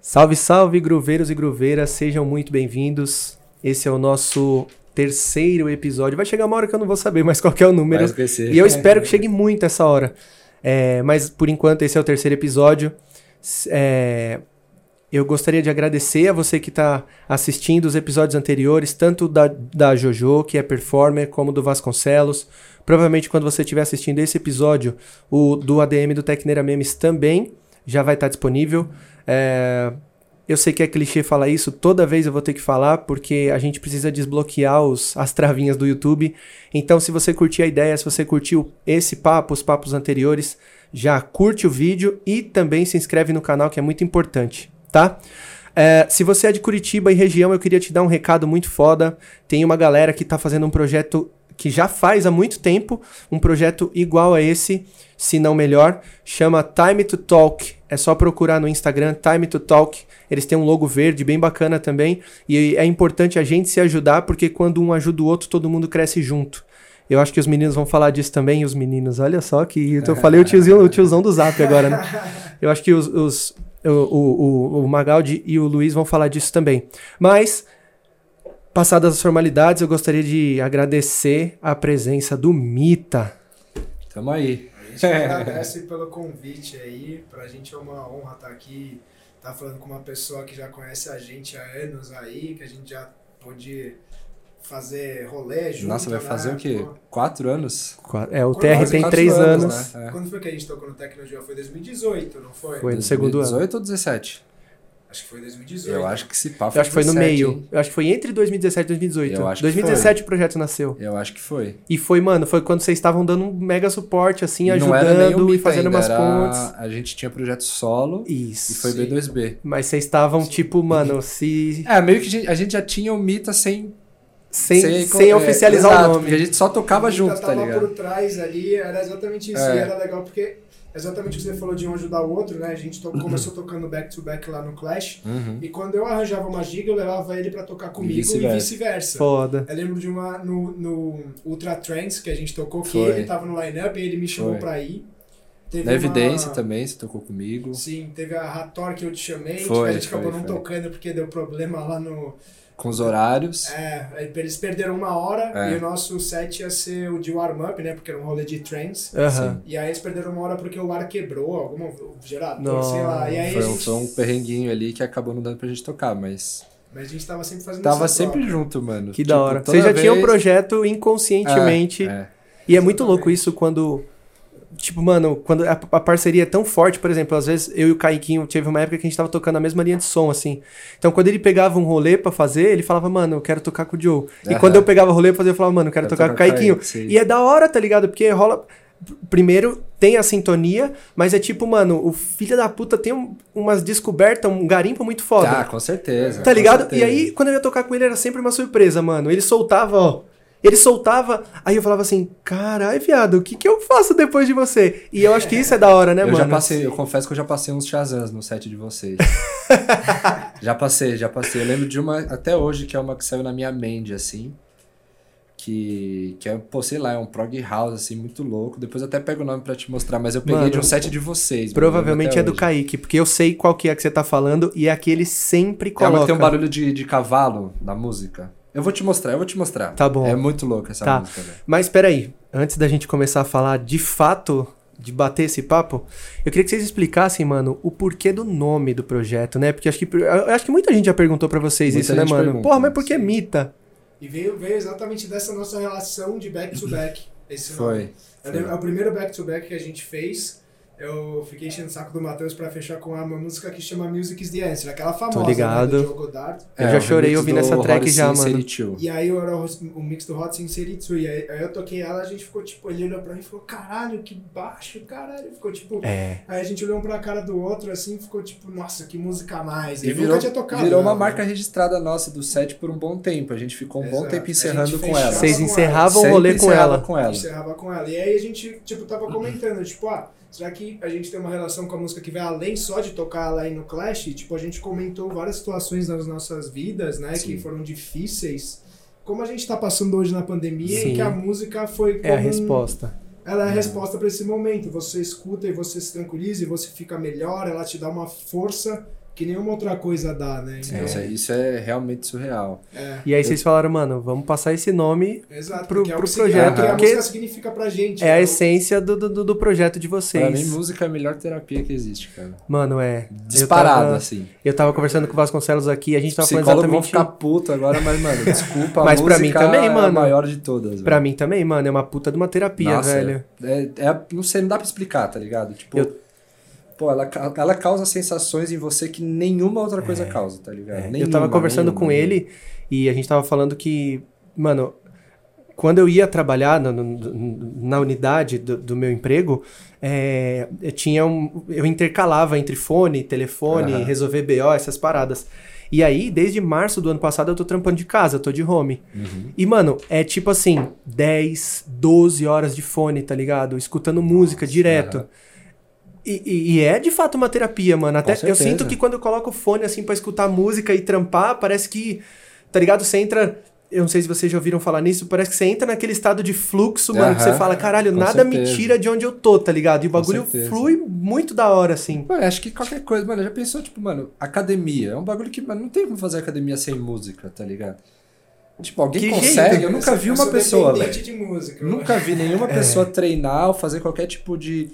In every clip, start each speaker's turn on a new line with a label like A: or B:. A: Salve, salve, gruveiros e gruveiras, sejam muito bem-vindos. Esse é o nosso terceiro episódio. Vai chegar uma hora que eu não vou saber mais qual que é o número.
B: Vai esquecer.
A: E eu espero que chegue muito essa hora. É, mas por enquanto, esse é o terceiro episódio. S- é, eu gostaria de agradecer a você que está assistindo os episódios anteriores, tanto da, da JoJo, que é performer, como do Vasconcelos. Provavelmente, quando você estiver assistindo esse episódio, o do ADM do Tecneira Memes também já vai estar disponível. É, eu sei que é clichê falar isso, toda vez eu vou ter que falar, porque a gente precisa desbloquear os- as travinhas do YouTube. Então, se você curtir a ideia, se você curtiu esse papo, os papos anteriores, já curte o vídeo e também se inscreve no canal, que é muito importante, tá? É, se você é de Curitiba e região, eu queria te dar um recado muito foda. Tem uma galera que tá fazendo um projeto que já faz há muito tempo, um projeto igual a esse, se não melhor, chama Time to Talk. É só procurar no Instagram Time to Talk. Eles têm um logo verde bem bacana também, e é importante a gente se ajudar porque quando um ajuda o outro, todo mundo cresce junto. Eu acho que os meninos vão falar disso também, e os meninos, olha só que eu falei o tiozinho, o tiozão do Zap agora, né? Eu acho que os, os- o, o, o- o Magaldi e o Luiz vão falar disso também. Mas, passadas as formalidades, eu gostaria de agradecer a presença do Mita.
B: Tamo aí.
C: A gente
B: É.
C: agradece pelo convite aí. Pra gente é uma honra estar aqui, estar falando com uma pessoa que já conhece a gente há anos aí, que a gente já pôde fazer rolê junto.
B: Nossa, vai
C: né?
B: fazer o quê?
C: Pô,
B: Quatro anos?
A: Qua- É, o
C: Quase
A: TR
B: Quase
A: tem
B: quatro
A: três anos.
B: né? É.
C: Quando foi que a gente tocou no Tecnologia? Foi 2018, não foi?
A: Foi. no segundo ano.
B: 2018 ou 17?
C: Acho que foi 2018.
B: Eu acho que se pá
A: Eu acho que foi no
B: 17,
A: meio.
B: hein?
A: Eu acho que foi entre 2017 e 2018.
B: Eu acho que
A: 2017 o projeto nasceu.
B: Eu acho que foi.
A: E foi, mano, foi quando vocês estavam dando um mega suporte, assim,
B: não era nem o
A: ajudando e
B: Mita
A: fazendo
B: ainda,
A: umas
B: era-
A: pontes.
B: A gente tinha projeto solo
A: Isso.
B: e foi
C: Sim.
B: B2B.
A: Mas vocês estavam, tipo, mano, se.
B: É, meio que a gente, a gente já tinha o Mita sem...
A: Sem, sem,
B: é,
A: oficializar
B: exato,
A: o nome.
B: porque a gente só tocava
C: A gente
B: junto, tá
C: tava
B: ligado?
C: por trás ali, era exatamente isso.
B: É.
C: E era legal porque exatamente o que você falou de um ajudar o outro, né? A gente to- começou tocando back to back lá no Clash.
B: Uhum.
C: E quando eu arranjava uma giga, eu levava ele pra tocar comigo
B: vice-versa.
C: e vice-versa.
A: Foda.
C: Eu lembro de uma no, no Ultra Trends que a gente tocou, que
B: Foi.
C: ele tava no lineup e ele me chamou
B: Foi.
C: pra ir. Teve
B: Na
C: uma-
B: Evidência também, você tocou comigo.
C: Sim, teve a Rator que eu te chamei, tipo,
B: Foi,
C: a gente
B: foi,
C: acabou não
B: foi.
C: tocando porque deu problema lá no.
B: Com os horários.
C: É, aí eles perderam uma hora
B: É.
C: e o nosso set ia ser o de warm-up, né? Porque era um rolê de trends.
A: Aham.
C: E aí eles perderam uma hora porque o ar quebrou, algum gerador,
A: Não,
C: sei lá. E aí é
B: Foi
C: a
B: um,
C: gente,
B: foi um perrenguinho ali que acabou não dando pra gente tocar, mas
C: Mas a gente tava sempre fazendo
B: tava
C: essa troca.
B: sempre junto, mano. Tipo,
A: Que da hora.
B: Você
A: Vocês já tinham um projeto inconscientemente. E é muito louco isso quando. Tipo, mano, quando a, a parceria é tão forte, por exemplo, às vezes eu e o Caiquinho teve uma época que a gente tava tocando a mesma linha de som, assim. Então, quando ele pegava um rolê pra fazer, ele falava, mano, eu quero tocar com o Joe. E
B: Aham.
A: quando eu pegava rolê pra fazer, eu falava, mano, eu quero tocar com o Caiquinho. E é da hora, tá ligado? Porque rola. pr- Primeiro, tem a sintonia, mas é tipo, mano, o filho da puta tem um- umas descobertas, um garimpo muito foda.
B: Ah, com certeza.
A: Tá
B: com
A: ligado? E
B: certeza.
A: aí, quando eu ia tocar com ele, era sempre uma surpresa, mano. Ele soltava, ó. Ele soltava, aí eu falava assim, carai, viado, o que que eu faço depois de você? E eu acho que isso é da hora, né,
B: eu
A: mano?
B: já passei, eu confesso que eu já passei uns Shazams no set de vocês. já passei, já passei. Eu lembro de uma até hoje que é uma que saiu na minha mente, assim. Que, que é, pô, sei lá, é um prog house, assim, muito louco. Depois eu até pego o nome pra te mostrar, mas eu peguei
A: Mano,
B: de um set de vocês.
A: Provavelmente é do
B: Caio.
A: Kaique, porque eu sei qual que é que você tá falando e é que ele sempre
B: É uma
A: coloca.
B: que tem um barulho de, de cavalo na música. Eu vou te mostrar, eu vou te mostrar.
A: Tá bom.
B: É muito louco essa
A: Tá.
B: música, velho.
A: Mas peraí, antes da gente começar a falar de fato, de bater esse papo, eu queria que vocês explicassem, mano, o porquê do nome do projeto, né? Porque acho que, eu acho que muita gente já perguntou pra vocês
B: Muita
A: isso, né,
B: gente
A: mano?
B: pergunta,
A: Porra, mas por que
C: sim.
A: Mita?
C: E veio, veio exatamente dessa nossa relação de back-to-back. esse nome.
B: Foi.
C: Eu lembro- É o primeiro back-to-back que a gente fez. Eu fiquei enchendo o saco do Matheus pra fechar com uma música que chama Music is the Answer, aquela famosa
A: ligado.
C: Né, do Joe Goddard.
A: Eu já
B: É, o
A: chorei
B: remix
A: ouvindo
B: do
A: essa track
B: Rory
A: já, mano.
B: Sincerity.
C: E aí eu era o, o mix do Hot Sinceritsu. E aí, aí eu toquei ela, a gente ficou tipo, ele olhou pra mim e falou, caralho, que baixo, caralho. Ficou tipo.
A: É.
C: Aí a gente olhou um pra cara do outro assim ficou tipo, nossa, que música a mais.
B: E
C: Ele
B: virou,
C: nunca tinha tocado.
B: virou uma
C: né?
B: marca registrada nossa do set por um bom tempo. A gente ficou um bom
C: Exato.
B: tempo
C: A
B: encerrando
C: gente
B: com
C: fechava
B: ela.
A: Vocês
C: com ela.
A: encerravam o
B: Sempre
A: rolê com
B: encerrava
A: ela.
B: com ela.
C: encerrava com ela. E aí a gente, tipo, tava comentando, tipo, ah, será que a gente tem uma relação com a música que vai além só de tocar ela aí no Clash? E, Tipo, a gente comentou várias situações nas nossas vidas, né,
B: Sim.
C: que foram difíceis. Como a gente tá passando hoje na pandemia
A: Sim.
C: e que a música foi
A: É a
C: como um-
A: resposta. Uhum.
C: Ela é a resposta pra esse momento. Você escuta e você se tranquiliza e você fica melhor, ela te dá uma força que que nenhuma outra coisa dá, né? Então,
B: Isso, é, isso é realmente surreal.
C: é,
A: E aí vocês falaram, mano, vamos passar esse nome.
C: exato.
A: Pro-
C: porque é o
A: pro
C: que
A: projeto, né?
C: significa-
A: porque
C: a música significa pra gente.
A: É a
C: né?
A: essência do, do, do projeto de vocês.
B: Pra mim, música é a melhor terapia que existe, cara.
A: Mano, é. eu
B: Disparado,
A: tava-
B: assim.
A: Eu tava conversando com o Vasconcelos aqui, a gente tava
B: Os
A: falando
B: psicólogos vão
A: exatamente.
B: ficar puto agora, mas, mano, desculpa, a
A: Mas pra mim
B: música
A: também,
B: é a
A: mano.
B: maior de todas.
A: Pra mim também, mano, é uma puta de uma terapia,
B: né? Nossa,
A: velho.
B: velho. É, é- não sei, não dá pra explicar, tá ligado? Tipo,
A: Eu-
B: pô, ela, ca- ela causa sensações em você que nenhuma outra coisa causa, tá ligado?
A: É, eu
B: Nenhuma,
A: tava conversando
B: nenhuma,
A: com
B: nenhuma.
A: ele e a gente tava falando que, mano, quando eu ia trabalhar no- no- no- na unidade do, do meu emprego, é, eu, tinha um, eu intercalava entre fone, telefone,
B: Aham.
A: resolver BO, essas paradas. E aí, desde março do ano passado, eu tô trampando de casa, eu tô de home.
B: Uhum.
A: E, mano, é tipo assim, 10, 12 horas de fone, tá ligado? Escutando música direto.
B: aham.
A: E, e- e é de fato uma terapia, mano. Até eu
B: certeza.
A: sinto que quando eu coloco o fone assim pra escutar música e trampar, parece que, tá ligado? Você entra. Eu não sei se vocês já ouviram falar nisso, parece que você entra naquele estado de fluxo, mano, que você
B: Aham,
A: fala, caralho,
B: com
A: nada me
B: certeza.
A: tira de onde eu tô, tá ligado? E o
B: Com
A: bagulho
B: certeza.
A: flui muito da hora, assim.
B: Mano, acho que qualquer coisa, mano, já pensou, tipo, mano, academia. É um bagulho que, mano, não tem como fazer academia sem música, tá ligado? Tipo, alguém
A: Que
B: consegue?
A: jeito? É.
B: Eu nunca vi
C: Eu
B: uma
C: sou
B: pessoa, velho.
C: dependente de música. eu-
B: Nunca vi nenhuma pessoa treinar ou fazer qualquer tipo de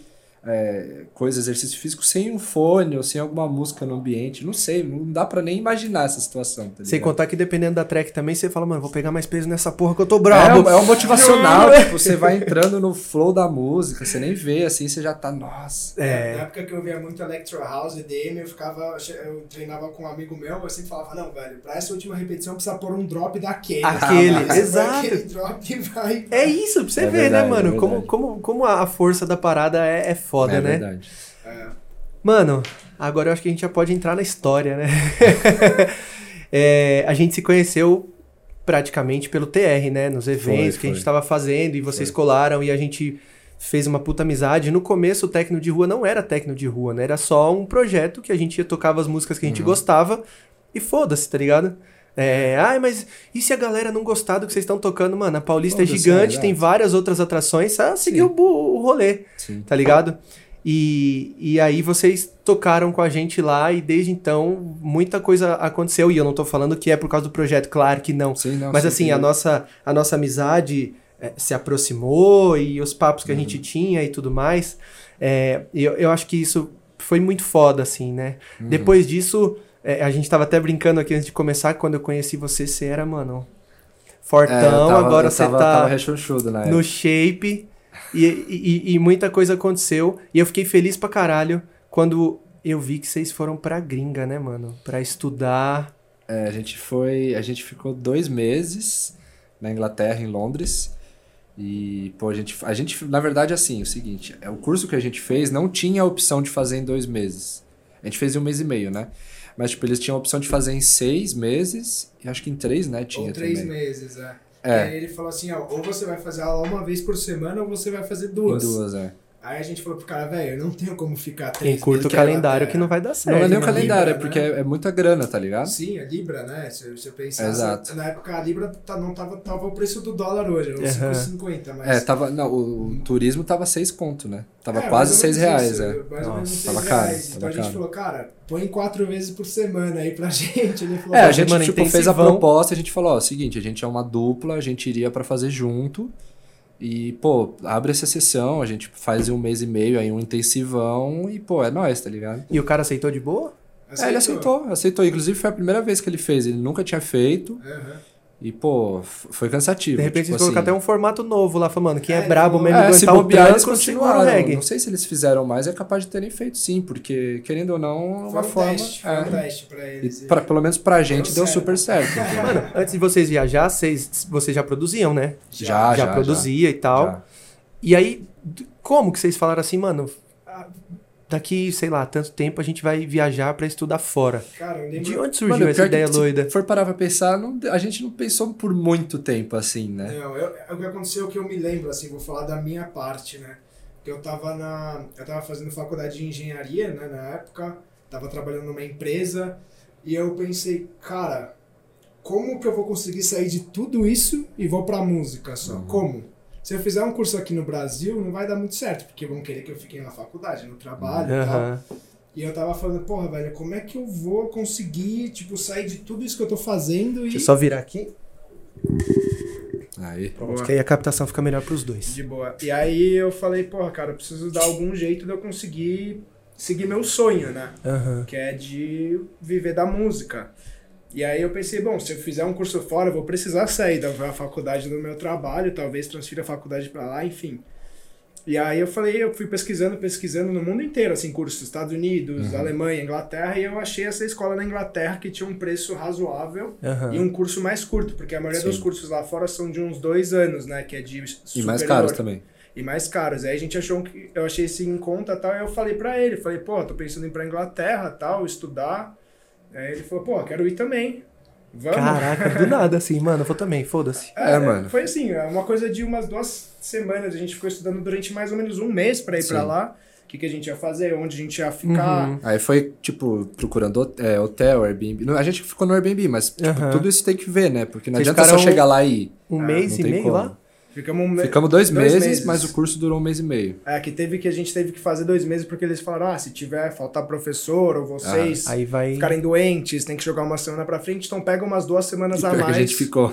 B: é, coisa, exercício físico, sem um fone ou sem alguma música no ambiente. Não sei, não dá pra nem imaginar essa situação.
A: Sem
B: Tá ligado?
A: contar que dependendo da track também, você fala, mano, vou pegar mais peso nessa porra que eu tô
B: É,
A: brabo.
B: um- é um motivacional, tipo, você vai entrando no flow da música, você nem vê, assim, você já tá, nossa.
A: É.
C: Na época que eu via muito Electro House e DM, eu ficava. Eu treinava com um amigo meu, eu sempre falava, não, velho, pra essa última repetição precisa pôr um drop daquele.
A: Ah, Aquele,
C: Esse foi
A: exato.
C: Aquele drop e vai.
A: É isso, pra você
B: É
A: ver,
B: verdade,
A: né, mano?
B: é
A: como,
B: verdade.
A: como, como a a força da parada é, é foda,
B: é
A: né?
B: verdade.
C: É,
A: Mano, agora eu acho que a gente já pode entrar na história, né? É, a gente se conheceu praticamente pelo TR, né? Nos eventos que a gente
B: foi.
A: tava fazendo e vocês colaram e a gente fez uma puta amizade. No começo, o Tecno de Rua não era Tecno de Rua, né? Era só um projeto que a gente ia tocava as músicas que a gente
B: Uhum.
A: gostava e foda-se, tá ligado? É, ai, mas e se a galera não gostar do que vocês estão tocando? Mano, a Paulista é
B: Foda-se,
A: gigante,
B: é,
A: tem
B: exato.
A: várias outras atrações. Ah, seguiu o rolê
B: Sim.
A: tá ligado? E, e aí vocês tocaram com a gente lá e desde então muita coisa aconteceu. E eu não tô falando que é por causa do projeto, claro que não.
B: Sim, não,
A: Mas
B: sim,
A: assim,
B: sim.
A: a nossa, a nossa amizade eh, se aproximou e os papos que a
B: Uhum.
A: gente tinha e tudo mais. É, eu, eu acho que isso foi muito foda, assim, né?
B: Uhum.
A: Depois disso, eh, a gente tava até brincando aqui antes de começar, quando eu conheci você, você era, mano,
B: É, eu
A: fortão,
B: tava-
A: agora
B: eu
A: você
B: tava,
A: tá
B: tava rechonchudo na época.
A: no shape e, e- e muita coisa aconteceu. E eu fiquei feliz pra caralho quando eu vi que vocês foram pra gringa, né, mano? Pra estudar.
B: É, a gente foi. A gente ficou dois meses na Inglaterra, em Londres. E, pô, a gente, a gente. Na verdade, assim, é o seguinte: é, o curso que a gente fez não tinha a opção de fazer em dois meses. A gente fez em um mês e meio, né? Mas, tipo, eles tinham a opção de fazer em seis meses e acho que em três, né? Tinha
C: ou três
B: também.
C: meses, é.
B: É.
C: E aí ele falou assim, ó, ou você vai fazer aula uma vez por semana ou você vai fazer
B: Em
C: duas.
B: duas, é.
C: Aí a gente falou pro cara, velho, eu não tenho como ficar três né?"
A: Quem curta o
C: meses
A: um calendário
C: na
A: que não vai dar certo.
B: Não é nem o
A: mano.
B: calendário, é
C: Libra,
B: porque
C: né?
B: é, é muita grana, tá ligado?
C: Sim, a Libra, né? Se se eu pensar.
B: Exato.
C: Na época a Libra tá- não tava, tava o preço do dólar hoje, era uns
A: Aham.
C: 5,50, mas.
B: É, tava. Não, o, o turismo tava seis conto, né? Tava
C: É,
B: quase
C: mais ou
B: seis
C: menos
B: reais,
C: isso,
B: é.
C: Mais ou menos
A: Nossa,
C: seis
B: tava caro,
C: reais.
B: tava
C: Então a gente
B: caro.
C: falou, cara, põe quatro vezes por semana aí pra gente. Ele falou,
B: É, a
C: "Pô,
B: gente
A: mano,
B: tipo, fez a
A: intensivão.
B: proposta, a gente falou, ó, seguinte, a gente é uma dupla, a gente iria pra fazer junto. E, pô, abre essa sessão, a gente faz em um mês e meio aí um intensivão e, pô, é nóis, tá ligado?
A: E o cara aceitou de boa?
B: É, ele aceitou, aceitou. Inclusive foi a primeira vez que ele fez, ele nunca tinha feito.
C: Aham.
B: E, pô, f- foi cansativo.
A: De repente
B: tipo
A: vocês colocaram
B: assim,
A: até um formato novo lá, falando mano, quem é,
C: É,
A: brabo
C: não-
A: mesmo
B: é, se
A: aguentar o
B: bobear, eles
A: tranco, segura o
B: continuaram.
A: reggae.
B: Não sei se eles fizeram mais, é capaz de terem feito sim, porque, querendo ou não, é
C: Foi
B: uma
C: um
B: forma.
C: teste, foi
B: é.
C: um teste pra eles.
B: E pra- pelo menos pra gente deu,
C: certo.
B: super certo. entendeu?
A: Mano, antes de vocês viajar, vocês, vocês já produziam, né?
B: já, Ah, já, já.
A: produzia e tal.
B: já.
A: E aí, d- como que vocês falaram assim, mano, ah, daqui, sei lá, tanto tempo a gente vai viajar pra estudar fora?
C: Cara, eu
A: De
C: lembro.
A: onde surgiu
B: Mano,
A: essa
B: pior que
A: ideia
B: se
A: doida?
B: for parar pra pensar, não- a gente não pensou por muito tempo assim, né?
C: Não, eu, é o que aconteceu que eu me lembro, assim, vou falar da minha parte, né? Que eu tava na. Eu tava fazendo faculdade de engenharia, né, na época, tava trabalhando numa empresa, e eu pensei, cara, como que eu vou conseguir sair de tudo isso e vou pra música só?
A: Uhum.
C: Como? Se eu fizer um
A: Uhum.
C: curso aqui no Brasil, não vai dar muito certo, porque vão querer que eu fique na faculdade, no trabalho e tal.
A: Aham.
C: E eu tava falando, porra, velho, como é que eu vou conseguir, tipo, sair de tudo isso que eu tô fazendo
A: Deixa
C: e.
A: eu só virar aqui.
B: Aí.
A: Pronto,
C: Boa.
A: que aí a captação fica melhor pros dois.
C: De boa. E aí eu falei, porra, cara, eu preciso dar algum jeito de eu conseguir seguir meu sonho, né?
A: Aham.
C: que é de viver da música. E aí eu pensei, bom, se eu fizer um curso fora, eu vou precisar sair da da faculdade do meu trabalho, talvez transfira a faculdade para lá, enfim. E aí eu falei, eu fui pesquisando, pesquisando no mundo inteiro, assim, cursos Estados Unidos,
B: Uhum.
C: Alemanha, Inglaterra, e eu achei essa escola na Inglaterra que tinha um preço razoável
A: Aham.
C: e um curso mais curto, porque a maioria
B: É. Sim.
C: dos cursos lá fora são de uns dois anos, né, que é de
B: E mais
C: superior
B: caros também.
C: e mais caros. Aí a gente achou que eu achei esse em conta e tal, e eu falei pra ele, falei, pô, tô pensando em ir pra Inglaterra, tal, estudar. Aí ele falou, pô, quero ir também. Vamos.
A: Caraca, do nada assim, mano, eu vou também, foda-se.
B: É, mano.
C: Foi assim, é uma coisa de umas duas semanas, a gente ficou estudando durante mais ou menos um mês pra ir pra
B: Sim.
C: lá. O que, que a gente ia fazer, onde a gente ia ficar.
A: Uhum.
B: Aí foi, tipo, procurando hot- é, hotel, Airbnb. Não, A gente ficou no Airbnb, mas tipo,
A: Aham.
B: tudo isso tem que ver, né? Porque não
A: Vocês
B: adianta só
A: ficaram-
B: chegar lá e ir.
A: Um
C: Ah,
A: mês
B: Não
A: e
B: tem
A: meio
B: como.
A: lá?
C: Ficamos um mês.
B: Ficamos dois,
C: Dois
B: meses,
C: meses.
B: mas o curso durou um mês e meio.
C: É, que teve que a gente teve que fazer dois meses, porque eles falaram: ah, se tiver faltar professor ou
B: Ah,
C: vocês
A: Aí vai.
C: ficarem doentes, tem que jogar uma semana pra frente, então pega umas duas semanas a
B: Pior que
C: mais.
B: a gente ficou.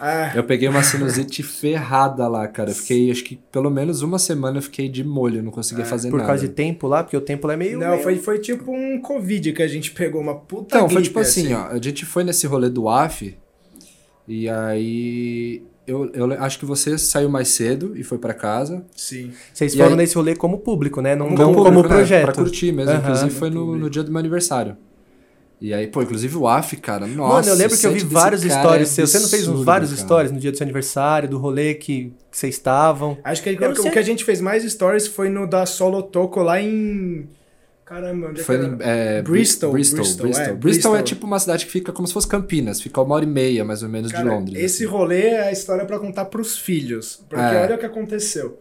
C: É,
B: Eu peguei uma sinusite ferrada lá, cara. Eu Fiquei, acho que pelo menos uma semana eu fiquei de molho, não conseguia fazer
A: É, por
B: nada.
A: causa de tempo lá, porque o tempo lá é meio.
C: Não,
A: meio-
C: foi, foi tipo um Covid que a gente pegou, uma puta
B: Então, foi
C: gripe,
B: tipo assim, ó. A gente foi nesse rolê do AF, e aí. Eu, eu acho que você saiu mais cedo e foi pra casa.
C: Sim.
A: Vocês
B: E
A: foram
B: aí-
A: nesse rolê como público, né? Não,
B: Um
A: não
B: público,
A: como
B: né? Pra
A: projeto.
B: curtir mesmo.
A: Aham.
B: Inclusive foi no, no dia do meu aniversário. E aí, pô, inclusive o AF, cara, nossa.
A: Mano, eu lembro que eu vi
B: sente desse
A: vários
B: cara
A: stories
B: é
A: seus. Você não fez uns
B: absurdo,
A: vários
B: cara.
A: stories no dia do seu aniversário, do rolê que que vocês estavam?
C: Acho que
A: não sei.
C: o que a gente fez mais stories foi no da Solo Toco lá em. Caramba, onde é
B: Foi
C: que
B: em,
C: era?
B: é,
C: Bristol,
B: Bristol, Bristol.
C: Bristol, é,
B: Bristol.
C: Bristol.
B: é tipo uma cidade que fica como se fosse Campinas, fica uma hora e meia mais ou menos
C: Cara,
B: de Londres. assim.
C: Esse rolê é a história pra contar pros filhos. Porque
B: É.
C: olha o que aconteceu.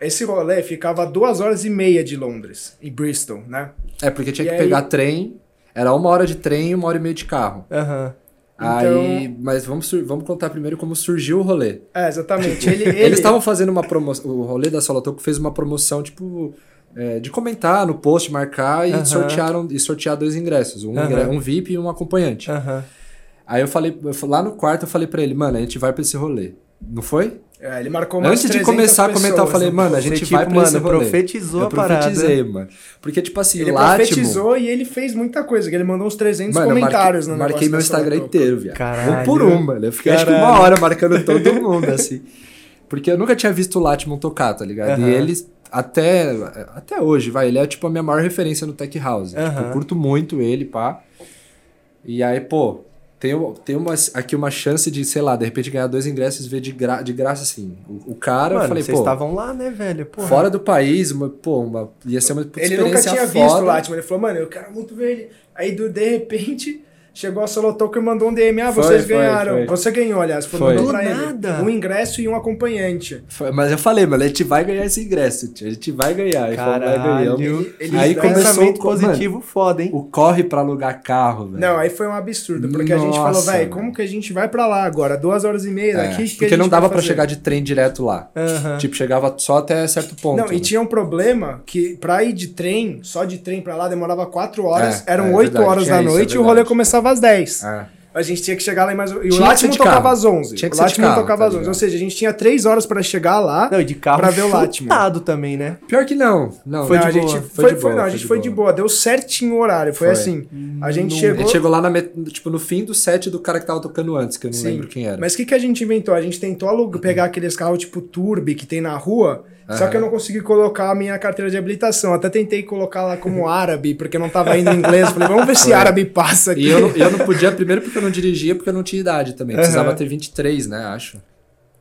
C: Esse rolê ficava a duas horas e meia de Londres, em Bristol, né?
B: É porque tinha
C: E
B: que
C: aí-
B: pegar trem, era uma hora de trem e uma hora e meia de carro.
A: Aham.
C: Então
B: Aí, mas vamos, sur- vamos contar primeiro como surgiu o rolê.
C: É, exatamente. Ele,
B: Eles
C: ele,
B: estavam fazendo uma promoção. O rolê da Solotoco fez uma promoção, tipo, é, de comentar no post, marcar e
A: Aham.
B: sortearam e sortear dois ingressos. Um,
A: Aham.
B: ingre- um VIP e um acompanhante.
A: Aham.
B: Aí eu falei, eu fui- lá no quarto eu falei pra ele, mano, a gente vai pra esse rolê. Não foi?
C: É, ele marcou mais
B: Antes de começar a comentar, eu falei,
C: né?
B: mano, a
A: Você,
B: gente
A: tipo,
B: vai pra esse
A: mano,
B: rolê.
A: profetizou
B: eu
A: a parada.
B: profetizei, mano. Porque, tipo assim,
C: Ele
B: Látimo-
C: profetizou e ele fez muita coisa, que ele mandou uns 300
B: Mano, eu
C: comentários
B: marquei,
C: no
B: marquei
C: negócio
B: meu
C: da Solo
B: Instagram
C: Toco.
B: inteiro, viado.
A: Caralho.
B: Um por um, mano. Eu fiquei acho que uma
A: Caralho.
B: hora marcando todo mundo, assim. Porque eu nunca tinha visto o Latman tocar, tá ligado?
A: Aham.
B: E ele, até, até hoje, vai, ele é tipo a minha maior referência no Tech House. Tipo,
A: Aham.
B: eu curto muito ele, pá. E aí, pô, tem, o- tem uma, aqui uma chance de, sei lá, de repente ganhar dois ingressos e ver de, gra, de graça, assim. O, o cara,
A: Mano,
B: eu falei,
A: vocês
B: pô,
A: estavam lá, né, velho? Porra.
B: fora do país, uma, pô, uma, ia ser uma puta
C: Ele nunca
B: experiência
C: tinha
B: foda.
C: visto tipo, o Latman. Ele falou, mano, eu quero muito ver ele. Aí, do, de repente, chegou a Solotoco e mandou um DM. Ah,
B: Foi,
C: vocês
B: foi,
C: ganharam.
B: foi.
C: Você ganhou, aliás. Foi.
B: Foi.
C: Mandou
A: Do
C: pra ele
A: nada.
C: um ingresso e um acompanhante.
B: Foi- Mas eu falei, mano, a gente vai ganhar esse ingresso, tio, a gente vai ganhar. E fomos lá e ganhamos.
A: Caralho.
C: Ele-
B: aí
C: ele-
B: começou o
A: pensamento
B: co-
A: positivo foda, hein?
B: mano, o corre pra alugar carro, velho.
C: Não, aí foi um absurdo. Porque a gente
B: É. Nossa,
C: falou, velho,
B: mano.
C: como que a gente vai pra lá agora? Duas horas e meia
B: É,
C: daqui? que
B: porque
C: a gente
B: não dava
C: vai
B: pra
C: fazer?"
B: chegar de trem direto lá.
A: Aham.
B: Tipo, chegava só até certo ponto.
C: Não,
B: né?
C: e tinha um problema que pra ir de trem, só de trem pra lá, demorava quatro horas.
B: É,
C: eram
B: é
C: oito
B: verdade,
C: horas
B: tinha
C: da
B: isso, é
C: noite e o rolê
B: verdade.
C: começava às dez.
B: Ah,
C: A gente tinha que chegar lá em mais. E o
B: Tinha que ser
C: Latimo
B: de
C: tocava
B: carro.
C: às 11.
B: Tinha que
C: o
B: ser de
C: Latimo
B: carro,
C: tocava
B: tá
C: às 11. Ou
B: ligado?
C: seja, a gente tinha 3 horas pra chegar lá.
A: Não, e de carro
C: Pra ver o Látimo.
A: chutado também, né?
B: Pior que não. Não,
A: Foi
B: não,
C: a
A: de
C: gente
A: boa,
C: Foi, foi- não, a gente foi de boa. Deu certinho o horário. Foi,
B: Foi.
C: assim. A gente
B: A
C: chegou.
B: gente chegou lá na met- tipo, no fim do set do cara que tava tocando antes, que eu não
C: Sim.
B: lembro quem era.
C: Mas o que, que a gente inventou? A gente tentou alugar, pegar aqueles carros tipo Turbi que tem na rua. Só
B: Aham.
C: que eu não consegui colocar a minha carteira de habilitação. Até tentei colocar lá como árabe, porque não tava indo em inglês. Falei, vamos ver se árabe passa aqui.
B: E eu, não- eu não podia, primeiro porque eu não dirigia, porque eu não tinha idade também. Precisava ter 23, né, acho.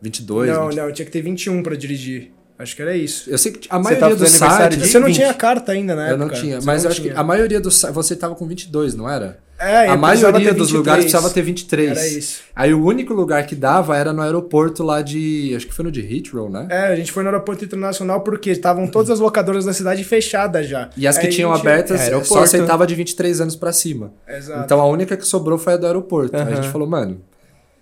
B: 22,
C: não,
B: 23.
C: não, tinha que ter 21 pra dirigir. Acho que era isso.
B: Eu sei que a
A: Você
B: maioria
A: tava
B: dos
A: fazendo aniversário
B: sites...
A: de
C: Você não
A: 20.
C: tinha carta ainda, né?
B: Eu não tinha, mas eu acho que a maioria dos sites... Você tava com 22, não era?
C: É,
B: a
C: eu precisava
B: maioria
C: ter
B: dos lugares
C: 23.
B: precisava ter 23.
C: Era isso.
B: Aí o único lugar que dava era no aeroporto lá de. Acho que foi no de Heathrow, né?
C: É, a gente foi no aeroporto internacional porque estavam todas as locadoras da cidade fechadas já.
B: E as que
C: Aí a
B: tinham
C: gente-
B: abertas é,
A: É,
B: então,
A: aeroporto.
B: só aceitava de 23 anos pra cima.
C: Exato.
B: Então a única que sobrou foi a do aeroporto. Aí a
A: Aham.
B: gente falou, mano,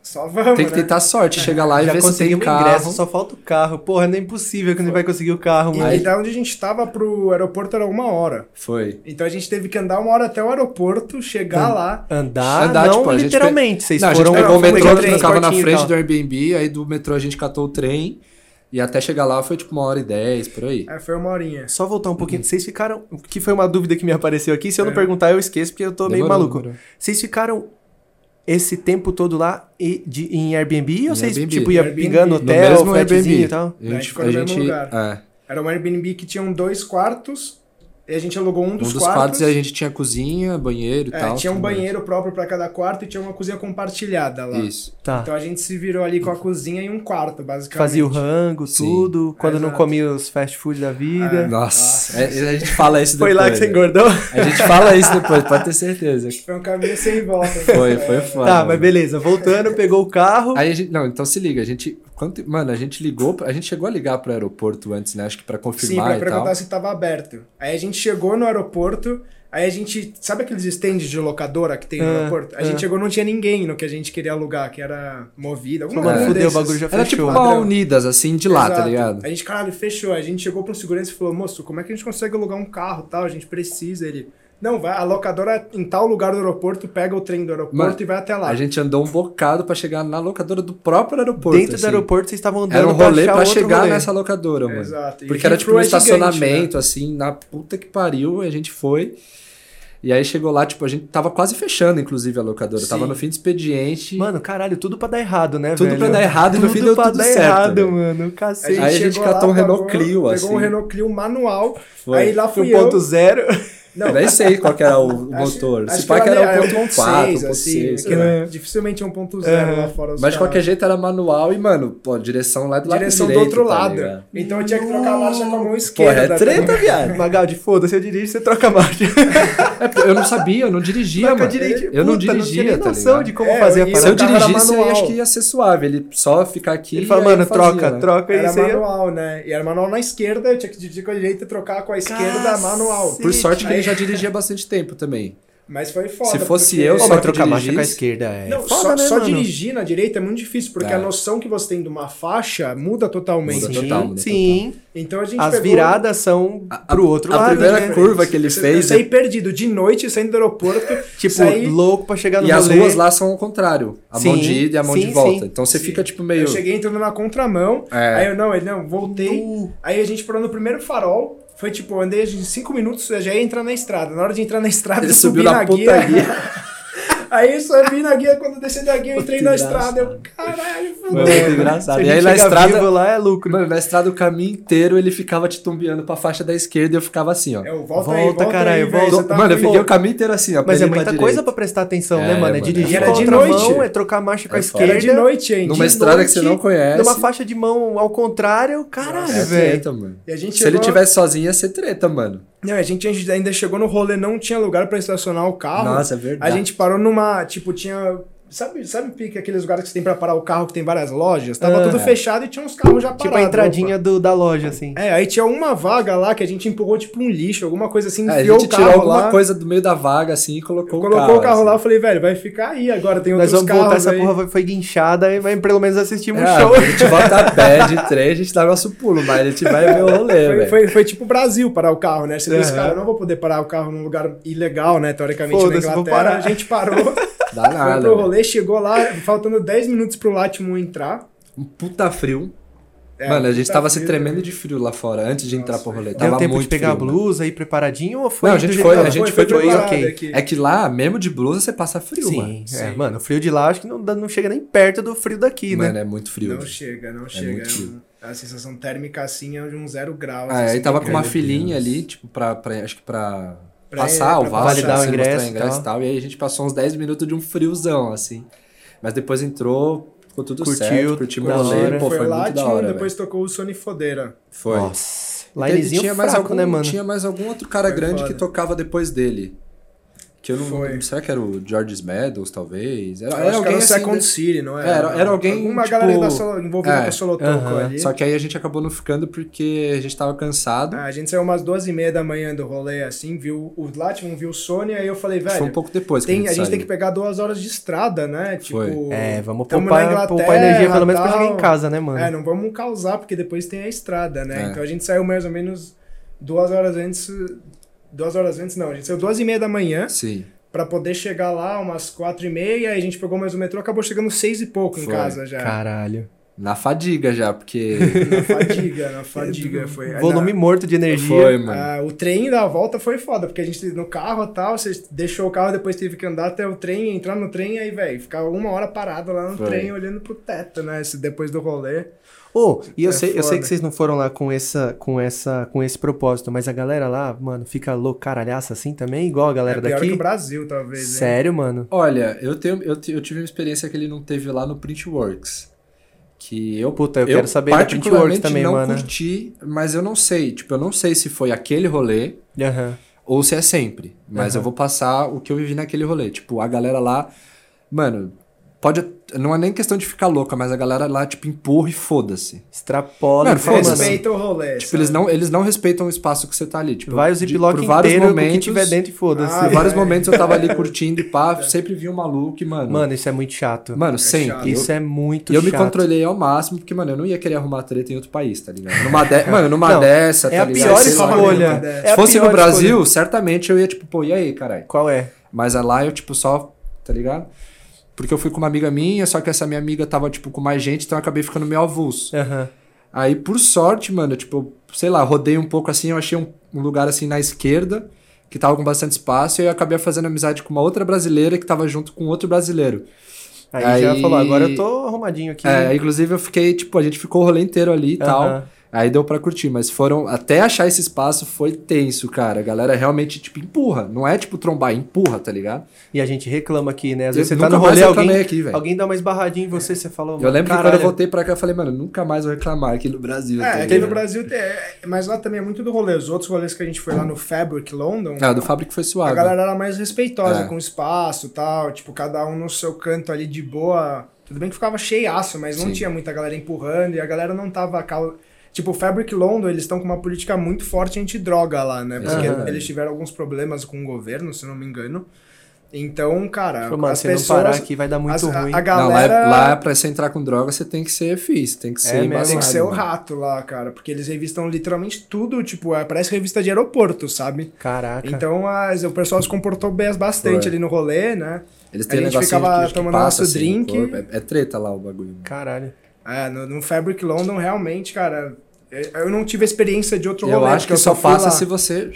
C: Só vamos.
B: Tem que
C: né?
B: tentar a sorte, chega lá e
A: Já
B: ver se tem
A: conseguimos um
B: carro.
A: ingresso, só falta o carro. Porra, não é impossível que a gente vai conseguir o carro,
C: E
A: mano.
C: aí, da onde a gente tava pro aeroporto era uma hora.
B: Foi.
C: Então a gente teve que andar uma hora até o aeroporto,
B: Hum.
C: chegar lá.
A: Andar,
B: Andar,
A: Tá? não
B: tipo, a gente
A: literalmente. Vocês
B: não, a gente
A: foram
B: pegou o
A: foi
B: metrô,
A: pegar
B: a gente
A: trem,
B: ficava na
A: cortinho e
B: frente
A: tal.
B: do Airbnb, aí do metrô a gente catou o trem e até chegar lá foi tipo uma hora e dez, por aí.
C: É, foi uma horinha.
A: Só voltar um
B: Uhum.
A: pouquinho. Vocês ficaram. Que foi uma dúvida que me apareceu aqui. Se eu não perguntar, eu esqueço, porque eu tô meio
B: É. Demorou,
A: maluco.
B: demorou.
A: Vocês ficaram esse tempo todo lá e de, em Airbnb? ou vocês,
B: Airbnb.
A: tipo, ia
C: Airbnb.
A: pingando
B: No
A: hotel,
B: mesmo
A: flatzinho
B: Airbnb.
A: e tal?
B: A gente,
C: ficou
B: a
C: no mesmo
B: gente,
C: lugar.
B: é,
C: Era um Airbnb que tinham dois quartos. E a gente alugou um
B: um dos
C: dos,
B: quartos e a gente tinha cozinha, banheiro e
C: É,
B: tal. tipo,
C: tinha um
B: tudo mais.
C: banheiro próprio pra cada quarto e tinha uma cozinha compartilhada lá.
B: Isso.
A: Tá.
C: Então a gente se virou ali com a cozinha e um quarto, basicamente.
A: Fazia o rango,
B: Sim.
A: tudo. Quando não
C: Exato.
A: comia os fast food da vida.
B: Nossa, é- a gente fala isso
A: Foi
B: depois.
A: lá que você
B: né?
A: engordou?
B: A gente fala isso depois, pode ter certeza.
C: Foi um caminho sem volta.
B: Foi, foi foda.
A: Tá,
B: mano.
A: mas beleza. Voltando, pegou o carro.
B: Aí a gente, não, então se liga, a gente, quanto- mano, a gente ligou, pra- a gente chegou a ligar pro aeroporto antes, né? Acho que pra
C: Sim, pra
B: confirmar e
C: perguntar
B: tal.
C: se tava aberto. Aí a gente chegou no aeroporto, aí a gente. Sabe aqueles stands de locadora que tem no
A: Ah,
C: aeroporto? A
A: ah.
C: gente chegou não tinha ninguém no que a gente queria alugar, que era movida. Alguma
A: Mano,
C: coisa
A: fudeu, o
C: desses.
A: bagulho já
B: Era tipo
A: fechou.
B: uma
C: Padrão.
B: Unidas, assim, de lá, tá
C: Exato.
B: ligado?
C: A gente, caralho, fechou. A gente chegou pro segurança e falou, moço, como é que a gente consegue alugar um carro e tal? A gente precisa. Ele. Não, vai, a locadora é em tal lugar do aeroporto, pega o trem do aeroporto
B: Mano,
C: e vai até lá.
B: A gente andou um bocado pra chegar na locadora do próprio aeroporto.
A: Dentro
B: assim.
A: do aeroporto, vocês estavam andando
B: Era um rolê
A: pra, achar
B: pra
A: outro
B: chegar
A: rolê.
B: nessa locadora, mano.
C: Exato. E
B: Porque era tipo
C: Rio
B: um
C: Fru é gigante,
B: estacionamento, assim, na puta que pariu, e a gente foi. E aí chegou lá, tipo, a gente tava quase fechando, inclusive, a locadora. Tava no fim do expediente.
A: Mano, caralho, tudo pra dar errado, né,
B: Tudo
A: velho?
B: pra dar errado e no
A: tudo
B: fim deu
A: pra
B: tudo
A: dar
B: certo,
A: errado,
B: velho.
A: mano.
C: A gente,
A: Cacete.
B: Aí a gente
C: chegou lá,
B: catou um
C: pagou-
B: Renault Clio,
C: pegou
B: assim.
C: um Renault Clio manual.
B: Foi.
C: Aí lá fui
B: um
C: eu.
A: 1.0.
B: eu nem sei qual que era o, o
C: Acho-
B: motor.
C: acho é
B: Se pá que era
C: era
B: 1.4,
C: 1.6, assim.
B: 1.6.
C: que era
A: É.
C: Dificilmente 1.0
A: Aham.
C: lá fora.
B: né? Mas
C: os
B: de
C: caras.
B: qualquer jeito era manual e, mano, pô, direção lá do lado
C: Direção do
B: direito,
C: outro
B: tá
C: lado.
B: ligado?
C: então eu tinha que trocar a marcha com a mão
B: Porra,
C: esquerda.
B: é treta, viado.
A: Magaldi, foda-se, eu dirijo, você troca a marcha.
B: É, pô, eu não sabia, eu não dirigia,
A: Troca
B: mano.
A: direito.
B: Eu não
A: Puta,
B: dirigia,
A: Não tinha nem
B: tá
A: noção
B: ligado?
A: de como
C: É,
A: fazer a
C: e
A: parada.
B: Se eu
C: o carro era
B: dirigisse, aí
C: manual.
B: acho que ia ser suave. Ele só ficar aqui.
A: Ele fala,
B: e aí
A: mano,
B: fazia,
A: troca,
B: né?
A: troca
C: Era
A: isso aí.
C: manual, né? E era manual na esquerda, eu tinha que dividir com a direita e trocar com a esquerda
A: Cacete.
C: manual.
B: Por sorte que
C: Aí-
B: ele já dirigia bastante tempo também.
C: Mas foi foda.
B: Se fosse
C: porque-
B: eu,
A: Pô,
B: só
A: mas
B: que
A: trocar a marcha
B: dirigisse-
A: com a esquerda é
C: Não,
A: foda,
C: só,
A: né,
C: só
A: mano?
C: dirigir na direita é muito difícil, porque
B: É.
C: a noção que você tem de uma faixa muda totalmente.
B: Muda
A: Sim,
B: total, muda
A: sim.
C: Então a gente
A: As
C: pegou-
A: viradas são pro outro
B: a
A: lado,
B: primeira
A: né?
B: curva que ele
C: Eu
B: fez. é
C: saí perdido de noite, saindo do aeroporto.
A: Tipo,
C: saí-
A: louco pra chegar no
B: E as
A: rolê.
B: ruas lá são ao contrário. A mão
A: Sim,
B: de ida e a mão
A: sim,
B: de volta.
A: sim.
B: Então você
C: Sim.
B: fica, tipo, meio.
C: Eu cheguei entrando na contramão.
B: É.
C: Aí eu, não, ele, não, voltei.
A: Nu.
C: Aí a gente parou no primeiro farol. Foi tipo, eu andei de cinco minutos, eu já ia entrar na estrada. Na hora de entrar na estrada,
B: Ele
C: eu subi
B: subiu na puta
C: guia.
B: guia.
C: Aí eu subi na guia, quando eu desci da guia, eu entrei
B: Puta
C: na estrada. Eu,
B: engraçado.
C: caralho,
B: Mano,
C: fudeu.
B: muito engraçado.
A: É, Se a
B: E aí
A: gente
B: na
A: chegar
B: estrada.
A: vivo lá é lucro.
B: Mano, na estrada o caminho inteiro ele ficava titubeando pra faixa da esquerda e eu ficava assim, ó.
C: É, eu, volta, aí,
A: Volta,
C: volta
A: caralho,
C: aí, velho,
A: volta.
C: você tá
B: mano, eu
C: ruim.
B: fiquei o caminho inteiro assim, ó. pra
A: Mas
B: ele
A: é
B: ir pra
A: muita
B: direita.
A: coisa pra prestar atenção,
B: É,
A: né, mano? É
B: mano.
A: dirigir
C: E era de
A: contra a
C: noite.
A: mão, é trocar marcha com a
B: É foda.
A: esquerda.
C: Era de noite, hein?
B: Numa
A: de
B: estrada que você
A: noite,
B: não conhece.
A: Numa faixa de mão ao contrário, caralho, velho.
B: É
A: Tipo
B: treta, mano.
C: E a gente
B: Se ele
C: chegou-
B: tivesse sozinho ia ser treta, mano.
C: Não, a gente ainda chegou no rolê, não tinha lugar pra estacionar o carro.
B: Nossa, é verdade.
C: A gente parou numa, tipo, tinha... Sabe, sabe pique, aqueles lugares que você tem pra parar o carro, que tem várias lojas? Tava
A: Ah.
C: tudo fechado e tinha uns carros já parados.
A: Tipo a entradinha do- da loja, assim.
C: É, aí tinha uma vaga lá que a gente empurrou tipo um lixo, alguma coisa assim,
B: É, a
C: enfiou
B: gente
C: o carro
B: tirou alguma
C: lá,
B: coisa do meio da vaga assim e colocou,
C: colocou
B: o carro.
C: lá, eu
B: assim.
C: falei, velho, vai ficar aí agora, tem
A: Nós
C: outros
A: vamos
C: carros
A: voltar, essa
C: aí.
A: porra foi guinchada e vai pelo menos assistir um
B: É,
A: show.
B: A gente volta a pé de trem, a gente dá nosso pulo, mas a gente vai ver o rolê,
C: Foi,
B: velho.
C: foi, foi tipo Brasil parar o carro, né? Você disse,
A: Aham.
C: cara, eu não vou poder parar o carro num lugar ilegal, né? Teoricamente na
A: Foda-se, vou
C: Inglaterra.
A: parar.
C: A gente parou,
B: Dá
C: foi
B: nada.
C: pro
B: velho.
C: rolê, chegou lá, faltando 10 minutos pro Látimo entrar.
B: Um puta frio.
C: É,
B: mano, a gente
C: puta
B: tava se
C: vida.
B: tremendo de frio lá fora antes de entrar
C: Nossa,
B: pro rolê.
A: Deu
B: tava
A: tempo de
B: muito
A: pegar a
B: frio, mano.
A: blusa e ir preparadinho ou foi?
B: Não, a
A: do
B: gente
A: jeito
B: foi,
A: que
B: a
A: tava?
B: gente
C: foi
B: foi, pro
C: preparado
B: ok.
C: aqui.
B: É que lá, mesmo de blusa, você passa frio,
A: Sim,
B: mano.
A: É, mano, o frio de lá acho que não, dá- não chega nem perto do frio daqui,
B: Mano,
A: né?
B: é muito frio.
C: Não
B: velho.
C: chega, não chega.
B: muito frio.
C: É um- a sensação térmica assim é de um zero grau.
B: Ah,
C: assim,
B: aí tava com uma
C: incrível.
B: filhinha ali, tipo, pra, pra- acho que pra,
C: Pra-
B: passar
C: pra
B: o vaso,
A: validar o
B: assim, mostrar
A: ingresso e
B: e tal. E aí a gente passou uns 10 minutos de um friozão, assim. Mas depois entrou, ficou tudo
A: Curtiu,
B: certo, curtimos o
A: da
B: rolê,
A: hora.
B: pô,
C: foi,
B: foi muito da
C: Látimo,
B: hora,
C: depois tocou o Sony Fodeira.
B: velho. Foi.
A: Nossa.
B: E teve-
C: Então,
A: Linezinho fraco,
B: algum,
A: né, mano?
B: Tinha mais algum outro cara
C: Foi
B: grande
C: foda.
B: que tocava depois dele. Que eu não,
C: Foi.
B: Será que era o George Meadows, talvez? Era,
C: Eu
B: era
C: acho que
B: alguém
C: era o
B: assim,
C: Second
B: né?
C: City, não era?
B: É, era- era alguém,
C: Uma
B: tipo-
C: galera da solo, envolvida
B: É.
C: com a Solotoco
A: Aham.
C: ali.
B: Só que aí a gente acabou não ficando porque a gente tava cansado.
C: Ah, a gente saiu umas duas e meia da manhã do rolê, assim, viu o Latimon, viu o Sony, aí eu falei,
B: Foi um
C: velho,
B: pouco depois
C: tem,
B: que
C: a gente
B: saiu.
C: tem que pegar duas horas de estrada, né?
B: Foi.
C: Tipo,
A: É, vamos
C: tamo na
A: poupar, poupar
C: Inglaterra,
A: energia pelo menos pra jogar em
C: tal.
A: casa, né, mano?
C: É, não vamos causar, porque depois tem a estrada, né?
B: É.
C: Então a gente saiu mais ou menos duas horas antes. Duas horas antes, não. A gente saiu duas e meia da manhã
B: Sim.
C: pra poder chegar lá umas quatro e meia. aí a gente pegou mais o metrô, acabou chegando seis e pouco em
B: Foi.
C: casa já.
A: Caralho.
B: Na fadiga já, porque.
C: Na fadiga, na fadiga. É, Foi.
A: Volume morto de energia.
B: foi, mano.
C: Ah, o trem da volta foi foda, porque a gente no carro e tal, você deixou o carro, depois teve que andar até o trem, entrar no trem, aí, velho, ficar uma hora parado lá no
B: Foi.
C: trem, olhando pro teto, né? Esse- Depois do rolê.
A: Ô, e eu,
C: É
A: sei, eu sei
C: foda.
A: que vocês não foram lá com essa, com essa, com esse propósito, mas a galera lá, mano, fica louco caralhaça assim também, igual a galera
C: é pior que
A: daqui.
C: o Brasil, né? talvez. hein?
A: Sério, mano.
B: Olha, eu, tenho, eu, te- eu tive uma experiência que ele não teve lá no Printworks. Que eu.
A: Puta, eu quero saber da Printworks
B: particularmente
A: também,
B: não
A: mano.
B: curti, mas eu não sei. Tipo, eu não sei se foi aquele rolê
A: Aham.
B: ou se é sempre. Mas
A: Aham.
B: eu vou passar o que eu vivi naquele rolê. Tipo, a galera lá. Mano, pode. Não é nem questão de ficar louca, mas a galera lá, tipo, empurra e foda-se.
A: Extrapola,
B: Mano,
A: e fala,
B: foda-se.
A: mano,
C: Respeita o rolê.
B: Tipo,
C: sabe?
B: eles não, eles não respeitam o espaço que você tá ali. Tipo,
A: Vai o
B: de-
A: ziplock
B: por vários
A: inteiro com o que
B: momentos-
A: tiver dentro e foda-se.
C: Ah,
B: Por vários
C: vai.
B: momentos eu tava ali curtindo e pá, sempre vi um maluco e, mano. Mano,
A: Mano, isso é muito chato.
B: sempre.
C: chato.
B: Eu-
A: isso é muito
B: E eu me
A: chato.
B: controlei ao máximo, porque, mano, eu não ia querer arrumar treta em outro país, tá ligado? Numa de- Mano, numa
A: Não,
B: dessa,
A: É
B: tá
A: a
B: ligado?
A: pior
B: Sei lá.
A: escolha.
C: mano.
A: É
B: Se
A: a
B: fosse
A: pior
B: no Brasil,
A: escolha.
B: certamente eu ia, tipo, pô, e aí, caralho?
A: Qual é?
B: Mas lá eu, tipo, só, tá ligado? Porque eu fui com uma amiga minha, só que essa minha amiga tava, tipo, com mais gente, então eu acabei ficando meio avulso.
A: Aham.
B: Aí, por sorte, mano, tipo, eu, sei lá, rodei um pouco assim, eu achei um, um lugar assim na esquerda, que tava com bastante espaço, e aí eu acabei fazendo amizade com uma outra brasileira que tava junto com outro brasileiro.
A: Aí, já
B: Aí-
A: falou, agora eu tô arrumadinho aqui. né?
B: É, inclusive eu fiquei, tipo, a gente ficou o rolê inteiro ali e tal.
A: Aham.
B: Aí deu pra curtir, mas foram. Até achar esse espaço foi tenso, cara. A galera realmente, tipo, empurra. Não é tipo trombar, empurra, tá ligado?
A: E a gente reclama aqui, né? Às
B: Eu
A: vezes você tá
B: nunca
A: no
B: mais
A: rolê,
B: reclamei
A: alguém,
B: aqui, velho.
A: alguém dá uma esbarradinha em você, você fala,
B: Eu
A: "Mano,
B: lembro que quando
A: caralho,
B: eu voltei pra cá, eu falei, mano, nunca mais vou reclamar aqui no Brasil. tá
C: É, aqui
B: ligado?
C: no Brasil tem. é, Mas lá também é muito do rolê. Os outros rolês que a gente foi lá no Fabric London,
B: Ah, do Fabric foi
C: a
B: suave.
C: galera era mais respeitosa
B: É.
C: com o espaço e tal. Tipo, cada um no seu canto ali de boa. Tudo bem que ficava cheiaço, mas não
B: Sim.
C: tinha muita galera empurrando e a galera não tava. cal- Tipo, o Fabric London, eles estão com uma política muito forte anti-droga lá, né? Porque
A: Aham.
C: eles tiveram alguns problemas com o governo, se não me engano. Então, cara,
B: Tipo,
A: Falou, mano,
C: as
A: se
C: pessoas.
A: não parar aqui vai dar muito
C: as- a-
A: ruim.
B: Não, lá,
C: A,
B: é-
C: galera. É
B: lá é pra você entrar com droga, você tem que ser fiz, tem que ser
A: mesmo,
B: embaçado, né?
C: Tem que ser o
B: mano.
C: rato lá, cara, porque eles revistam literalmente tudo, tipo, é, parece revista de aeroporto, sabe?
A: Caraca.
C: Então as- o pessoal se comportou bem bastante
B: Ah, Foi.
C: ali no rolê, né?
B: Eles
C: A
B: têm um
C: gente
B: negocinho
C: ficava
B: que- que
C: tomando
B: passa,
C: nosso
B: assim, no
C: drink.
B: corpo. É, é treta lá o bagulho.
A: Caralho.
C: É, no, no Fabric London, realmente, cara, eu- eu não tive experiência de outro
B: Eu
C: rolê.
B: acho
C: porque
B: que só
C: fui
B: passa
C: lá.
B: se você.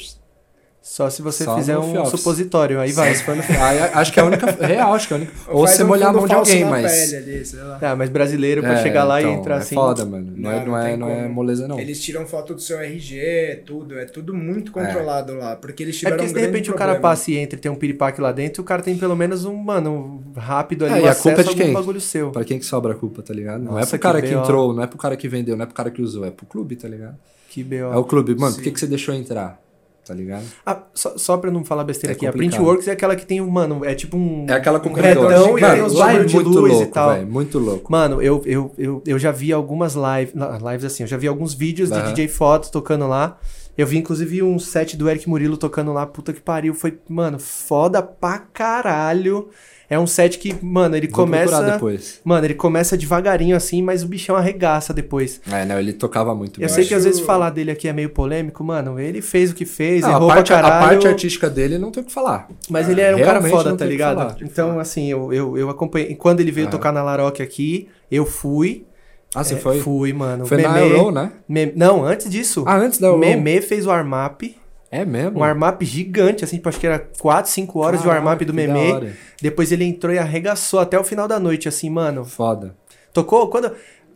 A: Só se você
B: Só
A: fizer
B: no
A: um
B: Fiofs.
A: supositório, aí vai.
B: Só se for no- Aí, acho que é a única. Real, acho que é a única.
C: Faz
B: Ou você
C: um
B: molhar a
C: fundo
B: mão de
C: falso
B: alguém,
C: na
B: mas.
C: Pele tipo, ali, sei lá.
A: Ah, mas brasileiro pra
B: É,
A: chegar lá e
B: então,
A: entrar
B: é
A: assim.
B: Foda, mano. Não, é,
C: Não,
B: não,
C: não
B: é,
C: tem
B: não é
C: como.
B: moleza, não.
C: Eles tiram foto do seu RG, tudo, é tudo muito controlado lá, porque eles
A: É
C: tiveram
A: porque
C: um
A: se de
C: grande
A: repente o
C: problema.
A: cara passa e entra e tem um piripaque lá dentro, o cara tem pelo menos um, mano, um rápido ali,
B: É,
A: um
B: e a culpa é
A: acesso
B: de
A: a algum
B: quem?
A: bagulho seu.
B: Pra quem que sobra a culpa, tá ligado? Não é
A: Nossa,
B: pro cara
A: que
B: que,
A: B.O.
B: entrou, não é pro cara que vendeu, não é pro cara que usou, é pro clube, tá ligado?
A: Que
B: É
A: B.O.
B: o clube, mano, por que,
C: Ah, Sim.
B: que você deixou entrar? Tá ligado?
A: Ah, só, só pra não falar besteira
B: É
A: aqui, a
B: complicado.
A: Printworks é aquela que tem um, mano, é tipo um...
B: É aquela com
A: um
B: corredor.
A: retão e
B: Mano,
A: tem os
B: lá é
A: bagulho de
B: muito
A: luz
B: louco,
A: e tal.
B: velho, muito louco.
A: Mano, eu, eu, eu, eu já vi algumas live, na- lives assim, eu já vi alguns vídeos de
B: Aham.
A: DJ Fotos tocando lá. Eu vi, inclusive, um set do Eric Murilo tocando lá, puta que pariu. Foi, mano, foda pra caralho. É um set que, mano, ele
B: Vou procurar
A: começa.
B: depois.
A: Mano, ele começa devagarinho assim, mas o bichão arregaça depois.
B: É, não, ele tocava muito
A: Eu
B: bem.
A: sei que às
C: acho-
A: vezes falar dele aqui é meio polêmico, mano. Ele fez o que fez,
B: Não, a,
A: errou
B: parte,
A: pra
B: a
A: caralho.
B: parte artística dele não tem o que falar.
A: Mas ele era um cara
B: Realmente
A: foda,
B: não
A: tá
B: tem o que
A: ligado?
B: falar. tipo.
A: Então, assim, eu, eu, eu acompanhei. Quando ele veio
B: Ah.
A: tocar na Laroque aqui, eu fui.
B: Ah, você
A: É,
B: foi?
A: Fui, mano.
B: Foi na
A: Memê-
B: Euro, né?
A: Mem- Não, antes disso,
B: Ah, antes da Euro.
A: Meme fez o armap.
B: É mesmo?
A: Um armap gigante, assim, tipo, acho que era 4, 5 horas de
B: Caraca,
A: armap do
B: que da
A: Meme.
B: hora.
A: Depois ele entrou e arregaçou até o final da noite, assim, mano.
B: Foda.
A: Tocou quando.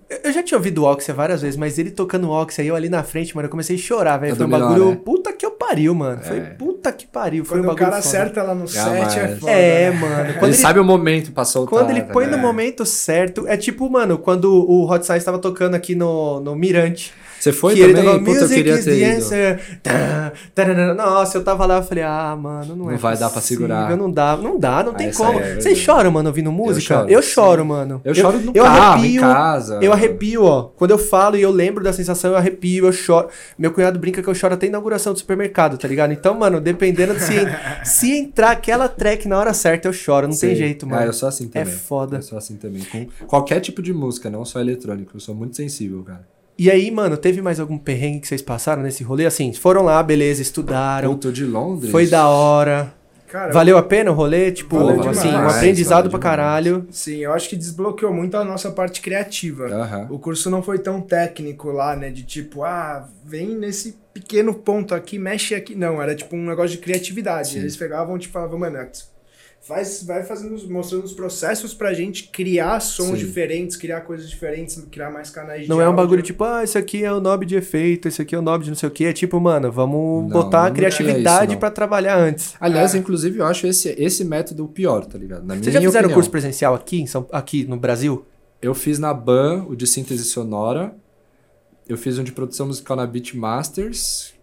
A: eu- Eu já tinha ouvido o Oxia várias vezes, mas ele tocando o Oxia e eu ali na frente, mano, eu comecei a chorar, velho.
B: É
A: Foi um
B: dominó,
A: bagulho.
B: né?
A: Puta que eu pariu, mano. Foi
B: É.
A: puta que pariu. Foi
C: Quando
A: um
C: o
A: bagulho.
C: cara
A: foda.
C: acerta lá no set, é
B: mas-
C: foda.
A: É,
C: né?
A: mano.
B: Ele,
A: Quando ele,
B: sabe o momento pra soltar.
A: quando ele põe
B: tá
A: no é
B: ligado?
A: momento certo, é tipo, mano, quando o Hot Size tava tocando aqui no, no Mirante.
B: Você foi
A: que ele
B: também?
A: tava,
B: Puta, eu
A: Music
B: queria
A: is
B: ter
A: the
B: ido."
A: answer. Tá, tarará. Nossa, eu tava lá, eu falei, ah, mano, não é
B: Não vai dar pra
A: possível,
B: segurar.
A: Não dá, não dá, não
B: Ah,
A: tem
B: essa
A: como.
B: é verdade.
A: Vocês choram, mano, ouvindo música?
B: choro,
A: eu
B: sim.
A: choro mano.
B: Eu choro no
A: eu
B: carro,
A: arrepio,
B: em casa.
A: Eu arrepio, ó. Quando eu falo e eu lembro da sensação, eu arrepio, eu choro. Meu cunhado brinca que eu choro até inauguração do supermercado, tá ligado? Então, mano, dependendo de se, se entrar aquela track na hora certa, eu choro. Não
B: Sim.
A: tem jeito, mano.
B: Ah, eu sou assim
A: É
B: também.
A: foda.
B: Eu sou assim também. Com qualquer tipo de música, não só eletrônico. Eu sou muito sensível, cara.
A: E aí, mano, teve mais algum perrengue que vocês passaram nesse rolê? Assim, foram lá, beleza, estudaram.
B: Puta, de Londres.
A: Foi da hora.
C: Cara,
A: Valeu a pena o rolê? Tipo,
C: Valeu
A: assim,
C: demais,
A: um aprendizado
B: valeu
A: pra
B: demais.
A: caralho.
C: sim, eu acho que desbloqueou muito a nossa parte criativa.
B: Aham.
C: O curso não foi tão técnico lá, né? De tipo, ah, vem nesse pequeno ponto aqui, mexe aqui. Não, era tipo um negócio de criatividade.
B: Sim.
C: Eles pegavam tipo, falavam, mano, faz, vai fazendo, os- mostrando os processos pra gente criar sons
B: Sim.
C: diferentes, criar coisas diferentes, criar mais canais de
A: Não é um
C: áudio.
A: bagulho tipo, ah, isso aqui é o knob de efeito, isso aqui é o knob de não sei o que. É tipo, mano, vamos
B: Não,
A: botar a
B: não tinha isso,
A: criatividade
B: não.
A: pra trabalhar antes.
B: Aliás,
C: Ah.
B: inclusive, eu acho esse, esse método o pior, tá ligado? Na
A: Vocês já
B: minha
A: fizeram
B: opinião.
A: curso presencial aqui, em São- aqui no Brasil?
B: Eu fiz na BAN o de síntese sonora. Eu fiz um de produção musical na Beatmasters.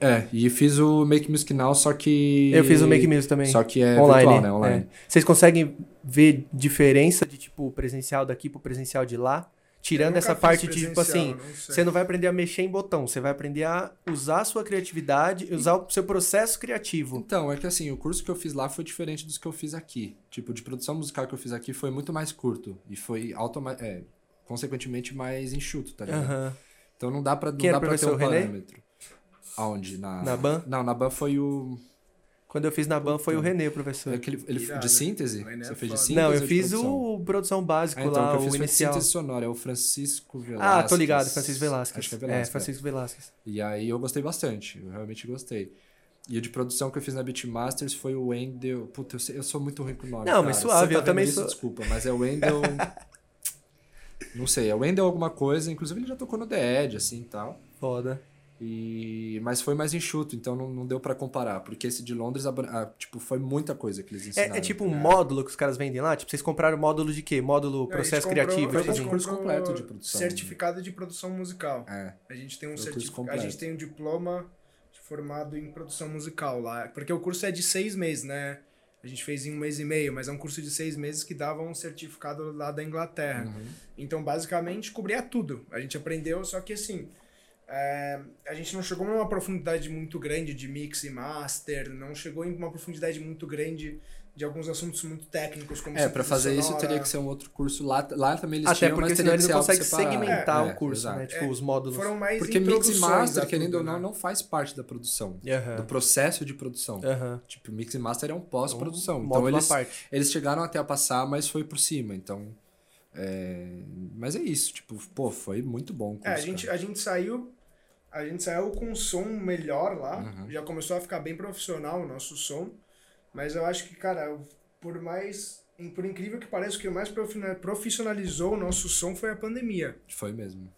B: É, e fiz o Make Music Now, só que.
A: Eu fiz o Make Music também.
B: Só que é
A: online.
B: virtual, né? Online.
A: é. Vocês conseguem ver diferença de, tipo, o presencial daqui pro presencial de lá?
C: Eu
A: Tirando
C: nunca
A: essa
C: fiz
A: parte de, tipo
C: presencial,
A: assim,
C: não sei.
A: você não vai aprender a mexer em botão, você vai aprender a usar a sua criatividade, usar o seu processo criativo.
B: Então, é que assim, o curso que eu fiz lá foi diferente dos que eu fiz aqui. Tipo, de produção musical que eu fiz aqui foi muito mais curto. E foi, automa é, consequentemente, mais enxuto, tá ligado?
A: Aham.
B: Então não dá pra, não
A: Quem era
B: dá pra ter um
A: professor, René?
B: parâmetro. Aonde? Na...
A: Na Ban?
B: Não, na BAN foi o...
A: Quando eu fiz na BAN foi o René, o professor.
B: Aquele, ele,
C: Irado.
B: de síntese?
C: René é
B: Você fez de
C: foda.
B: É síntese
A: Não,
B: ou
A: eu
B: de
A: fiz
B: produção?
A: o produção básico
B: Ah, então,
A: lá,
B: o que eu
A: É, o
B: fiz foi
A: inicial.
B: síntese sonora, é o Francisco
A: Ah,
B: Velasquez.
A: tô ligado, Francisco Velasquez.
B: Acho que é
A: É,
B: Velasquez.
A: Francisco Velasquez.
B: E aí eu gostei bastante, eu realmente gostei. E o de produção que eu fiz na Beatmasters foi o Wendel. Puta, eu, sei- eu sou muito ruim com o nome.
A: Não, mas
B: cara.
A: suave, eu
B: Você tá vendo
A: também
B: isso?
A: sou.
B: Desculpa, mas é o Wendel. não sei, é o Wendel alguma coisa. Inclusive ele já tocou no The Edge, assim e tal.
A: Foda.
B: E... Mas foi mais enxuto, então não, não deu pra comparar. Porque esse de Londres, abra- ah, tipo, foi muita coisa que eles ensinaram.
A: É, é tipo um módulo que os caras vendem lá? Tipo, vocês compraram módulo de quê?
B: É,
A: Módulo processo
C: comprou-
A: criativo?
C: a
A: tipo
C: gente
A: assim.
B: um curso
C: comprou
B: completo de produção.
C: Certificado de produção musical.
B: É,
C: A gente tem um
B: Eu fiz
C: certificado, a
B: completo.
C: gente tem um diploma formado em produção musical lá, porque o curso é de seis meses, né? A gente fez em um mês e meio, mas é um curso de seis meses que dava um certificado lá da Inglaterra.
B: uhum.
C: Então, basicamente, cobria tudo. A gente aprendeu, só que assim, é, a gente não chegou numa profundidade muito grande de mix e master, não chegou em uma profundidade muito grande de alguns assuntos muito técnicos, como
B: É, pra
C: síntese
B: fazer isso
C: sonora.
B: teria que ser um outro curso. Lá, lá também eles
A: Até
B: tinham,
A: porque
B: mas
A: senão
B: teria que
A: eles
B: ser
A: não
B: algo
A: conseguem
B: separado.
A: segmentar
B: É,
A: o curso,
B: exato.
A: né? Tipo, os módulos.
C: Foram mais
B: Porque mix e
C: introduções
B: master,
C: a
B: querendo
C: tudo,
B: ou não,
C: né?
B: não faz parte da produção.
A: Aham.
B: Do processo de produção.
A: Aham.
B: Tipo, mix e master é um pós-produção. Então
A: É. módulo à
B: eles,
A: parte.
B: eles chegaram até a passar, mas foi por cima. Então. é, Mas é isso, tipo, pô, foi muito bom o curso.
C: É, a gente,
B: cara.
C: a gente saiu. A gente saiu com um som melhor lá.
B: Uhum.
C: Já começou a ficar bem profissional o nosso som. Mas eu acho que, cara, eu- por mais. em- Por incrível que pareça, o que mais profina- profissionalizou o nosso som foi a pandemia.
B: Foi
A: é
B: mesmo.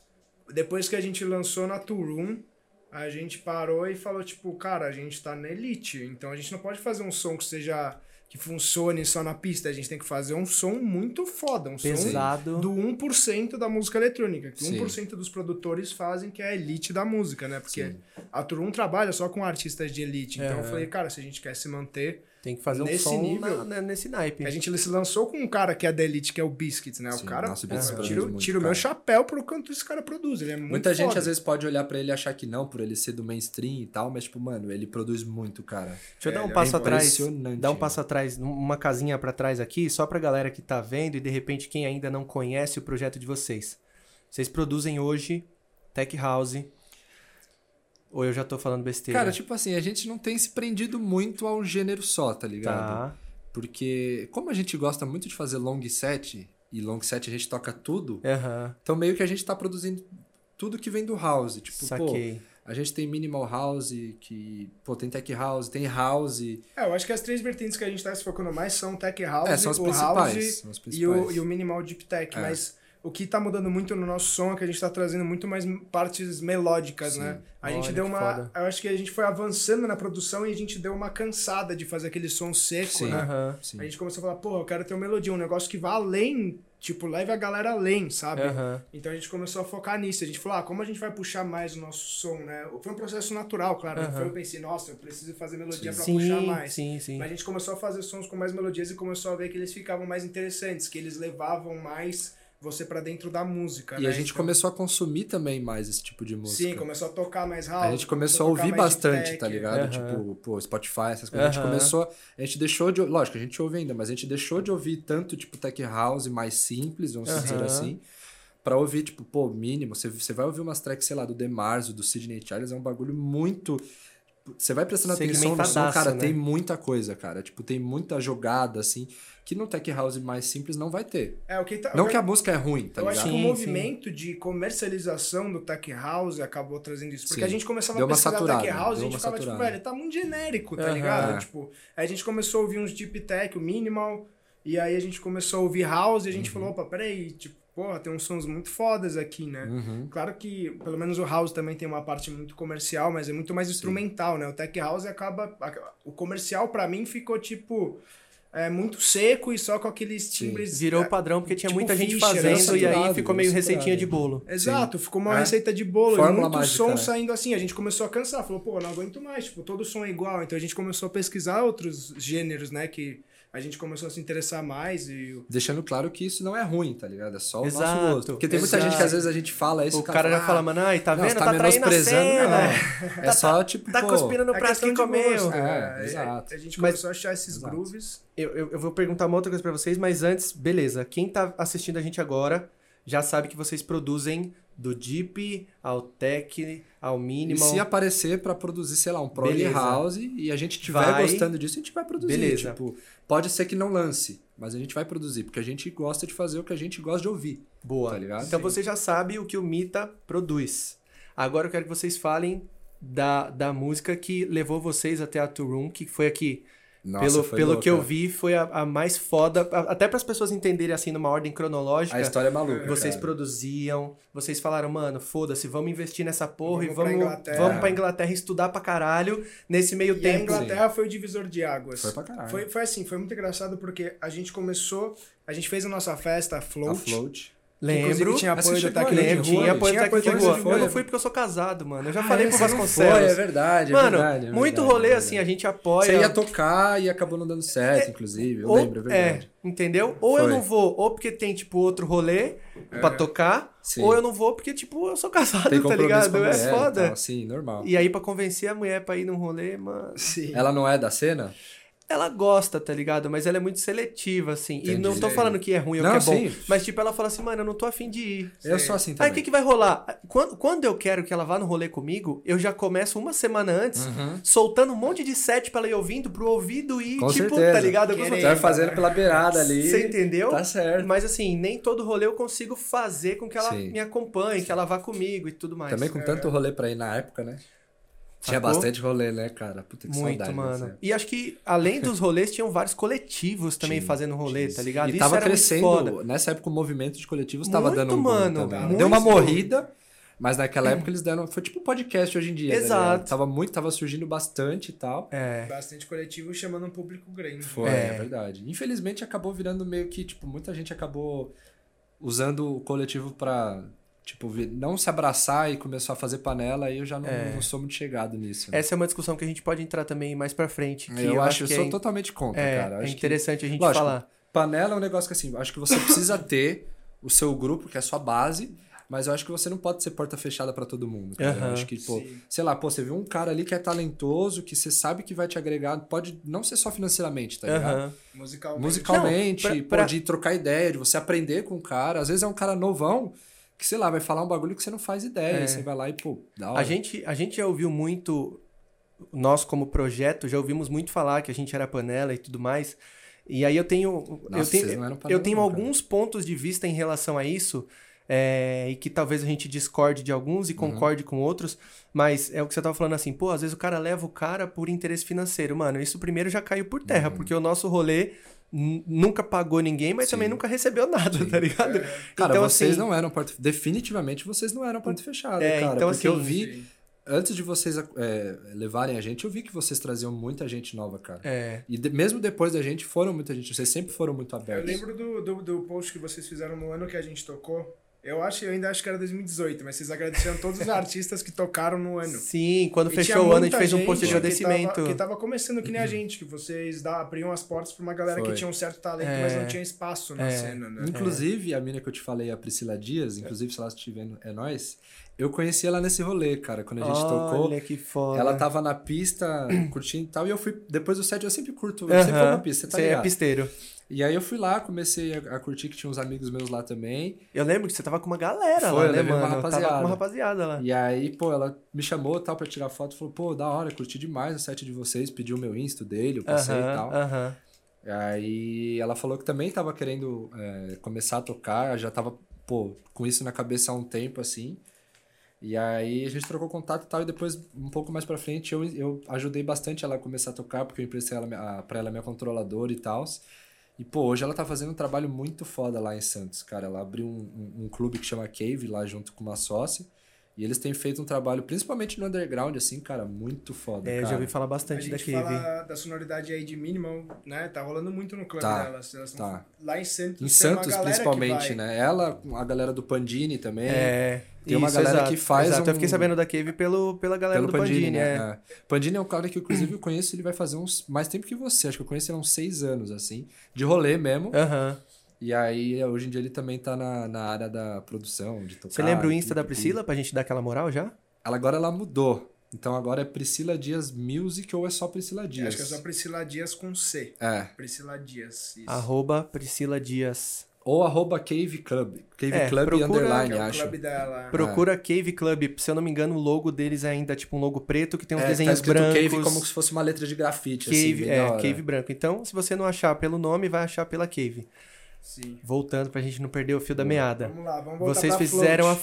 C: Depois que a gente lançou na Turum, a gente parou e falou, tipo, cara, a gente tá na elite. Então a gente não pode fazer um som que seja. que funcione só na pista. A gente tem que fazer um som muito foda. Um som
A: Pesado.
C: do 1% da música eletrônica, que
B: Sim.
C: 1% dos produtores fazem, que é a elite da música, né? Porque
B: Sim.
C: a Turum trabalha só com artistas de elite. Então eu
A: Aham.
C: falei, cara, se a gente quer se manter.
A: Tem que fazer um
C: Nesse
A: som
C: nível.
A: na- na- nesse naipe.
C: A gente se lançou com um cara que é da elite, que é o Biscuits, né? O
B: Sim,
C: cara.
B: nossa, o
C: pô,
B: Biscuits
C: eu
B: produz
C: tiro
B: muito,
C: tiro o meu
B: cara.
C: chapéu pro quanto esse cara produz. Ele é muito
B: Muita gente
C: foda.
B: às vezes pode olhar pra ele e achar que não, por ele ser do mainstream e tal, mas, tipo, mano, ele produz muito, cara.
A: Deixa eu dar
C: É,
A: um passo
B: é
A: atrás.
B: impressionante,
A: Dar um
B: né?
A: passo atrás, num- uma casinha pra trás aqui, só pra galera que tá vendo e de repente quem ainda não conhece o projeto de vocês. Vocês produzem hoje Tech House. Ou eu já tô falando besteira?
B: Cara, tipo assim, a gente não tem se prendido muito a um gênero só, tá ligado?
A: tá.
B: Porque como a gente gosta muito de fazer long set, e long set a gente toca tudo,
A: Aham.
B: então meio que a gente tá produzindo tudo que vem do house. Tipo, pô,
A: Saquei.
B: a gente tem minimal house, que, pô, tem tech house, tem house.
C: É, eu acho que as três vertentes que a gente tá se focando mais são o Tech House,
B: é, são as
C: o
B: principais.
C: House
B: São as
C: e o,
B: principais.
C: e o Minimal Deep Tech.
B: É.
C: Mas o que tá mudando muito no nosso som é que a gente tá trazendo muito mais partes melódicas,
B: Sim.
C: né? A
A: Olha
C: gente deu
A: que
C: uma.
A: foda.
C: Eu acho que a gente foi avançando na produção e a gente deu uma cansada de fazer aquele som seco,
B: Sim.
C: né?
A: Aham.
B: Sim.
C: A gente começou a falar, porra, eu quero ter uma melodia, um negócio que vá além tipo, leve a galera além, sabe?
A: Aham.
C: Então a gente começou a focar nisso. A gente falou, ah, como a gente vai puxar mais o nosso som, né? Foi um processo natural, claro. Não
A: Aham.
C: foi eu pensei, nossa, eu preciso fazer melodia pra puxar
A: Sim,
C: mais.
A: sim, sim.
C: Mas a gente começou a fazer sons com mais melodias e começou a ver que eles ficavam mais interessantes, que eles levavam mais você pra dentro da música.
B: E
C: né?
B: a gente
C: Então,
B: começou a consumir também mais esse tipo de música.
C: Sim, começou a tocar mais house.
B: A gente começou a
C: tocar
B: ouvir
C: mais
B: bastante,
C: deep
B: tá
C: tech.
B: ligado?
A: né? Aham.
B: Tipo, pô, Spotify, essas coisas. A gente
A: Aham.
B: começou. A gente deixou de. Lógico, a gente ouve ainda, mas a gente deixou de ouvir tanto, tipo, tech house mais simples, vamos dizer
A: Aham.
B: assim. Pra ouvir, tipo, pô, mínimo. Você, você vai ouvir umas tracks, sei lá, do Demarzo, do Sidney Charles, é um bagulho muito. Você vai prestando atenção no som,
A: Segmentadaço,
B: cara,
A: né?
B: tem muita coisa, cara. Tipo, tem muita jogada, assim, que no tech house mais simples não vai ter.
C: É, o que tá,
B: Não que a música é ruim, tá
C: eu acho
B: ligado?
C: que o
A: Sim,
C: movimento de comercialização do Tech House acabou trazendo isso. Porque
B: Sim.
C: a gente começava
B: Deu
C: a
B: uma
C: pesquisar
B: saturada,
C: Tech House e a
B: deu
C: gente
B: uma
C: ficava tipo,
B: saturada.
C: velho, tá muito genérico, tá
A: Aham.
C: ligado?
B: É.
C: Tipo, aí a gente começou a ouvir uns Deep Tech, o Minimal, e aí a gente começou a ouvir House e a
B: Uhum.
C: gente falou, opa, peraí, tipo, porra, tem uns sons muito fodas aqui, né?
B: Uhum.
C: Claro que, pelo menos o House também tem uma parte muito comercial, mas é muito mais instrumental, né? O Tech House acaba. a- O comercial, pra mim, ficou tipo. É, muito seco e só com aqueles
B: Sim.
C: timbres.
A: Virou
C: é,
A: padrão porque tinha
C: tipo
A: muita gente
C: Fischer,
B: era
A: fazendo e
B: saturado,
A: aí ficou meio
B: era saturado.
A: receitinha de bolo.
C: Exato, ficou uma
B: É.
C: receita de bolo
B: Fórmula
C: e muito
B: mágica,
C: som
B: né?
C: saindo assim. A gente começou a cansar, falou, pô, não aguento mais, tipo, todo som é igual. Então a gente começou a pesquisar outros gêneros, né, que a gente começou a se interessar mais e... o-
B: Deixando claro que isso não é ruim, tá ligado? É só o
A: Exato,
B: nosso gosto. Porque tem muita
A: exato.
B: gente que às vezes a gente fala isso.
A: o cara já fala, mano, ai, tá
B: não,
A: vendo?
B: você
A: Tá, traindo a cena. né?
B: Não, é só tipo.
A: Tá
B: pô,
A: cuspindo no
C: É
A: prato
C: questão
A: que
C: de gosto,
A: comeu.
C: né?
B: É, exato.
C: A gente
A: Mas-
C: começou a achar esses
B: Exato.
C: grooves.
A: Eu, eu, eu vou perguntar uma outra coisa pra vocês, mas antes, beleza. Quem tá assistindo a gente agora já sabe que vocês produzem do Deep ao Tech, ao
B: E
A: Minimal.
B: se aparecer pra produzir, sei lá, um Prog
A: Beleza.
B: House e a gente tiver
A: Vai.
B: gostando disso, a gente vai produzir.
A: Beleza.
B: Tipo, pode ser que não lance, mas a gente vai produzir, porque a gente gosta de fazer o que a gente gosta de ouvir.
A: Boa.
B: Tá ligado?
A: Então
B: Sim.
A: você já sabe o que o Mita produz. Agora eu quero que vocês falem da, da música que levou vocês até a Two Room, que foi aqui. pelo
B: foi
A: pelo
B: louco,
A: que eu
B: né?
A: vi, foi a, a mais foda. a- até para as pessoas entenderem assim, numa ordem cronológica.
B: A história é maluca.
A: Vocês
B: cara.
A: produziam, vocês falaram, mano, foda-se, vamos investir nessa porra
C: Vamos pra
A: e vamos pra,
C: Inglaterra."
A: vamos pra Inglaterra estudar pra caralho nesse meio
C: E a
A: tempo.
C: Inglaterra foi o divisor de águas.
B: Foi pra caralho.
C: Foi, foi assim, foi muito engraçado porque a gente começou, a gente fez a nossa festa, a
B: A
C: Float.
B: Float.
C: que inclusive
A: Lembro,
C: tinha
B: Mas você
C: apoio do
B: chegou
C: Tech
B: aí,
A: lembro,
B: de
A: tinha
B: rua,
A: apoio
B: tinha
A: da
B: apoio
A: Tech
B: de
A: Voa.
B: rua.
A: Eu não fui porque eu sou casado, mano. Eu já
B: Ah,
A: falei
B: é,
A: pro
B: você não
A: Vasconcelos.
B: foi, é verdade. é
A: mano,
B: verdade, é
A: muito
B: verdade,
A: rolê
B: é
A: assim,
B: verdade.
A: a gente apoia.
B: Você ia tocar e acabou não dando certo, inclusive. Eu
A: ou,
B: lembro, é verdade.
A: É, entendeu? Ou eu
B: Foi. É.
A: não vou, ou porque tem, tipo, outro rolê pra tocar,
B: Sim.
A: ou eu não vou porque, tipo, eu sou casado,
B: Tem
A: tá
B: compromisso
A: ligado?
B: com a
A: é
B: mulher e
A: foda.
B: tal, Sim, normal.
A: E aí, pra convencer a mulher pra ir num rolê, mano.
C: Sim.
B: Ela não é da cena?
A: Ela gosta, tá ligado? Mas ela é muito seletiva, assim. E
B: Entendi.
A: não tô falando que é ruim ou
B: Não,
A: que é bom.
B: sim.
A: Mas, tipo, ela fala assim, mano, eu não tô afim de ir.
B: Eu sou assim
A: Aí
B: também.
A: o que, que vai rolar? Quando, quando eu quero que ela vá no rolê comigo, eu já começo uma semana antes, soltando um monte de set pra ela ir ouvindo, pro ouvido ir,
B: Uhum. Com
A: tipo,
B: certeza.
A: tá ligado? Eu
C: Querer
A: gosto-
B: Você vai fazendo pela beirada ali.
A: Você entendeu?
B: Tá certo.
A: Mas assim, nem todo rolê eu consigo fazer com que ela
B: Sim.
A: me acompanhe, que ela vá comigo e tudo mais.
B: Também com tanto rolê pra ir na época, né? Tinha
A: Sacou?
B: bastante rolê, né, cara? Puta que
A: Muito,
B: saudade. né, assim.
A: mano.
B: dessa.
A: E acho que, além dos rolês, tinham vários coletivos também
B: Tinha,
A: fazendo rolê, tá ligado?
B: E
A: Isso
B: tava
A: era muito foda.
B: crescendo. Nessa época o movimento de coletivos tava
A: Muito,
B: dando um boom
A: mano,
B: também, né?
A: muito.
B: Deu uma morrida, mas naquela época eles deram... Foi tipo um podcast hoje em dia, tá
A: Exato.
B: ligado? tava muito, tava surgindo bastante e tal.
A: É.
C: Bastante coletivo chamando um público grande.
B: Foi,
A: É.
B: é. verdade. Infelizmente acabou virando meio que, tipo, muita gente acabou usando o coletivo pra, tipo, vi- não se abraçar e começou a fazer panela e eu já não, não sou muito chegado nisso. né?
A: Essa é uma discussão que a gente pode entrar também mais pra frente. Que
B: eu, acho,
A: que
B: eu sou
A: é,
B: totalmente contra,
A: é,
B: cara. Eu
A: é
B: acho que
A: interessante a gente
B: Lógico.
A: falar.
B: panela é um negócio que, assim, eu acho que você precisa ter o seu grupo, que é a sua base, mas eu acho que você não pode ser porta fechada pra todo mundo, cara.
A: Aham.
B: Eu acho que, pô,
C: Sim.
B: sei lá, pô, você viu um cara ali que é talentoso, que você sabe que vai te agregar, pode não ser só financeiramente, tá ligado?
A: Aham.
C: Musicalmente.
B: musicalmente,
A: Não, pra-
B: pô,
A: pra-
B: de trocar ideia, de você aprender com o cara. Às vezes é um cara novão que, sei lá, vai falar um bagulho que você não faz ideia.
A: É.
B: Você vai lá e, pô, dá
A: A, gente, a gente já ouviu muito, nós como projeto, já ouvimos muito falar que a gente era panela e tudo mais. E aí eu tenho. eu
B: Nossa,
A: tenho,
B: vocês não eram panela
A: eu tenho
B: não, cara.
A: alguns pontos de vista em relação a isso. é, e que talvez a gente discorde de alguns e
B: Uhum.
A: concorde com outros, mas é o que você tava falando assim, pô, às vezes o cara leva o cara por interesse financeiro. Mano, isso primeiro já caiu por terra,
B: Uhum.
A: porque o nosso rolê n- nunca pagou ninguém, mas também nunca recebeu nada, tá ligado?
B: Cara,
A: então,
B: vocês
A: assim,
B: não eram porta... Definitivamente vocês não eram porta fechada,
A: É,
B: cara.
A: então,
B: porque eu
A: assim,
B: vi... antes de vocês é, levarem a gente, eu vi que vocês traziam muita gente nova, cara.
A: É.
B: E de- mesmo depois da gente, foram muita gente. Vocês sempre foram muito
C: Eu
B: abertos.
C: lembro do, do, do post que vocês fizeram no ano que a gente tocou. Eu acho, eu ainda acho que era 2018, mas vocês agradeceram todos os artistas que tocaram no ano.
A: Sim, quando
C: E tinha
A: fechou o ano, a gente
C: muita
A: fez um post de
C: gente que tava-
A: agradecimento. Uhum.
C: Que tava, começando que nem a gente, que vocês dá, abriam as portas pra uma galera
B: Foi.
C: que tinha um certo talento,
A: É.
C: mas não tinha espaço na
A: É.
C: cena, né?
B: Inclusive, a mina que eu te falei, a Priscila Dias, inclusive, se ela estiver vendo, é nós. Eu conheci ela nesse rolê, cara, quando a gente tocou.
A: Olha que foda.
B: Ela tava na pista curtindo e tal. E eu fui, depois do set, eu sempre curto, eu
A: Aham.
B: sempre vou na pista, você tá
A: Você é
B: ligado?
A: pisteiro.
B: E aí eu fui lá, comecei a, a curtir, que tinha uns amigos meus lá também.
A: Eu lembro que você tava com uma galera
B: Foi,
A: lá,
B: eu
A: né,
B: levei uma
A: mano? Tava com
B: rapaziada.
A: uma rapaziada lá.
B: E aí, pô, ela me chamou tal pra tirar foto. Falou, pô, da hora, curti demais o set de vocês. Pediu o meu insta dele, eu passei e
A: Aham,
B: tal.
A: aham.
B: Aí ela falou que também tava querendo é, começar a tocar, já tava, pô, com isso na cabeça há um tempo, assim. E aí a gente trocou contato e tal, e depois, um pouco mais pra frente, eu, eu ajudei bastante ela a começar a tocar, porque eu emprestei ela, a, pra ela minha controladora e tal. E, pô, hoje ela tá fazendo um trabalho muito foda lá em Santos, cara. Ela abriu um, um- um clube que chama Cave lá junto com uma sócia. E eles têm feito um trabalho, principalmente no underground, assim, cara, muito foda.
A: É, eu
B: cara.
A: já ouvi falar
C: A
A: bastante da
C: gente
A: Cave.
C: fala da sonoridade aí de Minimal, né? Tá rolando muito no clube
B: Tá,
C: delas. Elas tão-
B: tá.
C: Lá em Santos,
B: Em
C: tem
A: é
B: Santos,
C: uma galera
B: principalmente,
C: que vai.
B: né? Ela, a galera do Pandini também.
A: É.
B: Tem uma galera que faz
A: Exato. Eu fiquei
B: um-
A: sabendo da Cave pelo, pela galera
B: Pelo
A: do Pandini, é.
B: né? É. Pandini é um cara que, inclusive, eu conheço, ele vai fazer uns mais tempo que você. Acho que eu conheço ele há uns seis anos, assim. De rolê mesmo.
A: Aham.
B: E aí, hoje em dia, ele também tá na, na área da produção, de tocar.
A: Você lembra o Insta
B: clipe,
A: da Priscila pra gente dar aquela moral já?
B: tudo. Ela agora ela mudou. Então agora é Priscila Dias Music ou é só Priscila Dias?
C: Acho que é só Priscila Dias com C.
B: É.
C: Priscila Dias, isso.
A: Arroba Priscila Dias.
B: Ou arroba Cave Club. Cave
A: É,
B: Club
A: procura-
B: underline,
C: que é o
B: acho.
C: clube dela.
A: Procura Cave Club. Se eu não me engano, o logo deles ainda é tipo um logo preto que tem uns
B: É,
A: desenhos
B: tá escrito
A: brancos.
B: Cave como se fosse uma letra de grafite, assim.
A: Cave,
B: bem da
A: é,
B: hora.
A: Cave branco. Então, se você não achar pelo nome, vai achar pela Cave.
C: Sim.
A: Voltando pra gente não perder o fio da meada.
C: Vamos lá, vamos voltar
A: Vocês
C: pra
A: fizeram
C: Float.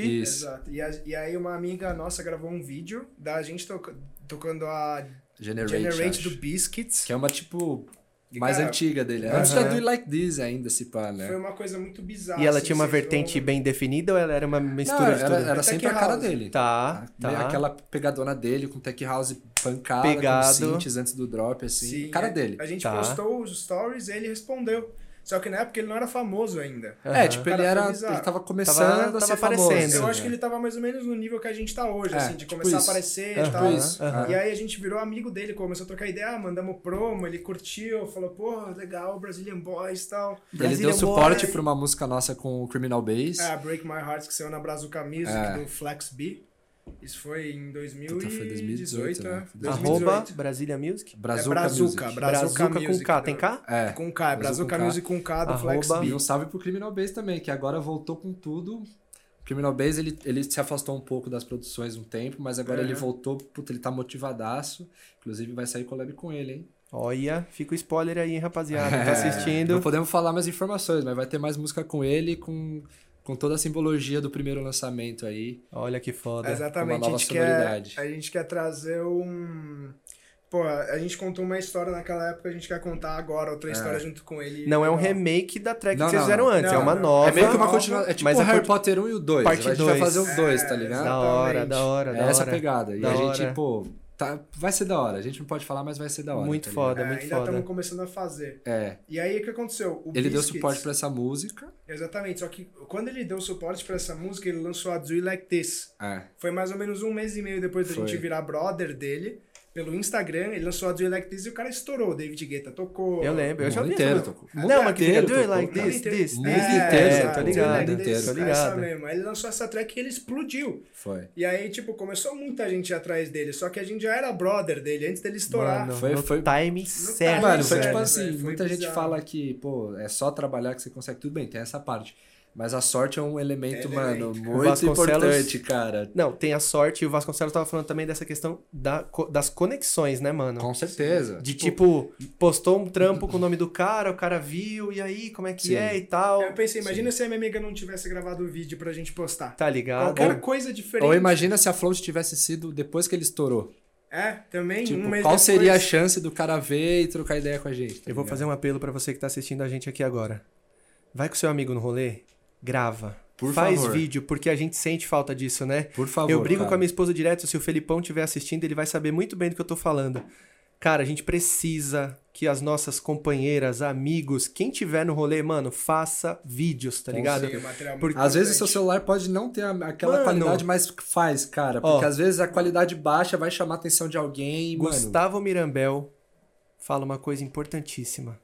A: a float.
B: Isso.
C: Exato. E, a- e aí uma amiga nossa gravou um vídeo da gente toca- tocando a
B: Generate,
C: Generate,
B: acho.
C: do Biscuits.
B: Que é uma, tipo,
C: E,
B: mais
C: cara, um
B: antiga dele.
A: Aham.
B: Antes da Do It Like This ainda, se pá, né?
C: Foi um uma coisa muito bizarra.
A: E ela
C: assim,
A: tinha uma
C: vocês
A: vertente
C: vão-
A: bem definida ou ela era uma mistura
B: Não,
A: de
B: era,
A: tudo?
B: era
C: É
B: sempre
C: tech
B: a cara
C: house.
B: dele.
A: Tá,
B: Meio
A: tá.
B: Aquela pegadona dele com tech house pancada,
A: Pegado.
B: com synths antes do drop, assim.
C: Sim,
B: a cara
C: é-
B: dele.
C: A gente
A: Tá.
C: postou os stories e ele respondeu. Só que na época ele não era famoso ainda. Uhum.
A: Aham.
B: É, tipo,
C: Cara,
B: ele
C: foi
B: era.
C: bizarro.
B: Ele tava começando
A: Tava-
B: a
A: tava
B: ser
A: aparecendo.
B: famoso.
C: Eu
A: Sim,
C: acho que ele tava mais ou menos no nível que a gente tá hoje,
B: É,
C: assim, de
B: tipo
C: começar
B: isso.
C: a aparecer
A: Aham,
C: e tal.
B: isso. Aham.
C: E aí a gente virou amigo dele, começou a trocar ideia, ah, mandamos promo, ele curtiu, falou, porra, legal, Brazilian Boys e tal.
B: Ele
A: Brasília
B: deu suporte
A: Boy.
B: pra uma música nossa com o Criminal Bass.
C: né? É, Break My Heart, que saiu na Brazuca Music,
B: É.
C: do Flex B. Isso foi em 2018,
B: Puta, foi 2018, né?
C: né?
B: Foi
C: 2018.
A: Arroba Brasília Music.
B: Brazuca,
C: é Brazuca,
B: Music.
C: Brazuca
A: Brazuca com
C: Music,
A: K.
C: né?
A: Tem K?
B: É.
C: Com K, é
B: Brazuca
C: Brazuca
B: com K.
C: Music com K do Flex
A: Arroba
B: E
C: B.
B: um salve pro Criminal Base também, que agora voltou com tudo. O Criminal Base, ele, ele se afastou um pouco das produções um tempo, mas agora
C: Uhum.
A: É.
B: ele voltou, puta, ele tá motivadaço. Inclusive vai sair collab com ele, hein?
A: Olha, fica o spoiler aí, hein, rapaziada. Tá
B: É. Não
A: assistindo.
B: podemos falar mais informações, mas vai ter mais música com ele, com, com toda a simbologia do primeiro lançamento aí.
A: Olha que foda.
C: Exatamente,
B: Uma nova
C: a, gente quer,
B: sonoridade.
C: a gente quer trazer um... Pô, a gente contou uma história naquela época, a gente quer contar agora outra história junto com ele.
A: É. Não é um
C: Legal.
A: remake da track
B: Não,
A: que vocês
B: não,
A: fizeram
B: não.
A: antes, é
C: Não,
A: uma
C: não.
A: nova.
B: é meio que uma
C: nova,
B: continuação. É tipo
A: mas
B: o
A: a
B: Harry
A: cont-
B: Potter 1 e o 2.
A: parte
B: a gente
A: dois.
B: vai fazer o 2, tá
C: É,
B: ligado?
A: Da hora, da hora,
B: É
A: da
B: essa
A: hora.
B: pegada. E
A: Da
B: a gente,
A: hora.
B: pô, tá, vai ser da hora. A gente não pode falar, mas vai ser da hora.
A: Muito
B: tá ligado?
A: foda,
C: É,
A: muito
C: ainda estamos
A: foda.
C: começando a fazer.
B: É.
C: E aí, o que aconteceu? O
B: Ele deu
C: Biscuits-
B: suporte pra essa música.
C: Exatamente, só que quando ele deu suporte pra essa música, ele lançou a Do You Like This.
B: É.
C: Foi mais ou menos um mês e meio depois da
B: Foi.
C: gente virar brother dele. Pelo Instagram, ele lançou a Do You Like This e o cara estourou. David Guetta tocou.
A: Eu lembro, eu já
B: mundo
A: vi.
B: inteiro
A: essa-
B: tocou.
A: Não,
B: Mundo
A: mas que
B: inteiro
A: fica, do you
B: tocou,
A: like
B: cara.
A: this, this,
B: Mundo
A: this?
B: inteiro
A: É,
B: tocou.
A: tô
B: Mundo
A: ligado,
B: inteiro.
A: tô
C: Essa
A: ligado.
C: mesmo. Aí ele lançou essa track e ele explodiu.
B: Foi.
C: E aí, tipo, começou muita gente atrás dele. Só que a gente já era brother dele antes dele estourar.
A: Mano,
B: Foi-
A: no
B: foi-
A: time certo.
B: Mano, foi
A: velho.
B: tipo
C: velho,
B: assim,
C: velho, foi
B: muita gente
C: bizarro.
B: fala que, pô, é só trabalhar que você consegue. Tudo bem, tem essa parte. Mas a sorte é um elemento,
C: É
B: mano,
C: elemento.
B: muito
A: Vasconcelos-
B: importante, cara.
A: Não, tem a sorte, e o Vasconcelos tava falando também dessa questão da co- das conexões, né, mano?
B: Com certeza.
A: De tipo, postou um trampo com o nome do cara, o cara viu, e aí, como é que
B: Sim.
A: é e tal.
C: Eu pensei, imagina se a minha amiga não tivesse gravado o vídeo pra gente postar.
A: Tá ligado?
C: Qualquer coisa diferente.
B: Ou imagina se a Float tivesse sido depois que ele estourou.
C: É, também.
B: Tipo,
C: um mês
B: qual seria a
C: depois.
B: chance do cara ver e trocar ideia com a gente? tá
A: Eu vou
B: ligado?
A: fazer um apelo pra você que tá assistindo a gente aqui agora. Vai com seu amigo no rolê, grava.
B: Por
A: Faz
B: favor.
A: vídeo, porque a gente sente falta disso, né?
B: Por favor.
A: eu brigo
B: cara.
A: com a minha esposa direto, se o Felipão estiver assistindo, ele vai saber muito bem do que eu tô falando. Cara, a gente precisa que as nossas companheiras, amigos, quem tiver no rolê, mano, faça vídeos, tá
B: Com
A: ligado?
C: Sim, é material muito
A: Porque-
B: Às vezes o seu
C: importante.
B: celular pode não ter a- aquela
A: Mano.
B: qualidade, mas faz, cara.
A: Ó.
B: Porque às vezes a qualidade baixa vai chamar a atenção de alguém, mano.
A: Gustavo Mirambel fala uma coisa importantíssima.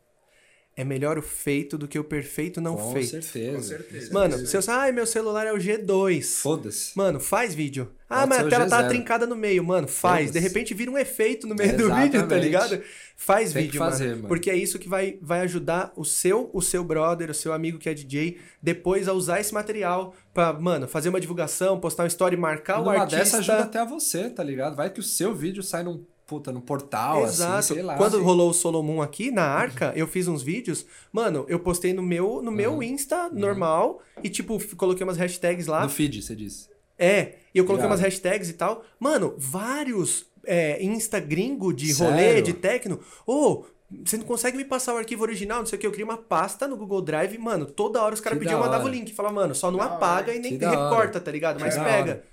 A: É melhor o feito do que o perfeito não
B: com
A: feito.
B: certeza.
C: Com certeza.
A: Mano, seus, ai, meu celular é o G2.
B: Foda-se.
A: Mano, faz vídeo. Ah,
B: Pode
A: mas
B: ser
A: a
B: o
A: tela tá
B: G0.
A: trincada no meio. Mano, faz. De
B: Foda-se.
A: repente vira um efeito no meio do
B: Exatamente.
A: vídeo, tá ligado? Faz
B: Tem que
A: vídeo, mano,
B: fazer, mano.
A: Porque é isso que vai, vai ajudar o seu, o seu brother, o seu amigo que é DJ, depois a usar esse material pra, mano, fazer uma divulgação, postar uma story,
C: um
A: marcar o
B: Numa
A: artista.
B: dessa ajuda até a você, tá ligado? Vai que o seu vídeo sai num puta, num portal,
A: Exato.
B: assim, sei lá.
A: Quando
B: assim.
A: rolou o Solomon aqui na Arca, eu fiz uns vídeos. Mano, eu postei no meu no meu Insta
B: Uhum.
A: normal e tipo f- coloquei umas hashtags lá.
B: No feed, você disse.
A: É, e eu coloquei
B: Irado.
A: umas hashtags e tal. Mano, vários é, Insta gringo de
B: Sério?
A: rolê, de tecno. Ô, você não consegue me passar o arquivo original, não sei o que. Eu criei uma pasta no Google Drive, mano. Toda hora os caras
B: Que
A: pediam, eu
B: da
A: mandava o
B: hora.
A: link. Falava, mano, só não
C: Da
A: apaga
C: hora.
A: e nem
B: Que da hora.
A: recorta, tá ligado? Mas
B: da
A: pega.
B: hora.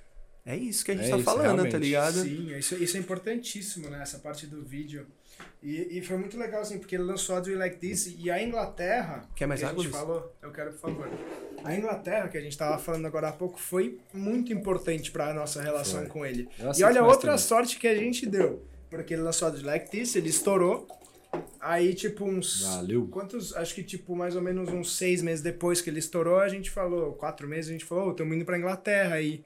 A: É isso que a gente
B: É
A: tá
B: isso,
A: falando, tá
B: realmente.
A: ligado?
C: Sim, isso, isso é importantíssimo, né? Essa parte do vídeo. E, e foi muito legal, assim, porque ele lançou a Do You Like This e a Inglaterra.
A: Quer mais
C: que a
A: água,
C: gente
A: Luiz?
C: falou, eu quero, por favor. A Inglaterra, que a gente tava falando agora há pouco, foi muito importante para a nossa relação
B: Foi.
C: com ele.
B: Eu
C: E
B: assisto
C: olha
B: mais
C: outra
B: também.
C: sorte que a gente deu. Porque ele lançou a Do You Like This, ele estourou. Aí, tipo, uns.
B: Valeu.
C: Quantos? Acho que, tipo, mais ou menos uns seis meses depois que ele estourou, a gente falou, quatro meses, a gente falou, estamos indo pra Inglaterra aí.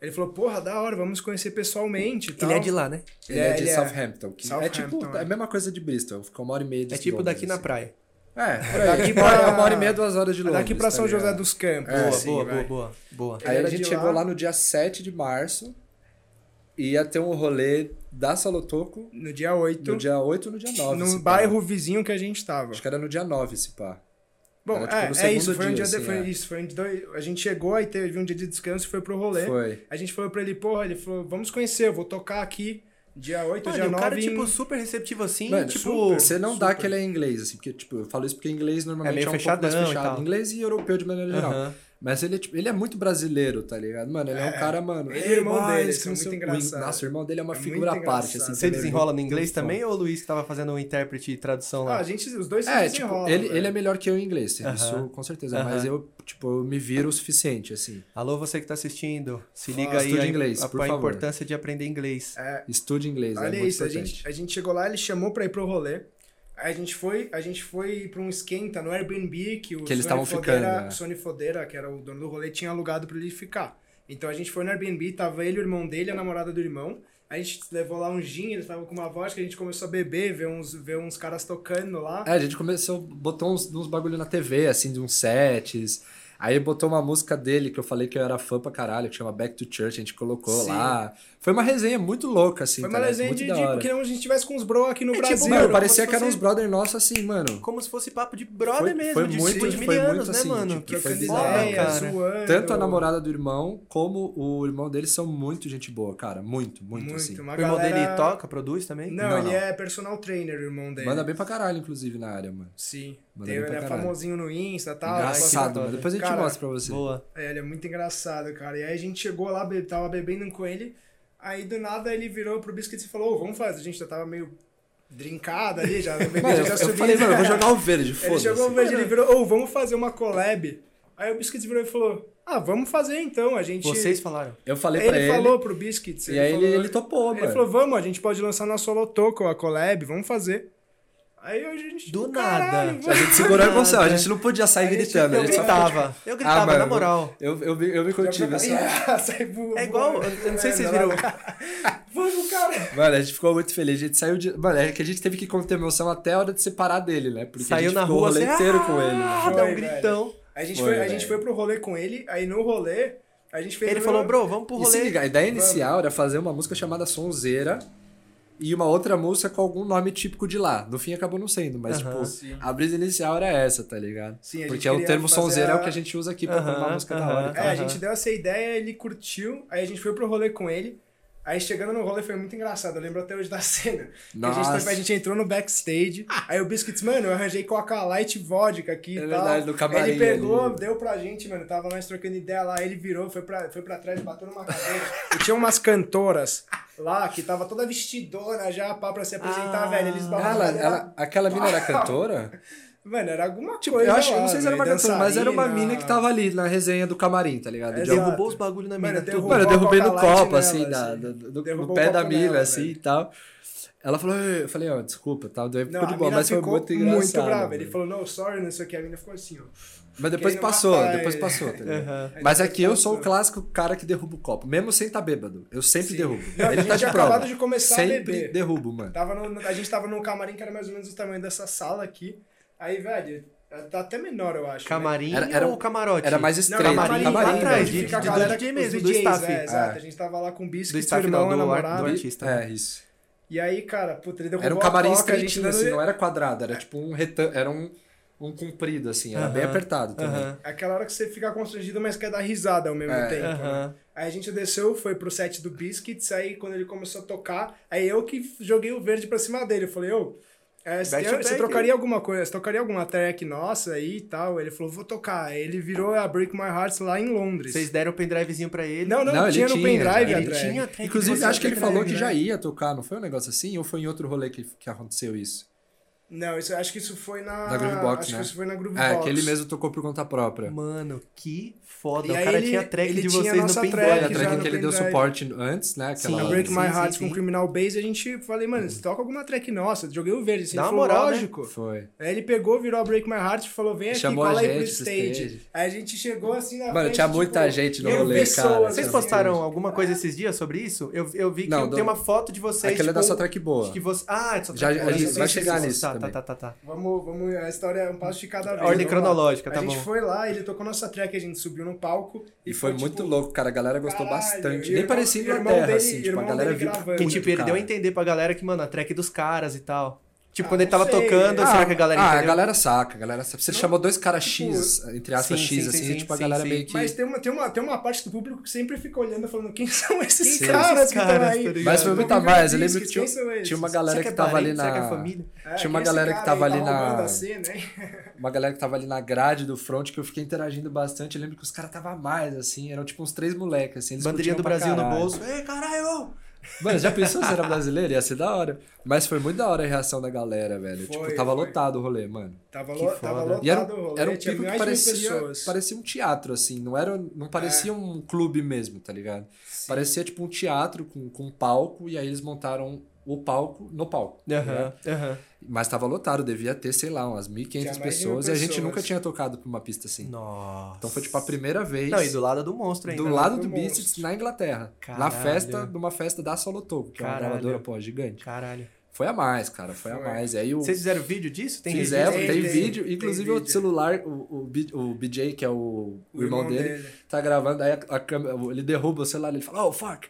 C: Ele falou, porra, da hora, vamos conhecer pessoalmente. e tal.
A: Ele é de lá, né?
B: Ele é, de
C: ele é-
B: Southampton. que é
C: Southampton,
B: tipo, é
C: é.
B: a mesma coisa de Bristol. Fica uma hora e meia de
A: É tipo daqui na
B: quilômetros,
A: praia.
B: assim. É, por aí.
C: Daqui
B: Daqui
C: pra- é
B: pra... uma hora e meia, duas horas de Londres.
C: Daqui pra São
B: tá ligado?
C: José dos Campos.
A: Boa,
C: assim,
A: boa, boa,
C: vai.
A: boa, boa.
C: Ele
B: Aí
C: era
B: a gente
C: de
B: chegou
C: lá.
B: lá no dia 7 de março e ia ter um rolê da Salotoco
C: No dia 8,
B: no dia 8 ou no dia 9. se
C: Então, num
B: pá.
C: bairro vizinho que a gente tava.
B: Acho que era no dia 9, se pá.
C: Bom,
B: era, tipo,
C: é,
B: no
C: é
B: segundo
C: isso, foi um
B: dia,
C: dia de-
B: assim,
C: foi
B: é.
C: isso, foi um de dois- A gente chegou aí teve um dia de descanso e foi pro rolê.
B: Foi.
C: A gente falou pra ele, porra, ele falou, vamos conhecer, eu vou tocar aqui dia 8,
A: Mano,
C: dia
A: e
C: 9.
A: o cara,
C: em-
A: tipo, super receptivo assim,
B: um. Mano,
A: tipo.
B: super, você não dá
C: super.
B: que ele é inglês, assim, porque, tipo, eu falo isso porque inglês
A: É
B: normalmente é,
A: meio
B: um pouco mais
A: fechadão e
B: fechado.
A: tal.
B: Inglês e europeu de maneira geral.
A: Aham.
B: Mas ele é, tipo, ele é muito brasileiro, tá ligado? Mano, ele é, um cara, mano.
C: Ele e o irmão
B: "Ei,
C: dele,
B: mas
C: são
B: não
C: muito
B: sei o-"
C: engraçados.
B: Nossa, o irmão dele é uma
C: É muito
B: figura à parte,
C: engraçado.
B: assim.
A: Você
B: também, É,
A: desenrola no
B: muito
A: inglês
B: bom.
A: também ou o Luiz que tava fazendo um intérprete e tradução
C: Ah,
A: lá?
C: a gente, os dois
B: É,
C: se
B: tipo,
C: desenrolam,
B: ele,
C: velho.
B: ele é melhor que eu em inglês,
A: Aham.
B: isso com certeza.
A: Aham.
B: Mas eu, tipo, eu me viro o suficiente, assim.
A: Alô, você que tá assistindo, se
C: Fala,
A: liga aí
B: estude
A: a,
B: inglês,
A: a-
B: por
A: a
B: favor.
A: importância de aprender inglês.
B: Estude inglês, é
C: Olha
B: muito
C: isso, a
B: importante.
C: gente, a gente chegou lá, ele chamou pra ir pro rolê. Aí A gente foi, a gente foi pra um esquenta no Airbnb que o
B: Que eles
C: Sony
B: estavam
C: Fodeira-
B: ficando, né?
C: Sony Fodeira, que era o dono do rolê, tinha alugado pra ele ficar. Então a gente foi no Airbnb, tava ele, o irmão dele, a namorada do irmão. A gente levou lá um gin, eles estavam com uma vodka, a gente começou a beber, ver uns, ver uns caras tocando lá.
B: É, a gente começou, botou uns, uns bagulho na TV, assim, de uns sets. Aí botou uma música dele que eu falei que eu era fã pra caralho, que chama Back to Church, a gente colocou
C: Sim.
B: lá. Foi uma resenha muito louca, assim,
C: foi
B: tá
C: uma
B: ligado?
C: resenha
B: muito
C: de,
B: da
C: de
B: hora.
C: que a gente tivesse com os bro aqui no
A: É tipo,
C: Brasil.
A: mano,
B: Mano, parecia
A: como se
B: que eram uns
A: fosse-
B: brother nossos, assim, mano.
A: Como se fosse papo de brother
B: Foi-
A: mesmo,
B: foi
A: de
B: muito-
A: tipo, de
B: foi
A: mil
B: muito
A: anos, né,
B: assim,
A: mano?
B: tipo,
A: Que
B: foi
C: Trocando
B: bizarro,
A: foda,
C: ideia,
A: cara.
C: zoando.
B: Tanto a namorada do irmão, como o irmão dele são muito gente boa, cara. Muito, muito,
C: Muito,
B: assim.
C: uma
A: O irmão
C: galera-
A: dele toca, produz também?
C: Não,
B: Não,
C: ele
B: não.
C: é personal trainer, o irmão dele.
B: Manda bem pra caralho, inclusive, na área, mano.
C: Sim.
B: Manda
C: Tem,
B: bem
C: ele
B: pra
C: é
B: caralho.
C: famosinho no Insta e tal. assim.
B: Engraçado,
A: foda.
B: mas depois a gente
C: é né? Cara,
B: mostra pra você.
A: Boa.
C: É, ele é muito engraçado, cara. E aí a gente chegou lá, be tava bebendo com ele. Aí do nada ele virou pro Biscuit e falou: Ô, vamos fazer. A gente já tava meio drincada ali, já. O bebê
B: Mano, eu,
C: já
B: eu
C: subiu.
B: falei, mano, eu vou jogar o verde,
C: Ele
B: foda-se.
C: chegou um vez ele virou: Ô, vamos fazer uma collab. Aí o Biscuit virou e falou: Ah, vamos fazer então. A gente.
A: Vocês falaram.
B: Eu falei pra
C: ele,
B: ele.
C: falou pro Biscuit.
B: e aí ele,
C: falou-
B: ele topou,
C: Ele
B: mano.
C: falou: Vamos, a gente pode lançar na Solotoco a collab, vamos fazer. Aí hoje a gente.
A: Do
C: "Caralho,
A: nada.
B: A gente segurou a emoção, a
A: Nada.
B: gente não podia sair gritando.
A: eu
B: a gente só-
A: né? gritava. Eu gritava,
B: Ah, mano,
A: na moral.
B: Eu, eu, me- eu assim. me
C: tá-
B: contive. eu só-
C: Sai voando.
A: É igual, eu eu não sei se vocês viram.
C: Vamos, cara!
B: Mano, a gente ficou muito feliz. A gente saiu de. Mano, é que a gente teve que conter emoção até a hora de separar dele, né? Porque a
A: Saiu
B: gente
A: na
B: ficou o
A: rua
B: rolê
A: assim,
B: inteiro
A: "Ah!"
B: com ele. né?"
A: Ah,
C: Foi,
A: dá um
C: velho.
A: gritão.
C: A gente
B: Foi,
C: foi, a gente
B: velho.
C: foi pro rolê com ele, aí no rolê, a gente fez.
A: Ele falou, bro, vamos pro
B: E se
A: rolê.
B: liga, a ideia inicial era fazer uma música chamada Sonzeira e uma outra música com algum nome típico de lá. No fim acabou não sendo, mas
A: Aham.
B: tipo,
C: Sim.
B: a brisa inicial era essa, tá ligado?
C: Sim, a gente
B: Porque é o
C: queria
B: termo
C: fazer
B: Sonzeira é o
C: a-
B: que a gente usa aqui pra formar
A: Aham,
B: uma música da
A: aham.
B: hora. e
C: É,
B: tal.
C: a gente deu essa ideia, ele curtiu, aí a gente foi pro rolê com ele. Aí chegando no rolê foi muito engraçado, eu lembro até hoje da cena. Que a, gente,
B: Nossa.
C: tava- a gente entrou no backstage, aí o Biscuits, mano, eu arranjei Coca Light e vodka aqui
B: É
C: e tal.
B: verdade, do camarim
C: Ele pegou,
B: ali.
C: deu pra gente, mano, tava nós trocando ideia lá, ele virou, foi pra, foi pra trás, bateu numa cadeira. e tinha umas cantoras lá que tava toda vestidona já pá, pra se apresentar,
A: Ah.
C: velho. Eles
B: Ah, ela, ela- aquela mina era cantora?
C: Mano, era alguma
B: Eu,
C: coisa.
B: acho,
C: lá,
B: eu
C: né?
B: não sei se era uma
C: velho,
B: cantora, mas era uma
C: dançarina.
B: mina que tava ali na resenha do camarim, tá ligado? De
C: É, Exato.
B: algum-
A: Derrubou os bagulho na mina.
C: Mano,
A: tudo.
C: derrubou.
B: Mano, eu derrubei no
C: Coca Light
B: copo,
C: nela,
B: assim, da,
C: assim.
B: do, do- do
C: Derrubou
B: pé
C: o
B: da
C: copo
B: milha,
C: nela,
B: assim
C: velho.
B: e tal. Ela falou, "Ei", eu falei, ó, desculpa, tá? Daí Ficou
C: Não,
B: de
C: a
B: boa,
C: mina
B: mas foi
C: ficou
B: muito engraçado.
C: Muito brava.
B: velho.
C: Ele falou, não, sorry, não sei o que. A mina ficou assim, ó.
B: Mas depois
C: querendo
B: passou,
C: matar
B: depois
C: ele.
B: passou, tá ligado?
A: Aham.
B: Mas
C: Aí
B: é
C: depois
B: que eu sou o
C: passou.
B: clássico cara que derruba o copo, mesmo sem tá bêbado. Eu sempre
C: Sim.
B: derrubo.
C: Não, a
B: Ele
C: gente
B: tá de
C: tinha
B: prova.
C: acabado de começar a
B: Sempre
C: beber. Tá.
B: derrubo, mano.
C: Tava no- a gente tava num camarim que era mais ou menos o tamanho dessa sala aqui. Aí, velho, tá até menor, eu acho. né?
A: Camarim
B: Era- era-
A: ou camarote?
B: era mais estreito.
C: Não,
A: camarim,
C: camarim,
A: lá
B: camarim,
A: atrás,
B: né?
A: de, de,
B: Fica a
A: do
B: galera-
A: DJ mesmo,
C: os
A: do
C: DJs,
A: staff.
C: É, exato.
B: É.
C: A gente tava lá com o
A: Do
C: Biscuit, seu
A: staff não,
C: irmão, a
A: do, ar- do
C: namorada.
A: artista.
B: É, isso.
C: E aí, cara, puta, ele derrubou
B: Era um camarim
C: a coca, a gente
B: estreitinho,
C: dando-
B: assim, não era quadrado, era tipo um retângulo, era um, um comprido, assim, era bem
A: Aham,
B: apertado também.
A: Aham.
C: Aquela hora que você fica constrangido, mas quer dar risada ao mesmo
B: É.
C: tempo. né?
A: Aham.
C: Aí a gente desceu, foi pro set do Biscuits, aí quando ele começou a tocar, aí eu que joguei o verde pra cima dele. Eu falei, ô, é, você,
A: Back
C: tem-
A: to
C: você
A: back,
C: trocaria alguma coisa? Você tocaria alguma track nossa aí e tal? Ele falou, vou tocar. Aí Ele virou a Break My Heart lá em Londres.
A: Vocês deram o pendrivezinho pra ele.
C: Não, não,
B: Não, ele
C: tinha no
B: tinha,
C: pendrive
B: ele
C: a track.
A: tinha a track.
B: Inclusive,
C: Você
B: acho que ele
C: tem
B: falou
C: drive,
B: que
C: né?
B: já ia tocar, não foi um negócio assim? Ou foi em outro rolê que, que aconteceu isso?
C: Não, isso, acho que isso foi na.
B: Na Groovebox,
C: Ah, acho
B: né?
C: que isso foi na Groovebox.
B: É, que ele mesmo tocou por conta própria.
A: Mano, que foda.
C: E
A: o
C: aí
A: cara
C: ele-
A: tinha a track
C: ele
A: de
C: tinha
A: vocês
C: a nossa
A: no pendrive.
C: track
B: Foi a
C: já
B: track
C: no
B: que ele deu
C: pendrive.
B: suporte antes, né? Aquela...
A: Sim,
C: Na Break
A: Sim,
C: My
A: sim,
C: Heart
A: sim.
C: com Criminal Base, a gente falei, mano, você toca alguma track nossa? Joguei o verde. Assim,
A: Dá
C: ele
A: uma
C: falou,
A: moral, né?
C: lógico.
B: Foi.
C: Aí ele pegou, virou a Break My Heart e falou, vem aqui,
B: Chamou a
C: cola aí pro
B: gente pro
C: stage.
B: stage.
C: Aí a gente chegou assim na
B: Mano,
C: frente,
B: tinha
C: tipo,
B: muita gente no
C: mil
B: rolê,
C: pessoas,
B: cara.
A: Vocês
C: assim.
A: postaram alguma coisa esses dias sobre isso? Eu, eu vi que
B: Não,
A: tem
B: do-
A: uma foto de vocês.
B: Aquela é da
A: tipo,
B: sua track boa.
A: de que você... Ah, é só
B: Já-
A: track
B: a
A: boa,
B: gente
A: né?
B: vai
A: Sim,
B: chegar
A: sim, sim,
B: nisso
A: Tá,
B: também.
A: tá, tá, tá.
C: Vamos, vamos, a história é um passo de cada vez.
A: Ordem
C: vamos lá.
A: cronológica, tá
C: A gente
A: bom.
C: foi lá, ele tocou nossa track, a gente subiu no palco.
B: E foi
C: ficou,
B: muito
C: tipo,
B: louco, cara. A galera gostou
C: caralho,
B: bastante.
C: e o
B: Nem
C: irmão-
B: parecia
C: e o irmão
B: Inglaterra,
C: dele-
B: assim. Tipo, a
C: irmão
B: galera
C: dele
B: viu
C: gravando.
A: Que
C: Muito,
A: tipo, ele deu a
B: entender.
A: entender pra galera que, mano, a track dos caras e tal. Tipo,
C: Ah,
A: quando ele
C: não
A: tava
C: sei.
A: tocando,
C: Ah,
A: será que a galera
B: ah, a
A: entendeu?
B: galera saca, a galera sabe. Você chamou dois caras X, entre aspas,
A: sim,
B: X,
A: sim,
B: assim,
A: sim,
B: e, tipo, a
A: sim,
B: galera
A: sim.
B: meio que.
C: tipo, Mas tem uma, tem, uma, tem uma parte do público que sempre fica olhando e falando, quem são esses
A: Quem são
C: caras
A: esses
C: que estão
A: caras,
C: aí?
A: tá ligado?
B: Mas foi
A: Nunca
B: muita
C: Nunca
B: mais. Eu
C: vi
B: lembro que
C: isso,
B: tinha, um,
C: quem são esses?
B: tinha uma galera
A: Será
B: que,
A: que é
B: tava ali
A: parente?
B: na.
A: Será que é família?
C: É,
B: Tinha uma
C: esse
B: galera que
C: cara
B: tava
C: aí Tá
B: ali na-
C: roubando a cena, hein?
B: Uma galera que tava ali na grade do front que eu fiquei interagindo bastante. Eu lembro que os caras tava a mais, assim. Eram tipo uns três moleques, assim. Eles
A: Bandeirinha
B: curtiam
A: do
B: pra
A: Brasil no
B: caralho.
A: bolso. Ei, caralho!
B: Mano, já pensou se era brasileiro? Ia ser da hora. Mas foi muito da hora a reação da galera, velho.
C: Foi,
B: tipo, tava
C: foi.
B: lotado o rolê, mano.
C: Tava,
A: Que
C: lo, tava
A: foda.
C: lotado
B: E era,
C: o
B: um-
C: rolê,
B: era um
C: tinha
B: pico que
C: mais de mil
B: parecia,
C: pessoas. É.
B: parecia um teatro, assim. Não, era, não parecia um clube mesmo, tá ligado? Parecia tipo um teatro com, com um palco. E aí eles montaram o palco no palco. tá ligado?
A: Aham, aham.
B: Mas tava lotado, devia ter, sei lá, umas 1.500
C: Tinha mais de mil
B: pessoas. E a gente
C: pessoas.
B: nunca tinha tocado pra uma pista assim.
A: Nossa.
B: Então foi tipo a primeira vez.
A: Não, e do lado do monstro ainda.
B: Do
A: né?
B: lado
C: do
B: do
C: um monstro.
B: Beasts na Inglaterra. Na
A: Caralho.
B: festa, numa festa da Solotoco, que é
A: Caralho.
B: uma gravadora, pô, gigante.
A: Caralho.
B: Foi a mais, cara, foi, a
C: Foi.
B: mais. E aí o.
A: Vocês fizeram vídeo disso? Tem
B: Fizemos,
A: registro?
B: tem,
C: Tem,
B: vídeo.
C: tem
B: Inclusive o
C: vídeo.
B: celular, o, o, B- o BJ, que é o, o irmão, dele, tá gravando, aí a, a câmera, ele derruba o celular, ele fala, oh, fuck.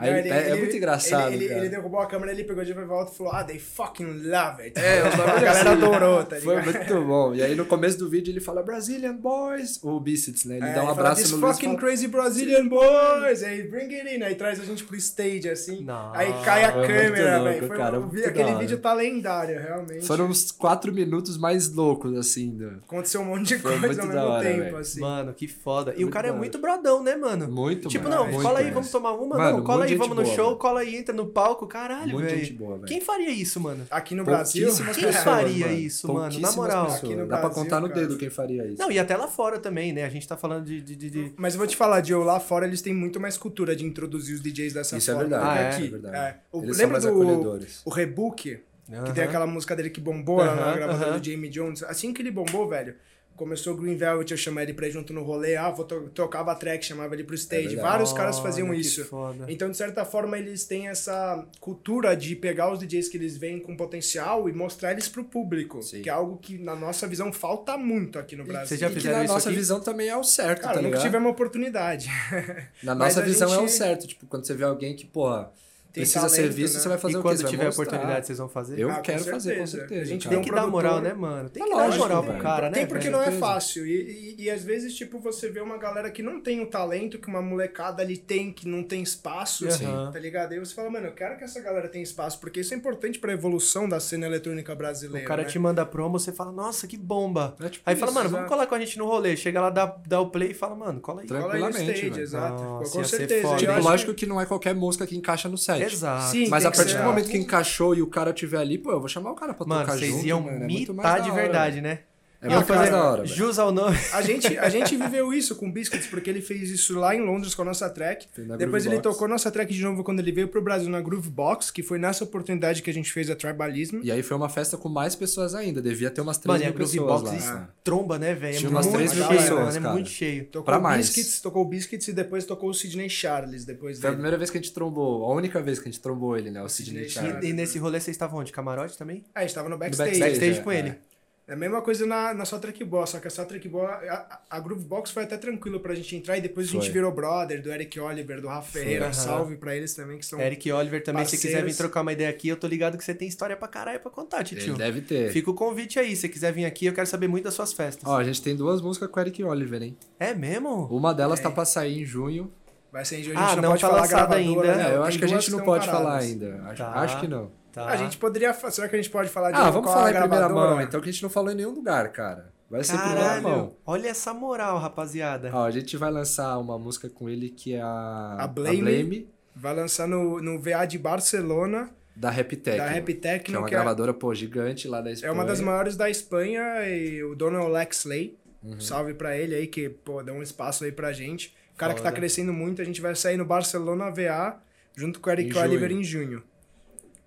B: Aí
C: Não,
B: ele- é, é muito engraçado,
C: Ele, ele,
B: cara.
C: ele derrubou a câmera, ele pegou de volta e falou, ah, they fucking love it.
B: É, os bagulho
C: a galera
B: assim.
C: adorou, tá
B: Foi
C: ligado?
B: muito bom. E aí no começo do vídeo ele fala Brazilian Boys, o Beasts, né? Ele
C: É,
B: dá um
C: fala,
B: abraço
C: This
B: no Luiz e
C: fucking
B: fala,
C: crazy Brazilian boys! Aí bring it in, aí traz a gente pro stage, assim.
A: Não,
C: aí cai a
B: foi muito
C: câmera,
B: louco,
C: velho. Foi-
B: cara, é
C: eu vi-
B: muito da
C: Aquele
B: hora.
C: vídeo tá lendário, realmente.
B: Foram uns quatro minutos mais loucos, assim. do-
C: Aconteceu um monte de
B: Foi muito
C: coisa ao
B: da
C: mesmo
B: hora,
C: tempo,
B: velho.
C: assim.
A: Mano, que foda. E o
B: Muito
A: cara é
B: da hora.
A: muito brodão, né, mano?
B: Muito,
A: Tipo,
B: mano,
A: não,
B: muito,
A: cola aí,
B: mano.
A: vamos tomar uma.
B: Mano,
A: não, cola
B: muito
A: aí,
B: gente
A: vamos no
B: boa,
A: show,
B: mano.
A: cola aí, entra no palco. Caralho,
B: Muito gente
A: velho.
B: boa, velho.
A: Quem faria isso, mano?
C: Aqui no Brasil,
B: Pouquíssimas
A: Quem
B: pessoas,
A: faria
B: mano.
A: isso, mano? Na
B: Pouquíssimas
A: moral.
B: pessoas.
C: Aqui no
B: Dá pra
C: Brasil,
B: contar no
C: cara.
B: dedo quem faria isso.
A: Não, e até lá fora também, né? A gente tá falando de. de, de- de-
C: Mas eu vou te falar, Joe, lá fora eles têm muito mais cultura de introduzir os DJs dessa
B: Isso é
C: forma.
B: verdade.
A: Ah, é?
B: isso
C: Aqui,
B: é verdade.
C: é. O-
B: Eles
C: lembra
B: são mais
C: do-
B: acolhedores.
C: O Rebook, que
A: Aham.
C: tem aquela música dele que bombou lá na
A: Aham,
C: gravadora
A: aham.
C: do Jamie Jones. Assim que ele bombou, velho, começou o Green Velvet, eu chamei ele pra ir junto no rolê, ah, vou to tocava a track, chamava ele pro stage.
B: É verdade.
C: Vários caras
A: Olha,
C: faziam
A: que
C: isso.
A: Foda.
C: Então, de certa forma, eles têm essa cultura de pegar os DJs que eles veem com potencial e mostrar eles pro público.
B: Sim.
C: Que é algo que, na nossa visão, falta muito aqui no Brasil.
A: vocês já
B: E que
A: fizeram
B: na
A: isso
B: nossa
A: aqui?
B: visão também é o certo,
C: Cara,
B: tá
C: nunca
B: ligado?
C: tive uma oportunidade.
B: Na
C: Mas
B: nossa
C: a
B: visão é o
C: gente-
B: certo. Tipo, quando você vê alguém que, porra,
C: Tem
B: precisa
C: talento,
B: ser visto,
C: né?
B: você vai fazer
A: e
B: o
A: quando
B: que você vai
A: tiver
B: mostrar.
A: oportunidade, vocês vão fazer?
B: Eu
C: Ah, com
B: quero fazer, com
C: certeza.
B: certeza.
C: A gente
B: cara.
A: Tem
C: um
A: que dar
C: produtor-
A: moral, né, mano? Tem
B: É
A: que dar
B: lógico,
A: moral
B: velho.
A: pro cara, né?
C: Tem porque
A: velho?
C: não é
B: Certeza.
C: fácil. E, e, e às vezes, tipo, você vê uma galera que não tem o talento que uma molecada ali tem, que não tem espaço,
A: Sim.
C: tá ligado? Aí você fala, mano, eu quero que essa galera tenha espaço, porque isso é importante pra evolução da cena eletrônica brasileira.
A: O cara é
C: né?
A: te manda promo, você fala, nossa, que bomba.
B: É tipo
A: Aí fala,
B: isso,
A: mano,
B: exato.
A: vamos colar com a gente no rolê. Chega lá, dá, dá o play e fala, mano, cola aí.
B: Tranquilo.
C: Cola aí no
B: tranquilamente,
C: stage,
B: velho.
C: exato.
A: Nossa,
C: com
A: ia ser
C: certeza.
A: foda.
C: Eu
B: Tipo,
C: acho
B: lógico que... não é qualquer música que encaixa no set.
A: Exato.
C: Sim,
B: Mas
C: tem
B: a
C: que
B: partir
C: ser
B: do momento que encaixou e o cara tiver ali, pô, eu vou chamar o cara pra
A: Mano,
B: tocar junto.
A: vocês iam
B: mano, é muito mais
A: mitar
B: da
A: de
B: hora,
A: verdade, né?
B: velho. É
A: Iam
B: muito mais
A: fazer
B: da hora, velho.
A: Jus ao nome.
C: A gente, a gente viveu isso com o Biscuits, porque ele fez isso lá em Londres com a nossa track.
B: Foi na
C: Depois
B: Groove
C: ele
B: Box.
C: tocou nossa track de novo quando ele veio pro Brasil na Groove Box, que foi nessa oportunidade que a gente fez a Tribalism.
B: E aí foi uma festa com mais pessoas ainda, devia ter umas 3
A: Mano, e a
B: mil
A: Groove
B: pessoas
A: Box
B: lá.
A: isso tromba, né, velho? É
B: Tinha umas
A: muito
B: 3
C: mil
A: cheio,
C: pessoas,
A: mano, É
B: cara.
A: muito cheio.
C: Tocou
B: Pra
C: o
B: mais.
C: Biscuits, tocou o Biscuits e depois tocou o Sidney Charles depois
B: Foi a
C: dele.
B: primeira vez que a gente trombou, a única vez que a gente trombou ele, né? O Sidney
C: Sidney
B: Charles.
C: Charles.
A: E, e nesse rolê vocês estavam onde? Camarote também?
C: Ah, a gente tava no backstage.
B: backstage.
A: Backstage
B: é,
A: com
B: é.
A: ele.
C: É a mesma coisa na, na sua track ball, só que essa track ball, a, a Groove Box foi até tranquilo pra gente entrar e depois a
B: Foi.
C: gente virou brother do Eric Oliver, do Rafa Ferreira.
A: aham.
C: Salve pra eles também que são.
A: Eric Oliver também, se quiser vir
C: Parceiros.
A: trocar uma ideia aqui, eu tô ligado que você tem história pra caralho pra contar,
B: Ele
A: Titio.
B: deve ter.
A: Fica o convite aí, se você quiser vir aqui, eu quero saber muito das suas festas.
B: Ó, a gente tem duas músicas com o Eric Oliver, hein?
A: É mesmo?
B: Uma
C: É.
B: delas tá pra sair em junho.
C: Vai ser em junho,
A: Ah,
C: a gente
A: não
C: não pode
A: tá
C: falar
A: lançado
C: gravadora,
A: ainda.
C: né?
B: É, eu
C: Tem
B: acho que a
C: duas
B: gente não
C: tão
B: pode
C: paradas.
B: falar ainda. Acho,
A: Tá.
B: acho que não.
A: Tá.
C: A gente poderia. fa- Será que a gente pode falar de
B: Ah,
C: novo
B: vamos
C: então qual é
B: falar
C: a
B: em primeira
C: gravadora?
B: mão, então, que a gente não falou em nenhum lugar, cara. Vai ser primeira mão.
A: Caralho, olha essa moral, rapaziada.
B: Ó, a gente vai lançar uma música com ele que é a,
C: A Blame. Vai lançar no, no VA de Barcelona,
B: da Rap Tech.
C: da Rap
B: que é
C: Techno,
B: uma
C: que, é,
B: gravadora, pô, gigante lá da Espanha.
C: é uma das maiores da Espanha, e o dono é o Lex Lay.
B: Uhum.
C: Salve pra ele aí, que, pô, dá um espaço aí pra gente. O cara que tá
A: Foda.
C: crescendo muito, a gente vai sair no Barcelona VA, junto com o
B: Em
C: Eric
B: junho.
C: Oliver em junho,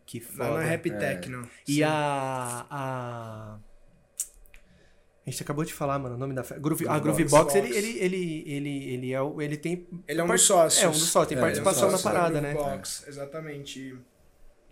A: Que
C: lá
A: foda.
C: na Rap
B: É.
C: Techno.
A: E a, a. A gente acabou de falar, mano, o nome da fe- Groove, A Groove Box, ele, ele, ele, ele, ele, é, o- ele tem.
C: Ele é um
A: part-
C: dos sócios.
A: É, um dos sócios, tem
B: É,
A: participação
B: ele é um
A: na
B: sócio.
A: parada, né?
C: Box, exatamente.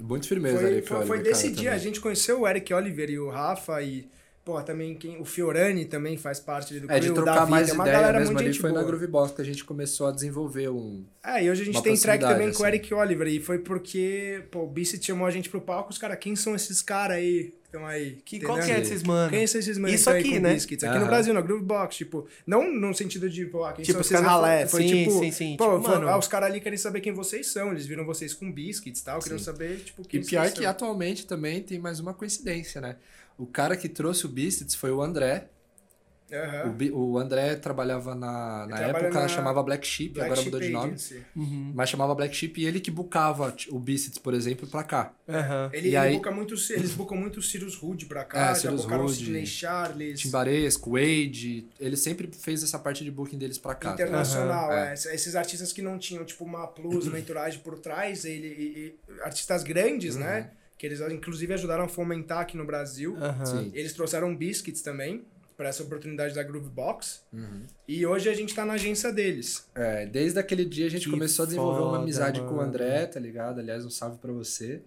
B: Muito firmeza
C: Foi,
B: ali,
C: foi, foi
B: desse
C: decidir, a gente conheceu o Eric Oliver e o Rafa e, pô, também quem, o Fiorani também faz parte ali do
B: É, de
C: crew, o
B: trocar
C: Davi,
B: mais
C: é uma
B: ideia
C: galera
B: mesmo
C: muito
B: ali,
C: gente
B: foi na
C: boa.
B: Groove Box que a gente começou a desenvolver um...
C: É, e hoje a gente
B: Uma
C: tem track
B: proximidade,
C: também com o
B: assim.
C: Eric Oliver e foi porque, pô, o Bissett chamou a gente pro palco, os caras, quem são esses caras aí? que Estão aí.
A: Que,
C: entendeu?
A: qual que é desses, mano?
C: Quem são esses manos
A: Isso
C: que tão aí
A: aqui,
C: com
A: né?
C: Biscuits? Aqui
B: Aham.
C: no Brasil, na Groove Box, tipo, não no sentido de, pô, ah, quem
A: Tipo,
C: são
A: os
C: esses
A: caras falam-
C: ralé? Foi
A: sim,
C: tipo,
A: sim, sim,
C: pô,
A: tipo,
C: foi-
A: mano-
C: ah, os caras ali querem saber quem vocês são, eles viram vocês com Biscuits e tal, queriam
B: Sim.
C: saber, tipo,
B: E
C: quem vocês
B: pior que
C: são.
B: atualmente também tem mais uma coincidência, né? O cara que trouxe o Beasts foi o André. O,
C: Aham.
B: Bi- o André trabalhava na, na
C: É. Ele trabalha
B: época,
C: na
B: chamava Black Sheep,
C: Black
B: agora
C: Sheep
B: mudou de nome.
C: Agency.
A: Uhum.
B: Mas chamava Black Sheep e ele que bucava t- o Beasts, por exemplo, pra cá.
A: Aham.
B: E
C: Ele, ele
B: aí-
C: buca muito, eles bucam muito o Sirius Rude pra cá,
B: É,
C: já
B: Cyrus
C: bucaram o
B: Rude,
C: Sidney Charles,
B: Timbaresco, Wade, ele sempre fez essa parte de booking deles pra cá. tá ligado?
C: internacional.
B: Aham,
C: é. Esses artistas que não tinham, tipo, uma plus, uma entourage por trás, ele, e- e- artistas grandes,
B: Uhum.
C: né? Que eles, inclusive, ajudaram a fomentar aqui no Brasil.
A: Aham.
B: Sim.
C: Eles trouxeram Biscuits também, pra essa oportunidade da Groove Box.
B: Uhum.
C: E hoje a gente tá na agência deles.
B: É, desde aquele dia a gente
A: Que
B: começou a desenvolver
A: foda,
B: uma amizade com o
A: mano.
B: André, tá ligado? Aliás, um salve pra você.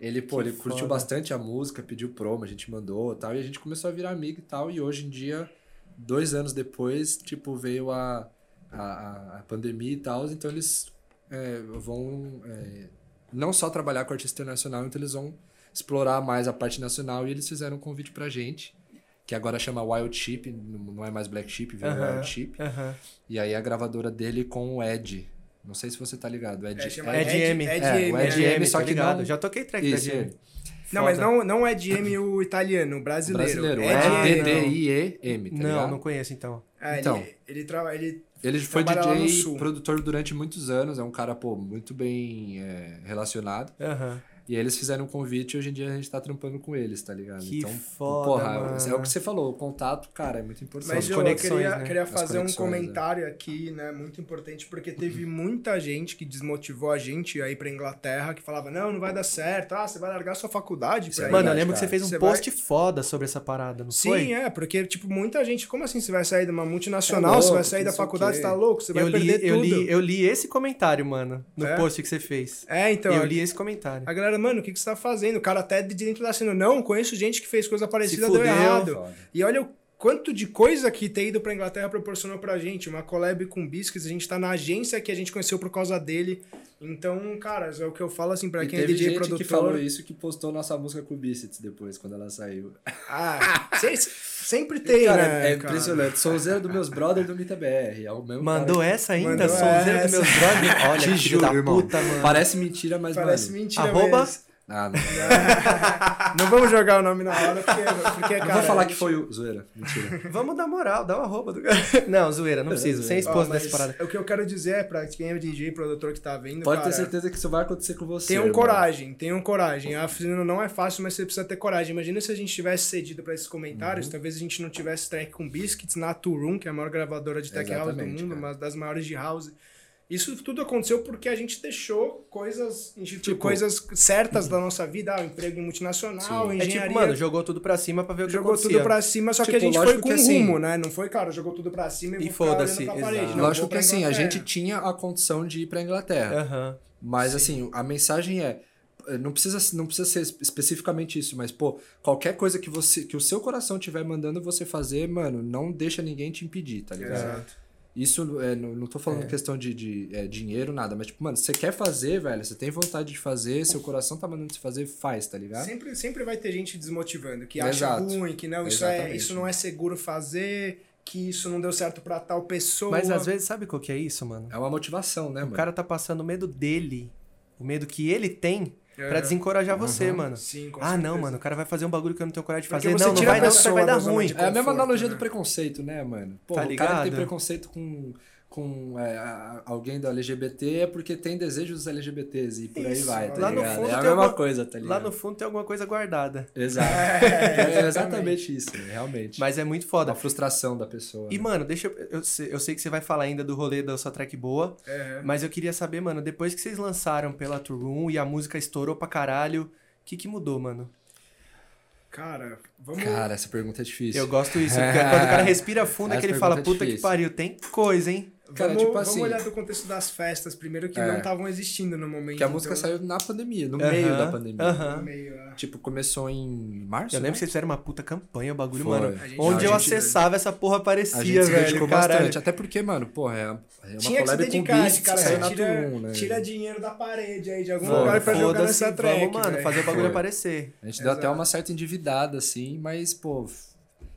B: Ele, pô,
A: Que
B: ele curtiu
A: foda.
B: bastante a música, pediu promo, a gente mandou tal, e a gente começou a virar amigo e tal. E hoje em dia, dois anos depois, tipo, veio a, a, a- a pandemia e tal, então eles é, vão é, não só trabalhar com artista internacional, então eles vão explorar mais a parte nacional e eles fizeram um convite pra gente, que agora chama Wild Chip, não é mais Black Chip, virou
A: Aham.
B: Wild Chip.
A: Aham.
B: E aí a gravadora dele com o Ed. Não sei se você tá ligado. Ed,
C: É, chama
A: É
C: Ed,
A: de M.
C: Ed
B: É,
C: M,
B: o
C: né?
B: Ed M,
A: só
B: só
A: que
B: que
A: ligado.
B: não-
A: Já toquei track
B: Isso,
A: da
C: tá
A: GM.
C: Não, mas não, não é de M o italiano, o
B: o
C: brasileiro.
B: brasileiro.
C: É
B: É
C: de M.
B: D-D-I-E-M, tá
A: Não,
B: ligado?
A: não conheço então.
C: Ah,
B: Então.
C: ele, ele, trava- ele
B: Ele foi
C: Trabalha lá no
B: DJ e
C: Sul.
B: produtor durante muitos anos. É um cara, pô, muito bem é, relacionado.
A: Aham.
B: E aí eles fizeram um convite e hoje em dia a gente tá trampando com eles, tá ligado?
A: Que
B: então,
A: foda, mano.
B: é o que você falou. O contato, cara, é muito importante.
C: Mas
A: As
C: eu
A: conexões,
C: queria,
A: né?
C: queria
B: As
C: fazer um
B: conexões,
C: comentário aqui, né, muito importante, porque teve muita gente que desmotivou a gente aí pra Inglaterra, que falava, não, não vai dar certo, ah, você vai largar sua faculdade
B: Isso
C: pra
B: é
C: ir."
A: Mano, eu
B: verdade,
A: lembro que
B: cara.
A: você fez um
C: Tá Você vai-
A: post foda sobre essa parada, não
C: Sim,
A: foi?
C: é, porque, tipo, muita gente, como assim você vai sair de uma multinacional,
B: Tá
C: você vai
B: louco,
C: sair
B: que
C: da
B: não sei o
C: faculdade,
B: quê.
C: você tá louco, você vai
A: é eu, li,
C: perder
A: eu,
C: tudo.
A: li, eu li esse comentário, mano, no
C: É?
A: post que você fez.
C: É, então,
A: eu
C: a-
A: li esse comentário.
C: a galera, mano, o que, que você tá fazendo? O cara até de dentro da cena, não, conheço gente que fez coisa parecida, deu
A: fudeu,
C: errado.
B: foda.
C: E olha o quanto de coisa que ter ido pra Inglaterra proporcionou pra gente. Uma collab com Biscuits, a gente tá na agência que a gente conheceu por causa dele. Então, cara, é o que eu falo assim pra
B: E
C: quem é
B: teve
C: DJ
B: gente
C: produtor.
B: que falou isso que postou nossa música com Bicets depois, quando ela saiu.
C: Ah, se- se- sempre tem,
B: cara,
C: né?
B: é
C: cara?
B: impressionante. Sonzeiro dos meus brothers do MitaBR. É o mesmo
A: Mandou essa ainda?
C: Mandou
A: Sonzeiro dos
C: essa.
A: meus brothers? Olha,
B: Te
A: filho
B: juro,
A: da
B: irmão.
A: puta, mano.
B: Parece mentira, mas
C: Parece
B: mano.
C: mentira.
A: Arroba?
C: mas-
B: Ah, não.
C: Não vamos jogar o nome na hora, porque, porque
B: Não
C: cara. é
B: vou falar
C: a
B: que
C: gente-
B: foi o. Zoeira. Mentira.
A: Vamos dar moral,
C: um
A: dá uma roupa do cara. Não, zoeira, não preciso. Sem
C: Ó,
A: esposa
C: mas
A: nessa parada.
C: O que eu quero dizer é pra quem é DJ produtor que tá vendo.
B: Pode ter
C: cara,
B: certeza que isso vai acontecer com você.
C: Tenham
B: irmão.
C: coragem, tenham coragem. A oficina não é fácil, mas você precisa ter coragem. Imagina se a gente tivesse cedido pra esses
B: Uhum.
C: comentários, talvez a gente não tivesse track com Biscuits na Turum, que é a maior gravadora de tech house do
B: Exatamente,
C: mundo,
B: cara.
C: uma das maiores de house. Isso tudo aconteceu porque a gente deixou coisas, a gente
B: Tipo-
C: coisas certas da nossa vida, ah, o emprego em multinacional,
A: É
C: engenharia.
A: tipo, mano, jogou tudo pra cima pra ver o que
C: Jogou
A: acontecia.
C: tudo pra cima, só que
B: Tipo,
C: a gente foi
B: lógico
C: com
B: que
C: um
B: assim-
C: rumo, né? Não foi, cara, jogou tudo pra cima e,
A: E
C: vou ficar olhando
A: foda-se,
C: pra parede.
A: exato.
C: Não,
B: Lógico
C: vou
B: que
C: pra
B: assim, a
C: Inglaterra. É.
B: gente tinha a condição de ir pra Inglaterra.
A: Aham.
B: Mas assim, a mensagem é. eh, Não precisa, não precisa ser espe- especificamente isso, mas, pô, qualquer coisa que você que o seu coração tiver mandando você fazer, mano, não deixa ninguém te impedir, tá ligado?
C: Exato.
B: Isso, é, não, não tô falando questão de, de, é, dinheiro, nada, mas, tipo, mano, você quer fazer, velho, você tem vontade de fazer, seu coração tá mandando você fazer, faz, tá ligado?
C: Sempre, sempre vai ter gente desmotivando, que acha
B: Exato.
C: ruim, que não, isso, é,
B: Exatamente.
C: isso não é seguro fazer, que isso não deu certo pra tal pessoa.
A: Mas às vezes, sabe qual que é isso, mano?
B: É uma motivação, né, mano?
A: O cara tá passando o medo dele, o medo que ele tem, pra desencorajar você, mano.
C: Sim, É. com
A: Ah, não,
C: certeza.
A: mano, o cara vai fazer um bagulho que eu não tenho coragem de
C: Porque
A: fazer.
C: você
A: Não, não
C: tira
A: vai
C: a
A: não,
C: pessoa
A: isso vai dar
C: da zona
A: ruim.
C: de
B: É a mesma
C: conforto,
B: analogia
C: né?
B: do preconceito, né, mano? Pô,
A: Tá
B: o cara que
A: ligado?
B: tem preconceito com, com é, a- alguém do LGBT é porque tem desejos LGBTs e por aí
C: Isso,
B: vai, tá
A: lá no
B: ligado?
A: fundo
B: é a
A: tem
B: mesma
A: alguma-
B: coisa, tá
A: Lá
C: né?
B: ligado?
A: no fundo tem alguma coisa guardada.
B: Exato.
C: É,
B: É,
C: exatamente.
B: exatamente isso, né, realmente.
A: Mas é muito
C: Tá
B: a
A: foda.
B: frustração da pessoa.
A: E,
B: né?
A: mano, deixa eu. Eu sei, eu sei que você vai falar ainda do rolê da sua track boa,
C: É.
A: mas eu queria saber, mano, depois que vocês lançaram pela Tour Room e a música estourou pra caralho, o que, que mudou, mano?
C: Cara, vamos.
B: Cara, essa pergunta é difícil.
A: Eu gosto disso, porque é quando o cara respira fundo é
B: Essa
A: que ele fala,
B: pergunta é
A: puta que
B: difícil.
A: pariu, tem coisa, hein?
B: Cara,
C: vamos,
B: tipo
C: vamos
B: assim-
C: olhar do contexto das festas primeiro, que
B: É.
C: não estavam existindo no momento.
B: Porque a música
C: então,
B: saiu na pandemia, no
A: Aham,
B: meio da pandemia.
A: aham.
C: no meio, é.
B: Tipo, começou em março.
A: Eu lembro que
B: né?
A: vocês fizeram uma puta campanha, o bagulho,
B: Foi.
A: mano.
C: A gente-
A: Onde
B: a
A: eu
C: gente-
A: acessava, essa porra
B: a
A: aparecia,
B: gente se
A: velho.
B: dedicou
A: Caralho.
B: bastante. Até porque, mano, porra, é uma, é uma
C: Tinha que se
B: collab com
C: dedicar,
B: Beats,
C: cara.
B: que saiu na
C: Você tira,
B: Turum, né?
C: tira dinheiro da parede aí, de algum
A: Mano,
C: lugar pra jogar
A: foda-se,
C: nessa track.
A: Vamos, mano,
C: velho. É,
A: fazer o bagulho
B: Foi.
A: aparecer.
B: A gente deu até
C: Exato.
B: uma certa endividada, assim, mas, pô,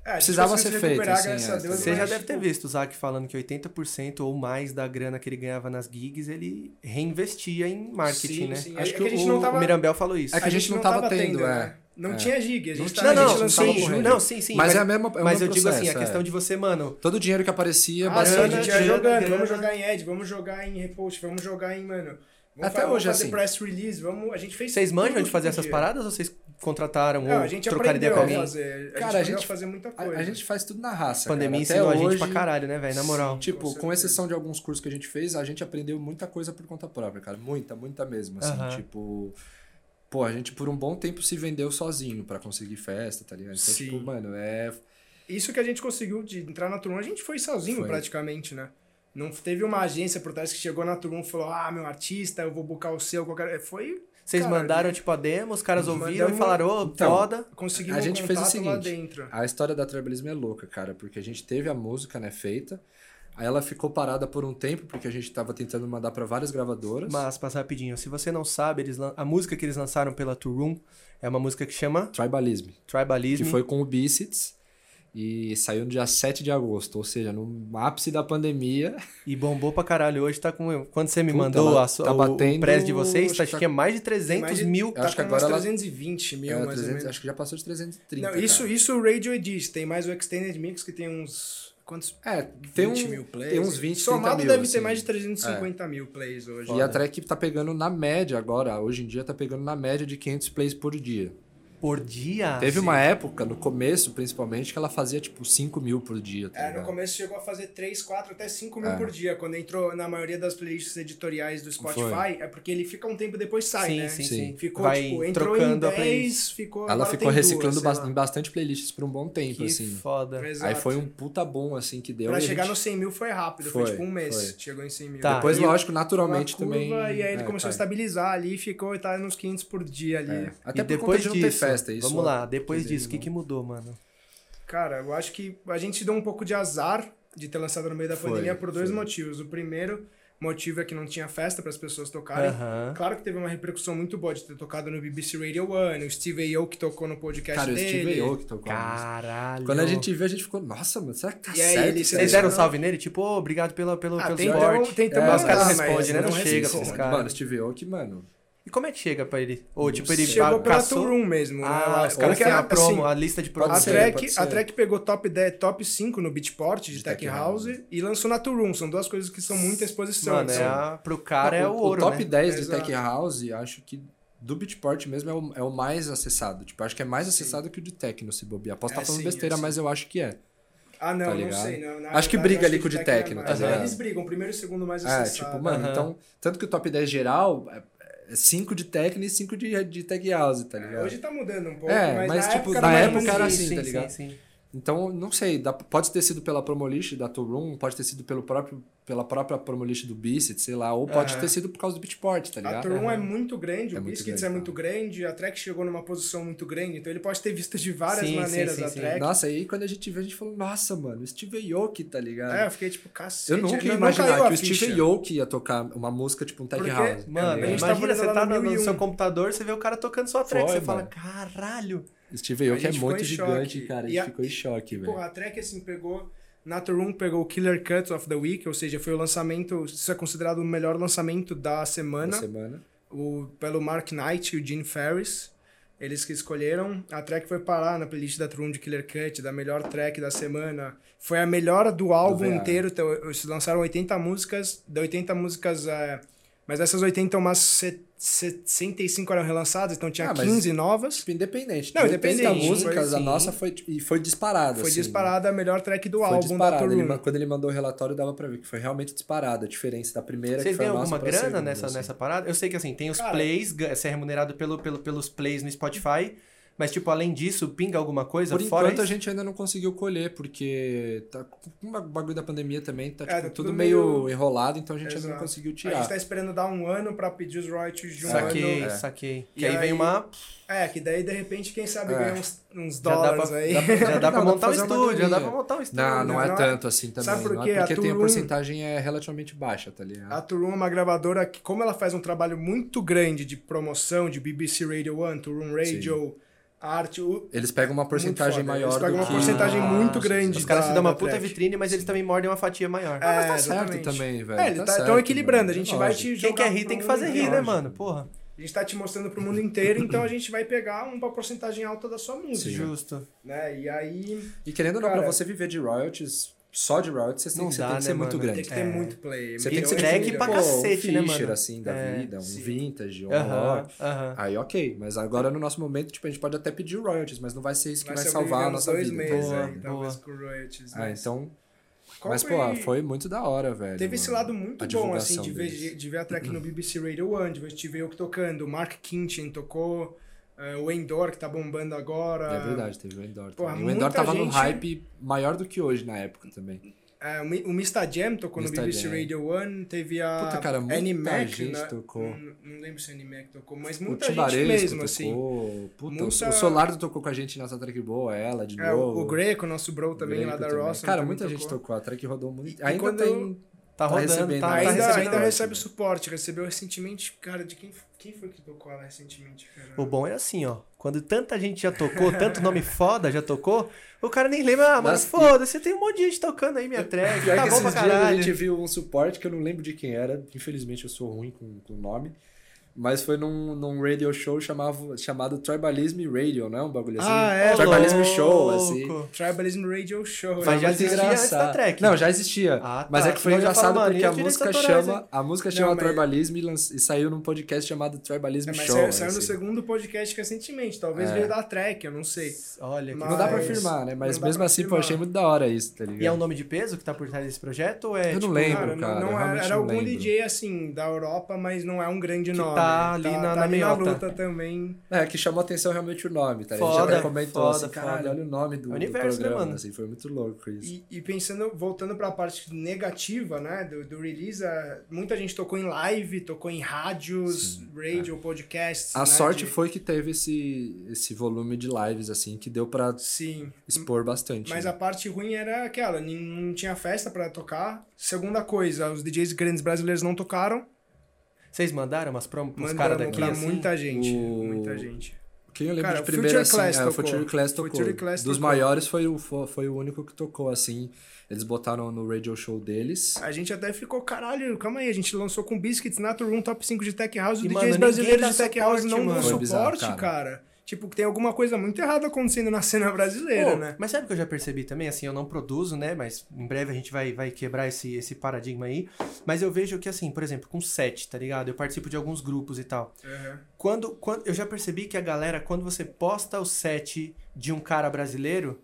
C: É, a gente
B: Precisava
C: conseguiu
B: ser
C: se recuperar,
B: feito,
C: graças
B: assim,
C: a
B: é,
C: Deus,
A: Você já
C: mas,
A: deve ter
C: tipo,
A: visto o Zac falando que 80% ou mais da grana que ele ganhava nas gigs, ele reinvestia em marketing,
C: Sim,
A: né?
C: sim.
A: Acho
C: É
A: que,
C: que a gente
A: o,
C: não tava-
A: o Mirambel falou isso.
B: É que a gente não tava tendo,
C: né? Não
B: é.
C: tinha gig, a
B: Não
C: gente
B: tinha gig,
C: tava- a
A: não,
C: gente
A: não,
C: lançou
A: sim,
B: tava
C: junto.
B: correndo.
A: não, sim, sim.
B: Mas é a mesma- é o
A: Mas eu
B: mesmo
A: digo assim, a
B: processo, é.
A: questão de você, mano,
B: todo o dinheiro que aparecia,
C: Ah, sim, a
A: Bacana,
C: gente ia
A: grana,
C: jogando,
A: grana.
C: vamos jogar em ad, vamos jogar em repost, vamos jogar em, mano. Vamos
B: Até
C: fa- vamos
B: hoje,
C: fazer
B: assim.
C: press release, vamos. A gente fez.
A: vocês manjam
C: tudo
A: de fazer
C: que
A: essas
C: podia.
A: paradas ou vocês contrataram
C: Não,
A: ou
C: a gente
A: trocaram ideia
C: aprendeu
A: com
C: a
A: alguém?
C: fazer. A
B: Cara,
C: gente
B: a
C: aprendeu a
B: gente-
C: fazer muita
B: a,
C: coisa.
B: a gente faz tudo na raça.
A: A pandemia
B: cara. Até
A: ensinou a gente
B: hoje,
A: pra caralho, né, velho? Na moral.
B: Tipo,
C: Com
B: com,
C: certeza.
B: exceção de alguns cursos que a gente fez, a gente aprendeu muita coisa por conta própria, cara. Muita, muita mesmo. Assim,
A: Aham.
B: Tipo, pô, a gente por um bom tempo se vendeu sozinho pra conseguir festa, tá ligado? Então,
C: Sim.
B: tipo, mano, é.
C: Isso que a gente conseguiu de entrar na Turum, a gente foi sozinho
B: Foi.
C: praticamente, né? Não teve uma agência por trás que chegou na Turum e falou: ah, meu artista, eu vou buscar o seu, qualquer. é, Foi.
A: Vocês
C: cara,
A: mandaram, tipo, a demo, os caras ouviram e
C: mandamos-
A: falaram, ô,
B: Então,
A: foda.
C: Conseguimos
B: A gente
C: um
B: fez o
C: contato lá
B: seguinte,
C: dentro.
B: A história da tribalismo é louca, cara, porque a gente teve a música, né, feita. Aí ela ficou parada por um tempo, porque a gente tava tentando mandar pra várias gravadoras.
A: Mas, passar rapidinho, se você não sabe, eles lan- a música que eles lançaram pela Tour Room é uma música que chama
B: Tribalismo.
A: Tribalism.
B: que foi com o Bicits e saiu no dia 7 de agosto, ou seja, no ápice da pandemia.
A: E bombou pra caralho. Hoje tá com. Quando você me
B: Puta,
A: mandou
B: ela
A: a sua,
B: tá
A: o- o
B: batendo-
A: press de vocês,
B: acho
A: tá,
B: que
A: acho
B: tá-
A: que é mais de 300
C: mais de-
A: mil.
C: Tá
B: acho que
C: com
B: agora
C: umas
B: ela-
C: 320 mil,
B: Era
C: mais
B: 300,
C: ou menos.
B: É, acho que já passou de 330.
C: Não, isso,
B: cara.
C: isso o Radio Edit, tem mais o Extended Mix que tem uns. Quantos?
B: É, tem, um,
C: 20 mil plays.
B: tem uns 20, 30
C: Somado
B: mil,
C: deve ter
B: assim.
C: mais de tá 350 mil plays hoje.
B: E a track tá pegando na média agora, hoje em dia tá pegando na média de 500 plays por dia.
A: Por dia?
C: Ah,
B: Teve uma época, no começo principalmente, que ela fazia tipo 5 mil por dia, tá
C: É, no
B: ligado?
C: começo chegou a fazer 3, 4, até 5 mil
B: É.
C: por dia. Quando entrou na maioria das playlists editoriais do Spotify, é porque ele fica um tempo e depois sai,
A: sim,
C: né?
A: sim,
B: Sim.
A: sim.
C: Ficou,
A: Vai
C: tipo, entrou em
A: trocando a
C: 10, ficou.
B: Ela
C: agora
B: ficou
C: tem
B: reciclando
C: duas,
B: bas-
C: sei
B: em
C: lá.
B: bastante playlists por um bom tempo,
A: Que
B: assim.
A: foda.
C: Exato.
B: Aí foi um puta bom, assim, que deu.
C: Pra
B: e a
C: chegar
B: gente-
C: nos 100 mil foi rápido, foi,
B: Foi,
C: tipo um mês.
B: foi.
C: Chegou em 100 mil.
A: Tá.
B: Depois,
C: Aí
B: lógico, naturalmente
C: uma curva,
B: também.
C: E aí ele
B: é,
C: começou a
B: tá.
C: estabilizar ali, ficou e tá nos 500 por dia ali.
B: É. Até
A: e
B: por depois
A: depois
B: conta de não
A: disso,
B: ter festa, isso.
A: vamos lá, depois
B: Entendeu?
A: disso, o que, que mudou, mano?
C: Cara, eu acho que a gente se deu um pouco de azar de ter lançado no meio da
B: Foi,
C: pandemia por dois
B: foi.
C: motivos. O primeiro motivo é que não tinha festa para as pessoas tocarem.
A: Aham.
C: Claro que teve uma repercussão muito boa de ter tocado no BBC Radio One, o Steve Aoki tocou no podcast
B: é Cara, o
C: dele.
B: Steve Aoki tocou a música.
A: Caralho.
B: Quando a gente viu, a gente ficou, nossa, mano, será que tá
C: E aí,
B: certo?
C: ele-
B: isso aí?"
A: Vocês deram um salve nele? Tipo, ô, obrigado pela, pelo,
C: Ah,
A: pelo
C: tem-
A: suporte.
C: tem- tem- tem-
A: Mas os
C: ah,
A: caras
C: mas
A: respondem, né? Não,
C: não
A: chega
C: assim,
A: pra
C: responde.
A: esses
B: Mano,
A: caras.
B: Steve Aoki, mano.
A: E como é que chega pra ele? Ou, tipo, ele
C: Chegou pela
A: caçou...
C: Tour Room mesmo. né?
A: Ah,
C: Lá,
A: os caras
C: porque,
A: têm a
C: assim,
A: promo, a lista de
B: pode
C: A
A: produção.
B: ser,
C: track,
B: pode ser.
C: a track pegou top 10, top 5 no Beatport de,
B: De
C: Tech
B: Tech
C: House,
B: House.
C: e lançou na Turum. São duas coisas que são muita exposição. assim.
A: Mano, é
C: São-
A: a- pro cara é o ouro,
B: top
A: né?
B: 10 de
C: Exato.
B: Tech House, acho que do Beatport mesmo é o, é o mais acessado. Tipo, acho que é mais acessado que o de Tecno, se bobear. Posso
C: É,
B: estar falando
C: sim,
B: besteira,
C: é, sim.
B: mas eu acho que é.
C: Ah, não,
B: Tá
C: não
B: ligado?
C: sei. Não, Na
B: Acho que
C: verdade,
B: briga
C: eu
B: ali com o de
C: Tech
B: techno,
C: é
B: tá
C: mais.
B: ligado?
C: Eles brigam, o primeiro e o segundo mais
B: É,
C: acessado.
B: tipo, mano,
A: Aham.
B: então... Tanto que o top 10 geral é 5 de Tecno e 5 de, de Tech House, tá ligado?
C: Hoje tá mudando um pouco,
B: É,
C: mas,
B: mas,
C: na
B: tipo,
C: época,
B: na
C: era
B: época
C: mais
B: era
C: isso.
B: assim, tá ligado?
A: Sim, sim.
B: Então, não sei, dá- pode ter sido pela promolist da Toolroom, pode ter sido pelo próprio, pela própria promolist do Bicet, sei lá, ou pode
A: Aham.
B: ter sido por causa do Beatport, tá
C: A
B: ligado?
C: Tour 1 é
A: Aham.
C: muito grande,
B: É
C: o
B: muito
C: Biscuits
B: grande,
C: é
B: tá.
C: muito grande, a track chegou numa posição muito grande, então ele pode ter visto de várias
A: Sim, sim,
C: maneiras
A: sim,
C: a
A: sim.
C: track.
B: Nossa, aí quando a gente viu, a gente falou, nossa, mano, Steve Aoki, tá ligado?
C: É, eu fiquei tipo, cacete.
B: eu nunca ia
C: não- não
B: imaginar
C: caiu a
B: que o
C: ficha.
B: Steve Aoki ia tocar uma música tipo um tech
C: Porque-
B: house. tá
A: Mano,
C: a
B: ligado?
C: gente tava
A: imagina,
C: olhando
A: você
C: lá
A: tá
C: no
A: no, no
C: 1001.
A: seu computador, você vê o cara tocando sua track,
B: Foi,
A: você fala,
B: mano.
A: caralho.
B: Steve Aoki
C: tá- A
B: é
C: gente
B: muito
C: ficou em
B: gigante,
C: choque.
B: cara, a
C: E
B: gente
C: a-
B: ficou em choque, velho.
C: Porra, a track assim pegou. Natural Room pegou o Killer Cut of the Week, ou seja, foi o lançamento, isso é considerado o melhor lançamento da
B: Na
C: semana,
B: semana.
C: o, pelo Mark Knight e o Gene Ferris. Eles que escolheram. A track foi parar na playlist da True Room de Killer Cut, da melhor track da semana. Foi a melhor do álbum
B: VA.
C: inteiro. Então, eles lançaram 80 músicas, de 80 músicas. é, mas dessas 80, umas se- 65 eram relançadas, então tinha
B: Ah, mas-
C: 15 novas.
B: Tipo, independente.
C: Não,
B: independente da
C: independente,
B: música,
A: foi
B: a
A: sim.
B: nossa foi, e foi disparada.
C: Foi
B: assim, né?
C: disparada a melhor track do
B: Foi
C: álbum da
B: disparada.
C: True
B: Ele
C: Room.
B: ma- quando ele mandou o relatório, dava pra ver que foi realmente disparada a diferença da primeira
A: Vocês
B: que foi
A: ganham
B: a nossa
A: alguma
B: pra
A: grana
B: segunda,
A: nessa,
B: assim.
A: nessa parada? Eu sei que assim, tem os
C: Cara-
A: plays, ga- você é remunerado pelo, pelo, pelos plays no Spotify, mas tipo, além disso, pinga alguma coisa
B: Por
A: fora
B: enquanto a
A: isso?
B: gente ainda não conseguiu colher, porque tá com o bagulho da pandemia também, tá
C: É,
B: tipo,
C: tá
B: tudo
C: tudo
B: meio
C: meio-
B: enrolado, então a gente ainda não
C: Exato.
B: conseguiu
C: A
B: tirar.
C: gente tá esperando dar um ano pra pedir os royalties de um
A: Saquei,
C: ano.
B: É.
A: saquei.
C: E
A: Que aí, vem
C: aí-
A: uma.
C: É, que daí de repente, quem sabe
B: É.
C: ganha uns, uns
A: Já dá
C: dólares
A: pra,
C: aí.
A: dá pra- já dá pra
B: Não, dá
A: montar
B: pra
A: um
B: fazer uma
A: estúdio, já dá pra
B: graninha.
A: montar um estúdio.
B: Não, não,
C: Não,
B: é
C: não é-
B: tanto assim também.
C: Sabe por
B: não
C: quê?
B: é
C: A
B: porque tem a
C: Tulum-
B: porcentagem é relativamente baixa, tá ligado?
C: A Turum é uma gravadora que, como ela faz um trabalho muito grande de promoção, de BBC Radio One, Turum Radio, arte, o-
B: Eles pegam uma porcentagem
C: foda,
B: maior
C: eles pegam
B: do
C: uma
B: que-
C: porcentagem
B: Ah,
C: muito
B: sim,
C: grande.
A: Os caras
C: da-
A: se dão uma
C: da
A: puta
C: track.
A: vitrine, mas eles também mordem uma fatia maior.
C: É,
B: Tá certo
C: exatamente.
B: também, velho.
C: É, ele tá, então
B: certo,
C: equilibrando, a
B: mano,
C: gente
B: é
C: vai
B: lógico.
C: te
A: Quem
C: jogar
A: quer rir
C: pro
A: tem que fazer
C: mundo
A: rir, né,
C: inteiro.
A: mano? Porra,
C: A gente tá te mostrando pro mundo inteiro, então a gente vai pegar uma porcentagem alta da sua música,
B: Sim.
A: justo.
C: né? E aí
B: E querendo ou não, pra
C: Cara,
B: você viver de royalties, só de royalties, você tem
A: não
B: que, você
A: dá,
B: tem que
A: né,
B: ser muito
A: mano?
B: grande.
C: tem que ter
A: É.
C: muito play.
B: Você
A: E
B: tem que ser
A: track
B: tipo,
A: pra
B: pô,
A: cacete, né,
B: um Fischer,
A: mano?
B: assim, da
A: É,
B: vida, um
C: sim.
B: vintage, um
A: Aham,
B: rock.
A: aham. Tá
B: Aí ok, mas agora no nosso momento, tipo, a gente pode até pedir royalties, mas não vai ser isso que vai,
C: sobreviver
B: salvar a
C: uns
B: nossa
C: dois
B: vida. então, é.
C: meses
A: Boa,
C: aí, talvez,
A: boa.
C: com royalties. né?
B: Ah,
C: mas-
B: então.
C: Qual
B: mas, pô, foi muito da hora, velho.
C: Teve esse lado muito bom, assim, de ver,
B: vez
C: de, ver a track
B: Uhum.
C: no BBC Radio One, de ver Steve Aoki tocando, o Mark Kinchin tocou, eh, o Endor, que tá bombando agora.
B: É verdade, teve o Endor
C: Porra,
B: também. O
C: muita
B: Endor tava num
C: gente-
B: hype maior do que hoje na época também.
C: Eh, o Mi- o Mista Jam tocou
B: Mista
C: no BBC
B: Jam.
C: Radio One, teve a
B: Puta, cara, muita
C: Annie Mac,
B: gente
C: né?
B: tocou.
C: Não, não lembro se a Annie Mac tocou, mas
B: O
C: muita gente
B: Tibaresco
C: mesmo,
B: tocou.
C: assim.
B: Puta,
C: Muita-
B: o Solardo tocou com a gente nessa track boa, ela de
C: É,
B: novo.
C: o, o Greco, nosso bro também,
B: Greco
C: lá da
B: também.
C: Ross.
B: Cara, muita gente tocou. A track rodou muito.
C: E- e
B: Ainda
C: quando-
B: tem.
A: Tá
B: Tá
A: rodando,
B: recebendo,
A: tá,
B: né?
A: tá
C: ainda,
A: recebendo.
C: ainda
B: royalties,
C: recebe
B: né?
C: suporte, recebeu recentemente, cara, de quem, quem foi que tocou ela recentemente, cara?
A: O bom é assim, ó. Quando tanta gente já tocou, tanto nome foda já tocou, o cara nem lembra, ah, mas
B: Nossa,
A: foda-se, tem um monte de gente tocando aí minha track,
B: Pior
A: tá
B: que
A: bom pra
B: esses dias a
A: caralho.
B: gente viu um suporte que eu não lembro de quem era. Infelizmente eu sou ruim com com o nome. Mas foi num, num radio show chamava, chamado Tribalism Radio, não é um bagulho assim?
C: Ah, é,
A: Ô,
B: Tribalism
A: louco.
B: Show, assim.
C: Tribalism Radio Show.
A: Mas
C: né?
A: já existia antes
B: engraçado.
A: da track.
B: Não, já existia.
A: Ah, tá.
B: Mas é que foi
A: Senão eu já
B: engraçado
A: falo, mano,
B: porque
A: e
B: a
A: os direitos
B: música
A: autorais,
B: chama, a música chama
C: Não, mas-
B: Tribalism e, lanç- e saiu num podcast chamado Tribalism
C: É, mas
B: Show.
C: saiu, saiu no
B: assim.
C: segundo podcast recentemente. Talvez
B: É.
C: veio da track, eu não sei.
A: Olha, que
B: Não dá pra
C: mas-
B: afirmar, né? Mas
C: não dá
B: mesmo
C: pra
B: assim, pô,
C: afirmar.
B: achei muito da hora isso, tá ligado?
A: E é um nome de peso que tá por trás desse projeto? Ou é,
B: Eu não
A: tipo,
B: lembro,
C: não-
B: cara, eu
C: não era,
B: realmente
C: era
B: não
C: algum
B: lembro.
C: DJ assim da Europa, mas não é um grande
A: Que
C: nome.
A: tá ali na, na
C: ali
A: meiota.
C: luta também.
B: É, que chamou atenção realmente o nome, tá? a gente
A: Foda,
B: até comentou
A: foda,
B: assim, caralho,
A: foda.
B: olha o nome do,
A: É o
B: do
A: universo, né,
B: programa,
A: mano?
B: assim, foi muito louco isso.
C: E, e pensando, voltando pra parte negativa, né, do, do release, a- muita gente tocou em live, tocou em rádios, radio, podcasts.
B: é. a
C: né,
B: sorte
C: de-
B: foi que teve esse, esse volume de lives, assim, que deu pra
C: Sim.
B: expor bastante.
C: Mas
B: né?
C: a parte ruim era aquela, nin- não tinha festa pra tocar. Segunda coisa, os DJs grandes brasileiros não tocaram.
A: Vocês mandaram umas promos pros
C: Mandaram
A: caras daqui?
C: pra
A: assim?
C: muita gente,
B: O-
C: muita gente.
B: Quem eu lembro
C: Cara,
B: de primeiro,
C: Future Class
B: assim, é, o
C: tocou.
B: Future Class tocou.
C: Future Class
B: Dos
C: tocou.
B: maiores foi o, fo- foi o único que tocou, assim. Eles botaram no radio show deles.
C: A gente até ficou, caralho, calma aí, a gente lançou com Biscuits, Natural Room, Top 5 de Tech House, os
A: E,
C: DJs
A: mano, ninguém
C: brasileiros
A: dá
C: de
A: suporte,
C: Tech House não
A: mano.
C: dão
B: Foi
C: suporte,
B: bizarro,
C: cara.
B: cara.
C: Tipo, que tem alguma coisa muito errada acontecendo na cena brasileira,
A: Pô,
C: né?
A: Mas sabe o que eu já percebi também? Assim, eu não produzo, né? Mas em breve a gente vai, vai quebrar esse, esse paradigma aí. Mas eu vejo que, assim, por exemplo, com set, tá ligado? Eu participo de alguns grupos e tal. Quando, quando Eu já percebi que a galera, quando você posta o set de um cara brasileiro,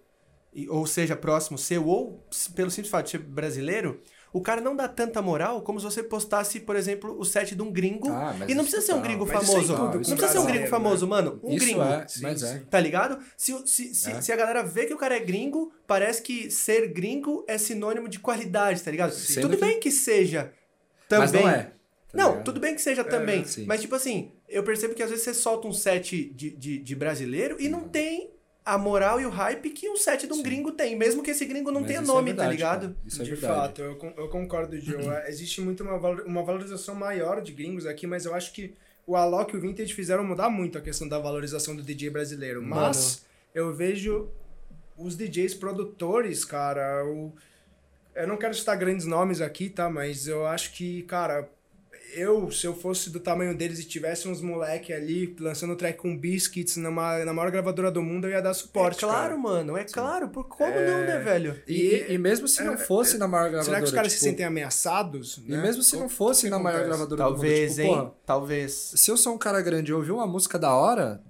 A: e- ou seja, próximo seu, ou s- pelo simples fato de ser brasileiro, o cara não dá tanta moral como se você postasse, por exemplo, o set de um gringo.
B: Ah, mas
A: e não
B: isso
A: precisa ser um
B: tá.
A: gringo
C: Mas isso
A: famoso.
C: é tudo,
A: não precisa
C: isso
A: ser um gringo
C: brasileiro,
A: famoso, mano. Um
B: né? Isso
A: gringo.
B: é,
C: Sim,
B: mas é.
C: sim.
A: Tá ligado? Se, o- se, se,
B: É.
A: se a galera vê que o cara é gringo, parece que ser gringo é sinônimo de qualidade, tá ligado?
B: Sendo
A: Tudo
B: que-
A: bem que seja também.
B: Mas não é. tá
A: Não,
B: ligado? É,
A: tudo bem que seja também.
B: sim.
A: Mas, tipo assim, eu percebo que às vezes você solta um set de, de, de brasileiro e não tem a moral e o hype que um set de um
B: Uhum. Sim.
A: gringo tem, mesmo que esse gringo não
B: Mas
A: tenha
B: isso é
A: nome, tá
B: verdade,
A: ligado?
B: cara. Isso é
C: de
B: verdade.
C: fato, eu, con- eu concordo, Joe. É, Existe muito uma, valor- uma valorização maior de gringos aqui, mas eu acho que o Alok e o Vintage fizeram mudar muito a questão da valorização do DJ brasileiro. Mas eu vejo os DJs produtores, cara, o- eu não quero citar grandes nomes aqui, tá? Mas eu acho que, cara, eu, se eu fosse do tamanho deles e tivesse uns moleque ali lançando um track com biscuits numa, na maior gravadora do mundo, eu ia dar suporte.
A: é claro,
C: cara.
A: mano, é claro. Por como não, né, velho?
B: É, E, e mesmo se não fosse na maior gravadora.
C: é, Será que os caras se
B: tipo,
C: sentem ameaçados?
B: E
C: né?
B: mesmo se não fosse
C: que
B: na maior
C: acontece?
B: gravadora
A: Talvez,
B: do mundo, tipo,
A: hein?
B: porra,
A: Talvez.
B: se eu sou um cara grande e eu ouvi uma música da hora,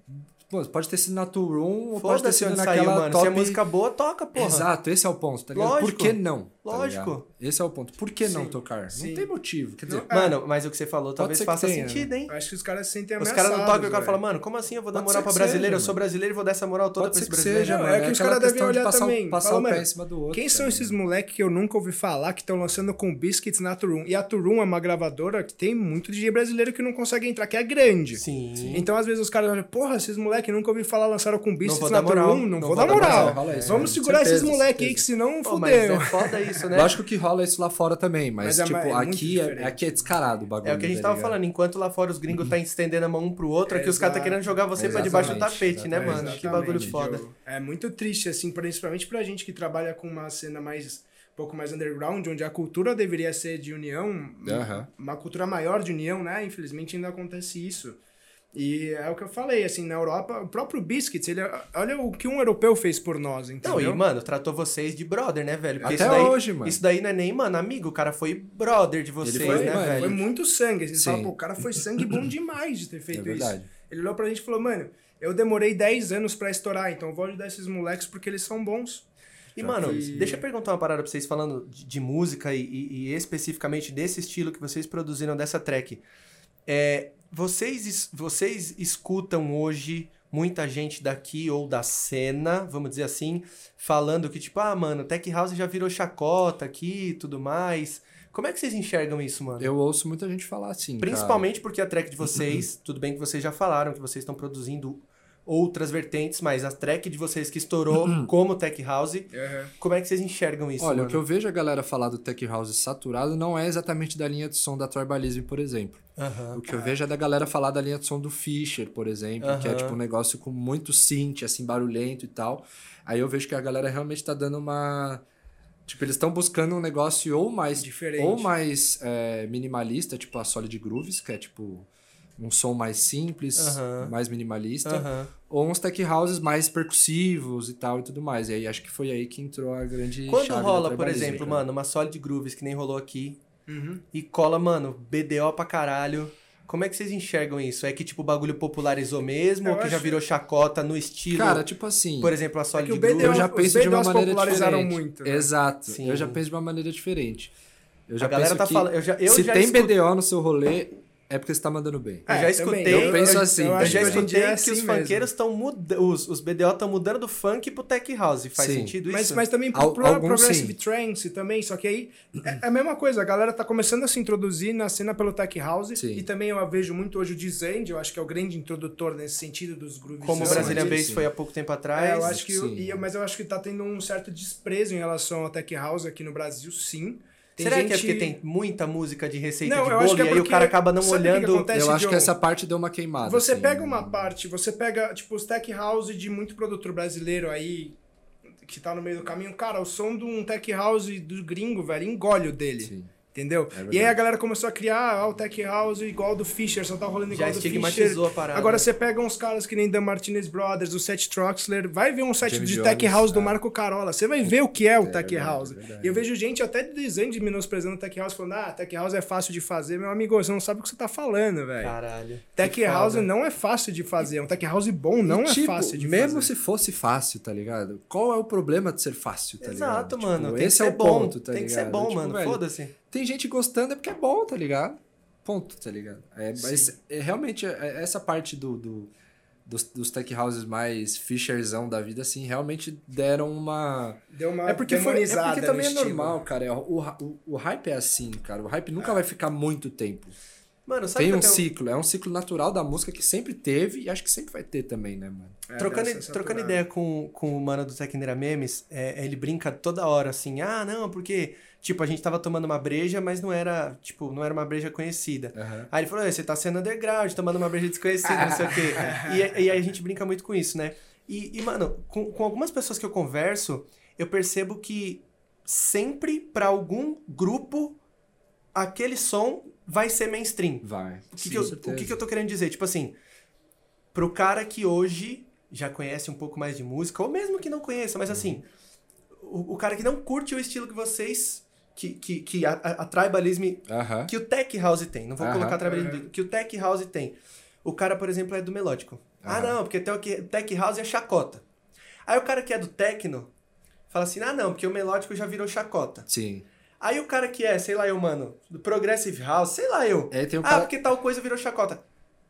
B: pô, pode ter sido na Tool Room, ou pode ter
A: Foda-se
B: sido
A: onde
B: naquela
A: saiu, mano.
B: top...
A: Se é música boa, toca, porra.
B: Exato, esse é o ponto, tá ligado?
A: Lógico.
B: Por que não? tá
A: Lógico.
B: ligado? Esse é o ponto. Por que não
C: Sim,
B: tocar?
C: sim.
B: Não tem motivo. Quer dizer,
C: Não-
A: Mano, mas o que você falou talvez
B: ser que
A: faça
B: tenha, né? É
A: sentido, hein?
C: Acho que os caras se sentem
A: Os
C: ameaçados.
A: caras não tocam e o cara
C: velho.
A: fala, mano, como assim eu vou dar
B: Pode
A: moral
B: ser
A: pra
B: que
A: brasileiro?
B: seja,
A: eu sou
B: mano.
A: brasileiro e vou dar essa moral toda
B: pode
A: pra
B: ser
A: esse
B: que
A: brasileiro.
B: seja,
C: Não,
B: mano.
C: é que os
B: aquela
C: caras devem
B: questão de
C: olhar
B: passar, o-
A: um
C: também.
B: passar
C: Fala,
B: o
C: mano,
B: pé em cima do outro.
C: Quem
B: tá
C: são esses
A: né?"
B: ligado?
C: moleque que eu nunca ouvi falar que estão lançando com Biscuits na Turum? E a Turum é uma gravadora que tem muito DJ brasileiro que não consegue entrar, que é grande.
A: Sim.
C: Então, às vezes, os caras olham, porra, esses moleque nunca ouvi falar, lançaram com Biscuits
A: vou
C: na
A: dar moral.
C: Turum, não, vou dar moral.
B: moral, rola isso,
C: Vamos
B: né?
C: segurar esses
B: Certeza,
C: moleque aí,
B: certeza.
C: que senão
A: Pô, mas é
C: fudeu.
A: foda isso, né?
B: Lógico que rola isso lá fora também, mas,
C: Mas é
B: tipo,
C: mais- é muito
B: aqui, é,
C: diferente.
B: aqui é descarado o bagulho.
A: É o que a gente
B: tá
A: tava
B: ligado?
A: falando, enquanto lá fora os gringos tá estendendo a mão um pro outro, aqui os caras tá
C: Exato.
A: querendo jogar você pra debaixo do
B: Exatamente,
A: tapete, né,
B: exatamente.
A: mano? Que bagulho
C: Exatamente,
A: foda.
C: Joe. É muito triste, assim, principalmente pra gente que trabalha com uma cena mais um pouco mais underground, onde a cultura deveria ser de união,
A: É.
B: Aham.
C: uma cultura maior de união, né? Infelizmente ainda acontece isso. E é o que eu falei, assim, na Europa, o próprio Biscuits, ele, olha o que um europeu fez por nós,
A: Não,
C: entendeu?
A: e, mano, tratou vocês de brother, né, velho? Porque
B: Até
A: isso daí,
B: hoje, mano.
A: Isso daí não é nem, mano, amigo. O cara foi brother de vocês,
B: foi,
A: né,
B: mano,
A: velho?
C: Foi muito sangue. assim, Você
B: Sim.
C: fala, pô, o cara foi sangue bom demais de ter feito
B: É verdade.
C: isso. Ele olhou pra gente e falou, mano, eu demorei 10 anos pra estourar, então eu vou ajudar esses moleques porque eles são bons.
A: E, mano,
C: fiz.
A: deixa eu perguntar uma parada pra vocês, falando de, de música e, e- e especificamente desse estilo que vocês produziram dessa track. É, vocês, es- vocês escutam hoje muita gente daqui ou da cena, vamos dizer assim, falando que, tipo, ah, mano, Tech House já virou chacota aqui e tudo mais. Como é que vocês enxergam isso, mano?
B: Eu ouço muita gente falar assim. cara.
A: Principalmente porque a track de
B: Uhum.
A: vocês, tudo bem que vocês já falaram que vocês estão produzindo outras vertentes, mas a track de vocês que estourou como Tech House,
C: Uhum.
A: como é que vocês enxergam isso?
B: Uhum. Olha,
A: mano?
B: o que eu vejo a galera falar do Tech House saturado não é exatamente da linha de som da Tribalism, por exemplo.
A: Aham.
B: O que eu vejo é da galera falar da linha de som do Fischer, por exemplo, que é
A: Ah. Aham.
B: tipo um negócio com muito synth, assim, barulhento e tal. Aí eu vejo que a galera realmente tá dando uma. Tipo, eles estão buscando um negócio ou mais
C: Diferente.
B: ou mais é, minimalista, tipo a Solid Grooves, que é tipo um som mais simples,
A: Aham.
B: mais minimalista,
A: Aham.
B: ou uns tech houses mais percussivos e tal e tudo mais. E aí acho que foi aí que entrou a grande
A: Quando
B: chave né? da
A: rola, por
B: Tribalism,
A: exemplo,
B: cara.
A: mano, uma Solid Grooves que nem rolou aqui
C: Uhum.
A: e cola, mano, BDO pra caralho. Como é que vocês enxergam isso? É que tipo o bagulho popularizou mesmo
C: Eu
A: ou que já
C: acho- é
A: virou chacota no estilo?
B: Cara, tipo assim,
A: por exemplo, a Solid
C: o
A: Grooves.
C: BDO
B: eu já
C: os
B: penso de uma
C: BDOs
B: maneira
C: popularizaram
B: diferente.
C: muito, né?
B: Exato.
A: Sim.
B: Eu já penso de uma maneira diferente. Eu já
A: a galera
B: penso
A: tá
B: que
A: falando, eu já eu
B: se
A: já
B: tem
A: escutei-
B: BDO no seu rolê, É porque você tá mandando bem.
A: Eu já escutei.
B: Eu penso assim.
A: Eu
B: acho
A: já
B: que hoje em
A: escutei
C: dia
A: que
C: é
A: os
C: assim mesmo.
A: funkeiros estão mudando. Os, os BDO estão mudando do funk pro tech house. Faz
B: Sim.
A: sentido
C: Mas,
A: isso?
C: mas também pro,
B: Al-
C: pro
B: alguns
C: Progressive
B: sim.
C: Trance também, só que aí é é a mesma coisa, a galera tá começando a se introduzir na cena pelo Tech House
B: Sim.
C: e também eu vejo muito hoje o Dizend, eu acho que é o grande introdutor nesse sentido dos grooves.
A: Como o
B: Sim,
A: Brasília
B: sim.
A: Base foi há pouco tempo atrás.
C: É, eu acho que,
B: Sim.
C: e eu- mas eu acho que tá tendo um certo desprezo em relação ao Tech House aqui no Brasil, sim. Tem
A: Será que é
C: gente-
A: porque tem muita música de receita
C: Não,
A: de
C: eu acho
A: bolo
C: que é
A: e aí o
C: porque-
A: cara acaba não
C: sabe o que
A: olhando.
C: acontece?
B: Eu
C: Teste
B: acho
C: de
B: que
C: um-
B: essa parte deu uma queimada.
C: Você
B: assim.
C: pega uma parte, você pega, tipo, os tech house de muito produtor brasileiro aí, que tá no meio do caminho, cara, o som de um tech house do gringo, velho, engole o dele.
B: Sim.
C: Entendeu?
B: É verdade.
C: e aí a galera começou a criar ah, o tech house igual do Fischer, só tá rolando igual
A: Já
C: do Fischer.
A: estigmatizou a parada.
C: Agora você pega uns caras que nem The Martinez Brothers, o Seth Troxler, vai ver um set
B: Jamie
C: de
B: Jones,
C: tech house do
B: é.
C: Marco Carola, você vai ver o que é o tech
B: verdade,
C: house.
B: é verdade.
C: e eu vejo gente até de desenho de menosprezando tech house, falando, ah, tech house é fácil de fazer, meu amigo, você não sabe o que você tá falando, velho.
A: Caralho.
C: Tech
A: Que
C: house
A: foda.
C: não é fácil de fazer. Um tech house bom não
B: E, tipo,
C: é fácil de
B: mesmo se
C: fazer.
B: fosse fácil, tá ligado? Qual é o problema de ser fácil,
C: é
B: tá ligado?
A: Exato,
B: Tipo,
A: mano. Tem
B: esse
A: que
B: é
A: ser
B: o
A: bom.
B: ponto, tá ligado?
A: Tem que ser bom,
B: Tipo,
A: mano.
B: velho,
A: Foda-se.
B: tem gente gostando é porque é bom, tá ligado? Ponto, tá ligado? É, mas é, realmente, é- essa parte do, do- dos, dos tech houses mais fisherzão da vida, assim, realmente deram uma.
C: Deu uma
B: É porque, foi, é
C: demonizada
B: porque
C: no
B: também é
C: estilo.
B: normal,
A: né?
B: cara. é, O, o, o hype é assim, cara. O hype nunca vai ficar muito tempo.
A: Mano, É. sabe
B: Tem
A: que
B: um
A: eu tenho-
B: ciclo. É um ciclo natural da música que sempre teve e acho que sempre vai ter também, né, mano?
C: É,
A: Trocando,
C: dessa
A: trocando
C: saturada.
A: ideia com, com o mano do Tecneira Memes, é, ele brinca toda hora assim, ah, não, porque, tipo, a gente tava tomando uma breja, mas não era, tipo, não era uma breja conhecida.
B: Aham.
A: Aí ele falou, "É, você tá sendo underground, tomando uma breja desconhecida, não sei o quê. E, e aí a gente brinca muito com isso, né? E, e, mano, com, com algumas pessoas que eu converso, eu percebo que sempre, pra algum grupo, aquele som vai ser mainstream.
B: Vai.
A: O que, que eu,
B: Sim,
A: o que que eu tô querendo dizer? Tipo assim, pro cara que hoje já conhece um pouco mais de música, ou mesmo que não conheça, mas assim, o, o cara que não curte o estilo que vocês. que, que, que a, a, a tribalismo.
B: Aham.
A: que o Tech House tem, não vou
B: Aham.
A: colocar tribalismo, que o Tech House tem. O cara, por exemplo, é do melódico. Ah,
B: Aham.
A: não, porque tech, tech House é chacota. Aí o cara que é do techno fala assim: ah, não, porque o melódico já virou chacota.
B: Sim.
A: Aí o cara que é, sei lá eu, mano, do Progressive House, sei lá eu.
B: É, tem um
A: ah,
B: cara-
A: porque tal coisa virou chacota.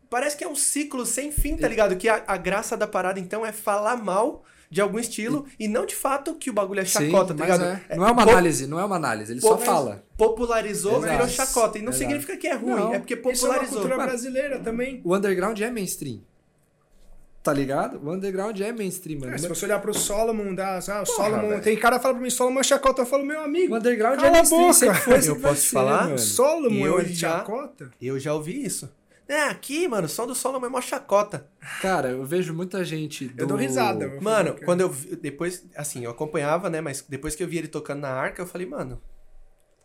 A: Parece que é um ciclo sem fim, tá ligado? Que a, a graça da parada, então, é falar mal de algum estilo e, não de fato que o bagulho é chacota,
B: Sim,
A: tá
B: mas
A: ligado?
B: é. Não é uma
A: po-
B: análise, não é uma análise. Ele só
A: po-
B: fala.
A: Popularizou,
B: Exato.
A: virou chacota. E não
B: Exato.
A: significa que é ruim,
B: Não,
A: é porque
C: Isso é uma
A: popularizou.
C: cultura brasileira também.
B: O underground é mainstream. Tá ligado? O underground é mainstream, mano.
C: É, se você olhar pro Solomon, dá, ah,
B: Porra,
C: o Solomon.
B: velho.
C: Tem cara que fala pra mim, Solomon é chacota, eu falo, meu
B: O
C: amigo,
B: underground
C: Cala
B: é
C: a
B: mainstream.
C: boca.
B: Sempre foi, sempre
A: Eu
B: vai
A: posso
B: ser,
A: falar?
B: mano.
C: Solomon
A: Eu
C: é de
A: já-
C: chacota?
A: Eu já ouvi isso. É, aqui, mano, o som do Solomon é mó chacota.
B: Cara, eu vejo muita gente. Do...
C: Eu dou risada. eu
A: Mano,
C: falo,
A: quando eu vi, depois, assim, eu acompanhava, né, mas depois que eu vi ele tocando na arca, eu falei, mano,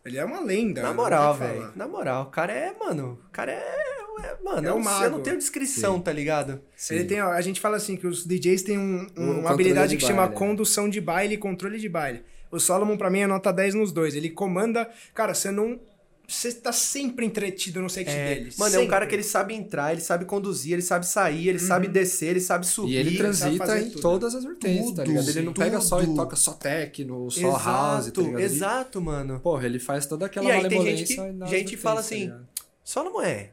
C: Ele é uma lenda.
A: Na
C: não tem
A: moral,
C: o que falar.
A: velho. Na moral, o cara é, mano. O cara é. é- mano,
C: É
A: eu,
C: um
A: não sei,
C: mago.
A: eu não tenho descrição, tá ligado?
B: Sim.
C: Ele tem, ó, a gente fala assim que os DJs têm um- um-
B: controle
C: uma habilidade
B: de
C: que chama
B: baile, é.
C: condução de baile e controle de baile. O Solomon, pra mim, é nota 10 nos dois. Ele comanda. Cara, você não. Você tá sempre entretido no set
A: É, mano, é
C: dele.
A: um
C: sempre. Uhum.
A: cara que ele sabe entrar, ele sabe conduzir, ele sabe sair, ele sabe descer, ele sabe subir.
B: E ele
C: sabe
B: transita
C: fazer
B: em
C: tudo.
B: todas as vertentes, tá
A: Tudo,
B: ligado? Ele não
A: tudo.
B: pega só e toca só techno, só
A: exato,
B: house, tá ligado? Ele-
A: exato, mano.
B: Porra, ele faz toda aquela
A: E aí tem gente
B: malemolência
A: que-
B: nas
A: gente
B: vertentes,
A: fala
B: tá
A: assim,
B: ligado?
A: Só não é.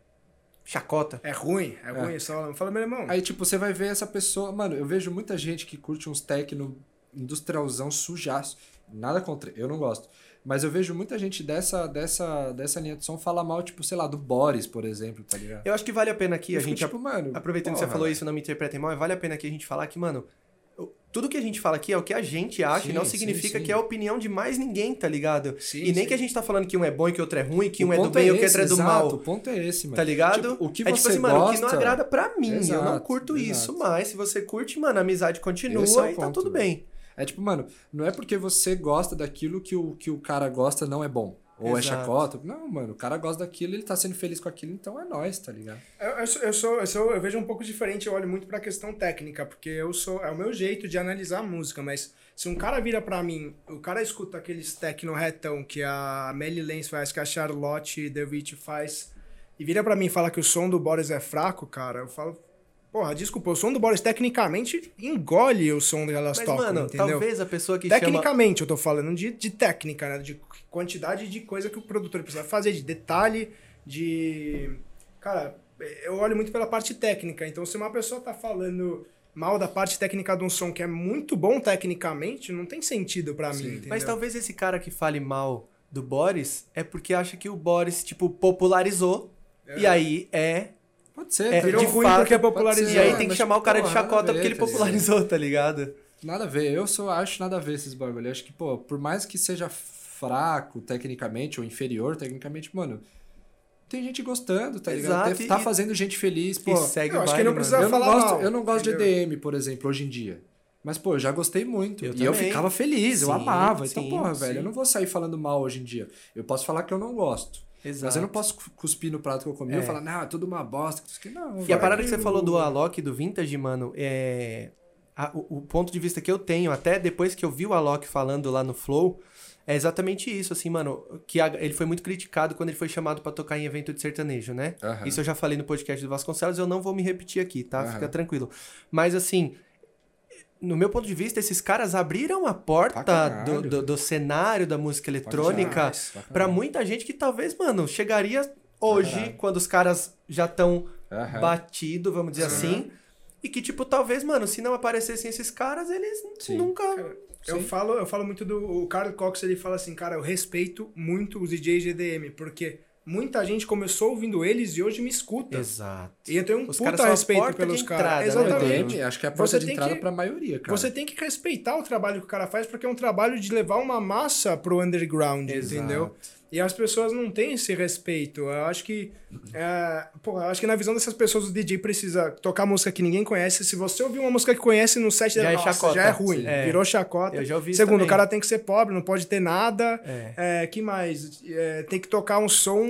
A: Chacota.
C: É ruim,
A: Ah.
C: é, ruim o Solomon. Fala, meu irmão.
B: Aí, tipo, você vai ver essa pessoa. Mano, eu vejo muita gente que curte uns techno industrialzão sujaço. Nada contra, eu não gosto. Mas eu vejo muita gente dessa, dessa, dessa linha de som falar mal, tipo, sei lá, do Boris, por exemplo, tá ligado?
A: Eu acho que vale a pena aqui
B: Eu
A: a
B: fico,
A: gente
B: tipo, mano,
A: Aproveitando que você
B: porra,
A: falou
B: velho.
A: isso, não me interpretem mal, mas vale a pena aqui a gente falar que, mano, o- tudo que a gente fala aqui é o que a gente acha e
B: Sim,
A: não
B: sim,
A: significa
B: sim.
A: que é a opinião de mais ninguém, tá ligado?
C: Sim,
A: e nem
C: sim.
A: que a gente tá falando que um é bom e que o outro é ruim, que
B: O
A: um é do
B: ponto
A: bem e o que
B: esse,
A: outro é do
B: exato,
A: mal.
B: O ponto é esse, mano.
A: Tá ligado?
B: Tipo, o que
A: é tipo
B: você
A: assim, mano, o que não
B: gosta-
A: agrada pra mim. eu não
B: Exato,
A: curto isso,
B: exato.
A: mas se você curte, mano, a amizade
B: Esse é o
A: continua e tá
B: ponto,
A: tudo
B: velho.
A: bem.
B: É tipo, mano, não é porque você gosta daquilo que o, que o cara gosta não é bom. Ou
A: Exato.
B: é chacota. Não, mano, o cara gosta daquilo, ele tá sendo feliz com aquilo, então é nóis, tá ligado?
C: Eu, eu sou, eu, sou, eu, sou- eu vejo um pouco diferente, eu olho muito pra questão técnica, porque eu sou. É o meu jeito de analisar a música, mas se um cara vira pra mim, o cara escuta aqueles techno retão que a Melly Lenz faz, que a Charlotte The Witch faz, e vira pra mim e fala que o som do Boris é fraco, cara, eu falo. Porra, desculpa, o som do Boris tecnicamente engole o som do elas
A: Mas,
C: tocam,
A: mano,
C: entendeu?
A: talvez a pessoa que chama...
C: Tecnicamente, eu tô falando de, de técnica, né? De quantidade de coisa que o produtor precisa fazer, de detalhe, de. Cara, eu olho muito pela parte técnica. Então, se uma pessoa tá falando mal da parte técnica de um som que é muito bom tecnicamente, não tem sentido para mim. Entendeu?
A: Mas tá- talvez esse cara que fale mal do Boris é porque acha que o Boris, tipo, popularizou. É. E aí é
B: Pode ser. É,
A: virou ruim fato, porque popularizou. Ser, e aí tem que chamar o cara porra, de chacota ver, porque ele popularizou, tá ligado?
B: Nada a ver. Eu só acho nada a ver esses bagulho. Eu acho que, pô, por mais que seja fraco tecnicamente ou inferior tecnicamente, mano... Tem gente gostando, tá Exato, ligado? E, tá fazendo gente feliz, pô.
A: segue
C: eu
A: o
C: acho que não precisa mano. falar
B: eu não
C: gosto,
B: mal, Eu não gosto entendeu? de EDM, por exemplo, hoje em dia. Mas, pô, eu já gostei muito. Eu e também. eu ficava feliz, sim, eu amava. Sim, então, porra, sim. velho, eu não vou sair falando mal hoje em dia. Eu posso falar que eu não gosto. Exato. Mas eu não posso cuspir no prato que eu comi é. e falar, não, é tudo uma bosta. Não,
A: e a parada que, que você falou do Alok do Vintage, mano, é. A, o, o, ponto de vista que eu tenho, até depois que eu vi o Alok falando lá no Flow, é exatamente isso, assim, mano. Que a, ele foi muito criticado quando ele foi chamado para tocar em evento de sertanejo, né? Uhum. Isso eu já falei no podcast do Vasconcelos, eu não vou me repetir aqui, tá? Uhum. Fica tranquilo. Mas assim, no meu ponto de vista, esses caras abriram a porta caralho, do, do, do, cenário da música eletrônica para muita gente que talvez, mano, chegaria hoje, caralho. quando os caras já estão uhum. batido, vamos dizer Sim. assim. E que, tipo, talvez, mano, se não aparecessem esses caras, eles Sim. nunca. Cara,
C: eu falo, eu falo muito do. O Carl Cox ele fala assim, cara, eu respeito muito os DJs de EDM, porque muita gente começou ouvindo eles e hoje me escuta.
A: Exato.
C: E eu tenho um Os puta respeito pelos caras. Exatamente.
B: Né? Acho que é a porta você de entrada que, pra maioria, cara.
C: Você tem que respeitar o trabalho que o cara faz, porque é um trabalho de levar uma massa pro underground, Exato. entendeu? E as pessoas não têm esse respeito. Eu acho que. É, porra, eu acho que na visão dessas pessoas, o DJ precisa tocar música que ninguém conhece. Se você ouvir uma música que conhece no set
A: já, é, chacota,
C: já é ruim, é. virou chacota.
A: Eu já ouvi
C: Segundo,
A: também.
C: o cara tem que ser pobre, não pode ter nada. É. que mais? tem que tocar um som.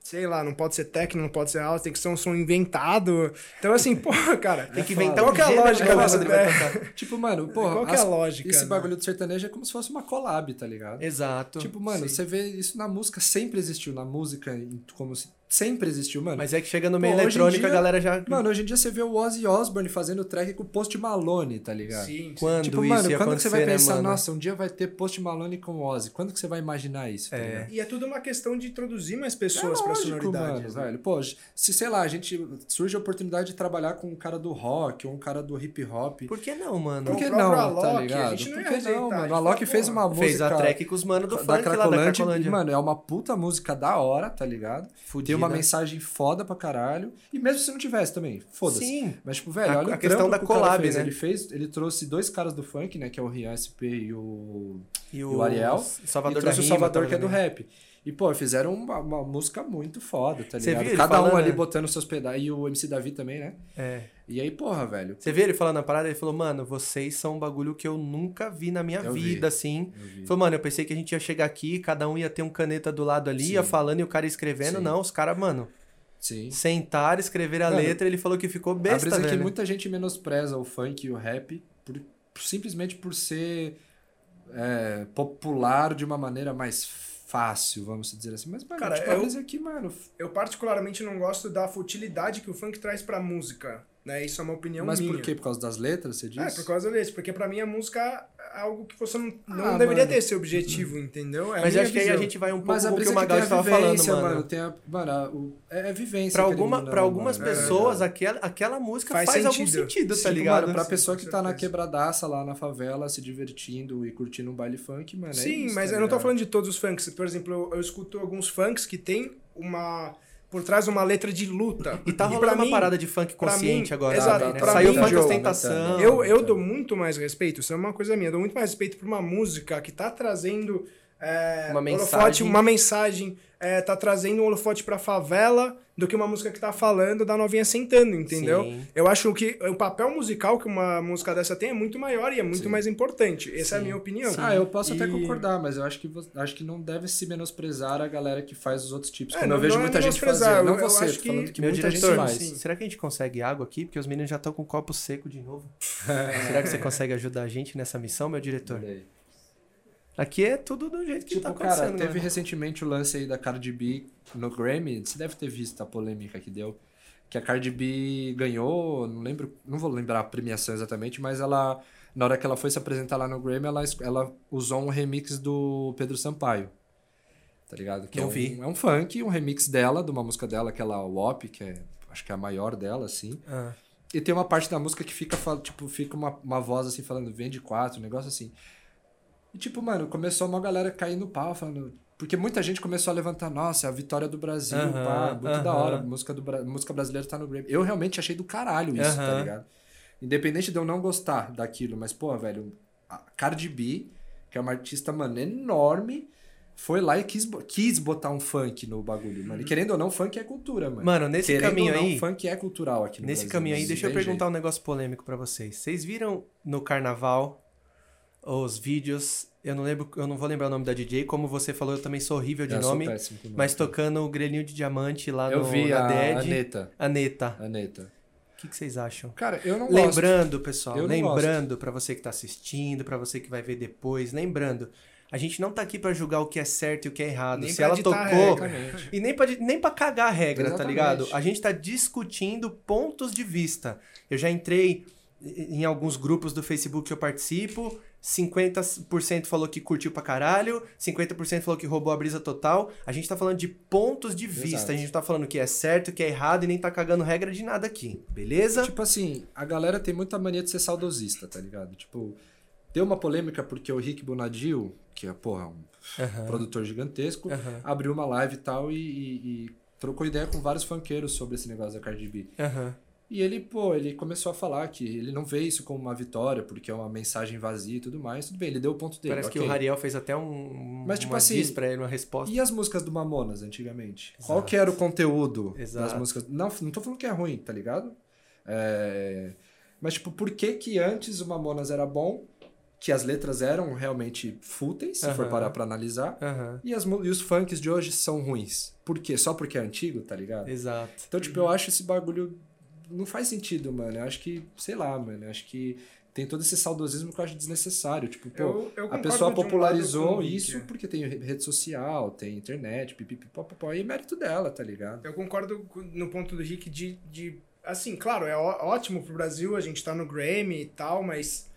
C: Sei lá, não pode ser técnico, não pode ser house, tem que ser um som inventado. Então, assim, porra, cara.
A: tem que inventar
C: Qual que é a lógica
B: né? Você, Tipo, mano, porra.
C: Qual que é a lógica?
B: Esse né? bagulho do sertanejo é como se fosse uma collab, tá ligado?
A: É. Exato.
B: Tipo, mano, Sim. você vê isso na música, sempre existiu. Na música, como se. Sempre existiu, mano.
A: Mas é que chega no meio Pô, eletrônico dia, a galera já.
B: Mano, hoje em dia você vê o Ozzy Osbourne fazendo track com o Post Malone, tá ligado?
A: Sim. sim. É. Quando
B: tipo,
A: isso
B: mano, quando
A: você
B: vai pensar,
A: né,
B: nossa, um dia vai ter Post Malone com o Ozzy? Quando que você vai imaginar isso?
C: É. Tá e é tudo uma questão de introduzir mais pessoas é pra sonoridade.
B: Mano, né? velho. Pô, se sei lá, a gente surge a oportunidade de trabalhar com um cara do rock ou um cara do hip hop.
A: Por que não, mano?
B: Por que não, Alok, tá ligado? A gente não Por que não, rejeitar, mano? A Alok fez uma música.
A: Fez a track com os manos do funk lá da Cracolândia.
B: Mano, é uma puta música da hora, tá ligado? Fudida uma mensagem foda pra caralho. E mesmo se não tivesse também, foda-se.
A: Sim.
B: Mas, tipo, velho, a, olha
A: a questão da
B: que
A: collab,
B: fez.
A: né?
B: Ele fez, ele trouxe dois caras do funk, né? Que é o Rian SP e o, e o, e o Ariel.
A: Salvador
B: e trouxe
A: Rima,
B: o Salvador,
A: tá
B: que é do
A: também.
B: rap. E, pô, fizeram uma, uma, música muito foda, tá
A: Cê
B: ligado?
A: Viu
B: Cada
A: falando,
B: um ali
A: né?
B: botando seus pedaços. E o MC Davi também, né?
A: É.
B: E aí, porra, velho.
A: Você viu ele falando na parada? Ele falou, mano, vocês são um bagulho que eu nunca vi na minha
B: eu
A: vida,
B: vi.
A: assim. Falou, mano, eu pensei que a gente ia chegar aqui, cada um ia ter um caneta do lado ali, Sim. ia falando e o cara escrevendo. Sim. Não, os caras, mano.
B: Sim.
A: Sentar, escrever a
B: Mano,
A: letra, ele falou que ficou besta,
B: A brisa
A: velho.
B: é que muita gente menospreza o funk e o rap por, por- simplesmente por ser é, popular de uma maneira mais fácil, vamos dizer assim. Mas, mano,
C: Cara,
B: tipo, a
A: um
C: eu-
B: brisa é que, mano...
C: Eu particularmente não gosto da futilidade que o funk traz pra música. Né? Isso é uma
A: um
C: opinião
B: Mas
C: minha.
B: por quê? Por causa das letras, você diz?
C: É, por causa disso. Porque pra mim a música é algo que você não, não
B: Ah,
C: deveria
B: mano.
C: ter esse objetivo, entendeu? É a
A: Mas
C: minha
A: acho que aí a
C: visão.
A: gente vai um pouco
B: Mas a
A: do que
B: brisa
A: o
B: é que tem
A: Magal
B: a
A: estava falando,
B: vivência,
A: mano.
B: mano. Tem a, mano a- o- é, é vivência.
A: Pra,
B: querendo
A: alguma,
B: ou não,
A: pra algumas
B: mano. É,
A: pessoas, aquela, aquela música faz,
C: Faz
A: algum
C: sentido.
A: sentido, tá
B: Tipo,
A: ligado?
B: Mano, pra
C: Sim,
B: pessoa
C: com
B: que tá na
C: certeza.
B: quebradaça lá na favela, se divertindo e curtindo um baile funk, mano. é
A: né?
C: Sim,
B: isso,
C: mas
B: tá
C: eu não tô
B: ligado?
C: falando de todos os funks. Por exemplo, eu, eu escuto alguns funks que tem uma. por trás uma letra de luta.
A: E tá rolando
C: pra
A: uma
C: mim,
A: parada de funk
C: pra
A: consciente
C: mim-
A: agora.
C: exato,
A: também, né?
C: pra
A: Saiu
C: mim,
A: funk
C: Joe,
A: ostentação.
B: né,
C: Eu, eu
B: Então.
C: dou muito mais respeito, isso é uma coisa minha, eu dou muito mais respeito pra uma música que tá trazendo é,
A: Uma
C: holofote,
A: mensagem.
C: uma mensagem, é, tá trazendo um holofote pra favela do que uma música que tá falando da novinha sentando, entendeu?
A: Sim.
C: Eu acho que o papel musical que uma música dessa tem é muito maior e é muito
B: Sim.
C: mais importante. Essa é a minha opinião.
B: Ah, eu posso até
C: E-
B: concordar, mas eu acho que vo- acho que não deve se menosprezar a galera que faz os outros tipos.
C: É,
B: como
C: não-
B: eu vejo
C: não é
B: muita gente
C: menosprezar,
B: fazer. Não
C: eu- eu
B: você,
C: acho
B: tô falando
C: que-
B: que
A: Meu
B: muita gente
A: diretor,
B: faz.
C: sim.
A: será que a gente consegue água aqui? Porque os meninos já estão com o copo seco de novo. será que você consegue ajudar a gente nessa missão, meu diretor?
B: Olha aí.
A: Aqui é tudo do jeito que
B: Tipo,
A: tá
B: cara,
A: acontecendo.
B: teve
A: né?
B: recentemente o lance aí da Cardi B no Grammy. Você deve ter visto a polêmica que deu. Que a Cardi B ganhou, não lembro, não vou lembrar a premiação exatamente, mas ela, na hora que ela foi se apresentar lá no Grammy, ela, es- ela usou um remix do Pedro Sampaio. tá ligado? Que
A: Não
B: é um,
A: vi.
B: é um funk, um remix dela, de uma música dela, aquela WAP, que é, acho que é a maior dela, assim.
A: Ah,
B: E tem uma parte da música que fica, fal- tipo, fica uma, uma voz assim falando, vende quatro, um negócio assim. E tipo, mano, começou uma galera a cair no pau, falando. Porque muita gente começou a levantar, nossa, é a vitória do Brasil,
A: Aham,
B: pá, muito da hora,
A: aham.
B: música, do, Bra- música brasileira tá no Grammy. Eu realmente achei do caralho isso, tá
A: Aham.
B: ligado? Independente de eu não gostar daquilo, mas, pô, velho, a Cardi B, que é uma artista, mano, enorme, foi lá e quis, bo- quis botar um funk no bagulho, mano. E querendo ou não, funk é cultura, mano.
A: Uhum. Mano, nesse
B: Querendo
A: caminho
B: ou não,
A: aí-
B: funk é cultural aqui no
A: Nesse
B: Brasil,
A: caminho aí,
B: não
A: deixa eu
B: tem jeito.
A: perguntar um negócio polêmico pra vocês. Vocês viram no carnaval os vídeos? Eu não lembro, eu não vou lembrar o nome da DJ, como você falou, eu também sou horrível de
B: Eu É, sou
A: nome,
B: péssimo com nome.
A: mas tocando o grelhinho de diamante lá
B: eu
A: no
B: vi
A: na
B: a
A: Dead.
B: Aneta.
A: Aneta.
B: Aneta.
A: O que, que vocês acham?
B: Cara, eu não gosto.
A: Lembrando, pessoal,
B: Eu não
A: lembrando pra você que tá assistindo, pra você que vai ver depois, lembrando, a gente não tá aqui pra julgar o que é certo e o que é errado.
C: Nem
A: Se
C: pra
A: ela
C: editar
A: tocou,
C: a
B: Exatamente.
A: E nem pra, nem pra cagar a regra,
B: Exatamente.
A: tá ligado? A gente tá discutindo pontos de vista. Eu já entrei em alguns grupos do Facebook que eu participo, 50% falou que curtiu pra caralho, 50% falou que roubou a brisa total. A gente tá falando de pontos de vista,
B: Exato.
A: a gente tá falando o que é certo, o que é errado e nem tá cagando regra de nada aqui, beleza?
B: Tipo assim, a galera tem muita mania de ser saudosista, tá ligado? Tipo, deu uma polêmica porque o Rick Bonadil, que é, porra, um produtor gigantesco,
A: Aham.
B: abriu uma live e tal e, e- e trocou ideia com vários funkeiros sobre esse negócio da Cardi B.
A: Aham.
B: E ele, pô, ele começou a falar que ele não vê isso como uma vitória, porque é uma mensagem vazia e tudo mais. Tudo bem, ele deu o ponto dele.
A: Parece que
B: ok.
A: o Rariel fez até um
B: Mas, tipo
A: uma
B: assim,
A: diz pra ele, uma resposta.
B: E as músicas do Mamonas, antigamente?
A: Exato.
B: Qual que era o conteúdo das
A: Exato.
B: músicas? Não, não tô falando que é ruim, tá ligado? É, Mas, tipo, por que que antes o Mamonas era bom, que as letras eram realmente fúteis, se for
A: Aham.
B: parar pra analisar,
A: Aham.
B: e, as mu- e os funks de hoje são ruins? Por quê? Só porque é antigo, tá ligado?
A: Exato.
B: Então, tipo, eu acho esse bagulho. Não faz sentido, mano. Eu acho que, sei lá, mano. Eu acho que tem todo esse saudosismo que eu acho desnecessário. Tipo, pô,
C: Eu, eu
B: a
C: concordo
B: pessoa
C: de um lado com
B: popularizou
C: o Vicky.
B: isso porque tem re- rede social, tem internet, pipipipopopó, e é mérito dela, tá ligado?
C: Eu concordo com- no ponto do Rick de. de assim, claro, é ó- ótimo pro Brasil, a gente tá no Grammy e tal, mas.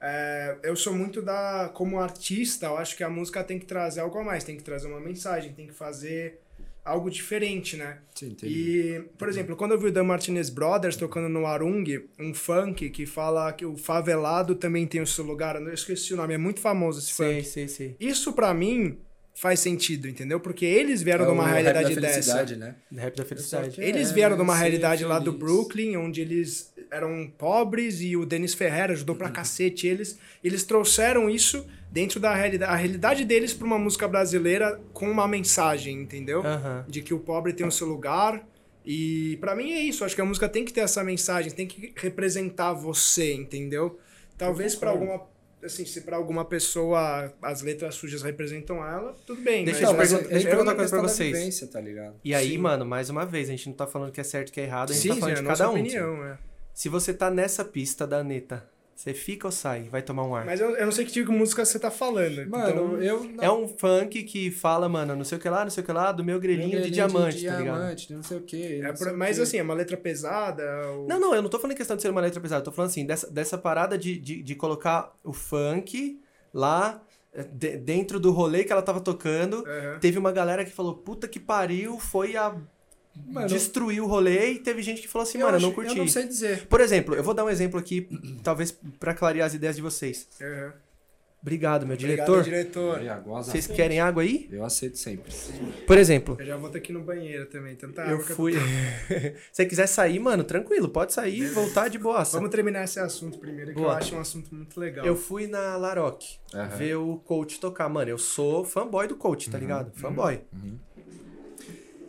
C: é, eu sou muito da. Como artista, eu acho que a música tem que trazer algo a mais, tem que trazer uma mensagem, tem que fazer algo diferente, né?
B: Sim,
C: E, por exemplo, quando eu vi o Dan Martinez Brothers tocando no Arung, um funk que fala que o favelado também tem o seu lugar, eu esqueci o nome, é muito famoso esse funk.
A: Sei, sei, sei.
C: Isso pra mim faz sentido, entendeu? Porque eles
B: É
C: vieram de uma realidade dessa.
B: né?
A: Rap da felicidade.
B: É,
C: Eles vieram de uma
B: ser
C: realidade lá do
B: feliz.
C: Brooklyn, onde eles eram pobres e o Denis Ferreira ajudou
A: Uhum.
C: pra cacete eles. Eles trouxeram isso dentro da realidade, a realidade deles pra uma música brasileira com uma mensagem, entendeu?
A: Aham.
C: De que o pobre tem o seu lugar. E pra mim é isso, acho que a música tem que ter essa mensagem, tem que representar você, entendeu? Talvez pra alguma assim, se pra alguma pessoa as letras sujas representam ela, tudo bem,
A: Deixa
C: mas
A: eu
B: mas
A: pergun-
B: é-
A: deixa eu
B: é
A: perguntar
B: uma
A: uma coisa pra
B: questão da
A: vocês.
B: vivência, tá ligado?
A: E aí, mano, mais uma vez, a gente não tá falando que é certo, que é errado, a gente
C: Sim,
A: tá falando
C: é
A: de
C: a nossa
A: cada um.
C: opinião, é.
A: Se você tá nessa pista da Anitta, você fica ou sai? Vai tomar um ar.
C: Mas eu, eu não sei que tipo de música você tá falando.
B: Mano,
C: então,
B: eu. não-
A: É um funk que fala, mano, não sei o que lá, não sei o que lá, do meu grelhinho, de, diamante, tá ligado?
B: diamante, não sei o quê.
C: é
B: não sei
C: pra-
B: o
C: mas
B: quê.
C: assim, é uma letra pesada. ou-
A: Não, não, eu não tô falando em questão de ser uma letra pesada, eu tô falando assim, dessa, dessa parada de, de, de colocar o funk lá eh, de- dentro do rolê que ela tava tocando.
C: Aham.
A: Teve uma galera que falou, puta que pariu, foi a.
B: Mano,
A: destruiu o rolê e teve gente que falou assim,
B: eu
A: mano,
B: acho-
A: eu não curti.
B: Eu não sei dizer.
A: Por exemplo, eu vou dar um exemplo aqui, talvez pra clarear as ideias de vocês.
C: Aham.
A: Obrigado, meu
C: Obrigado,
A: diretor.
C: diretor.
A: Vocês querem água aí?
B: Eu aceito sempre.
A: Por exemplo,
C: Eu já vou ter que ir no banheiro também. então tá, Tanta
A: eu
C: É, água que
A: fui. Se você quiser sair, mano, tranquilo, pode sair e voltar de boa.
C: Vamos terminar esse assunto primeiro, que eu
A: Boa.
C: acho um assunto muito legal.
A: Eu fui na Laroque
B: Então. Aham. Uhum.
A: ver o coach tocar. Mano, eu sou fanboy do coach, tá ligado? Fanboy.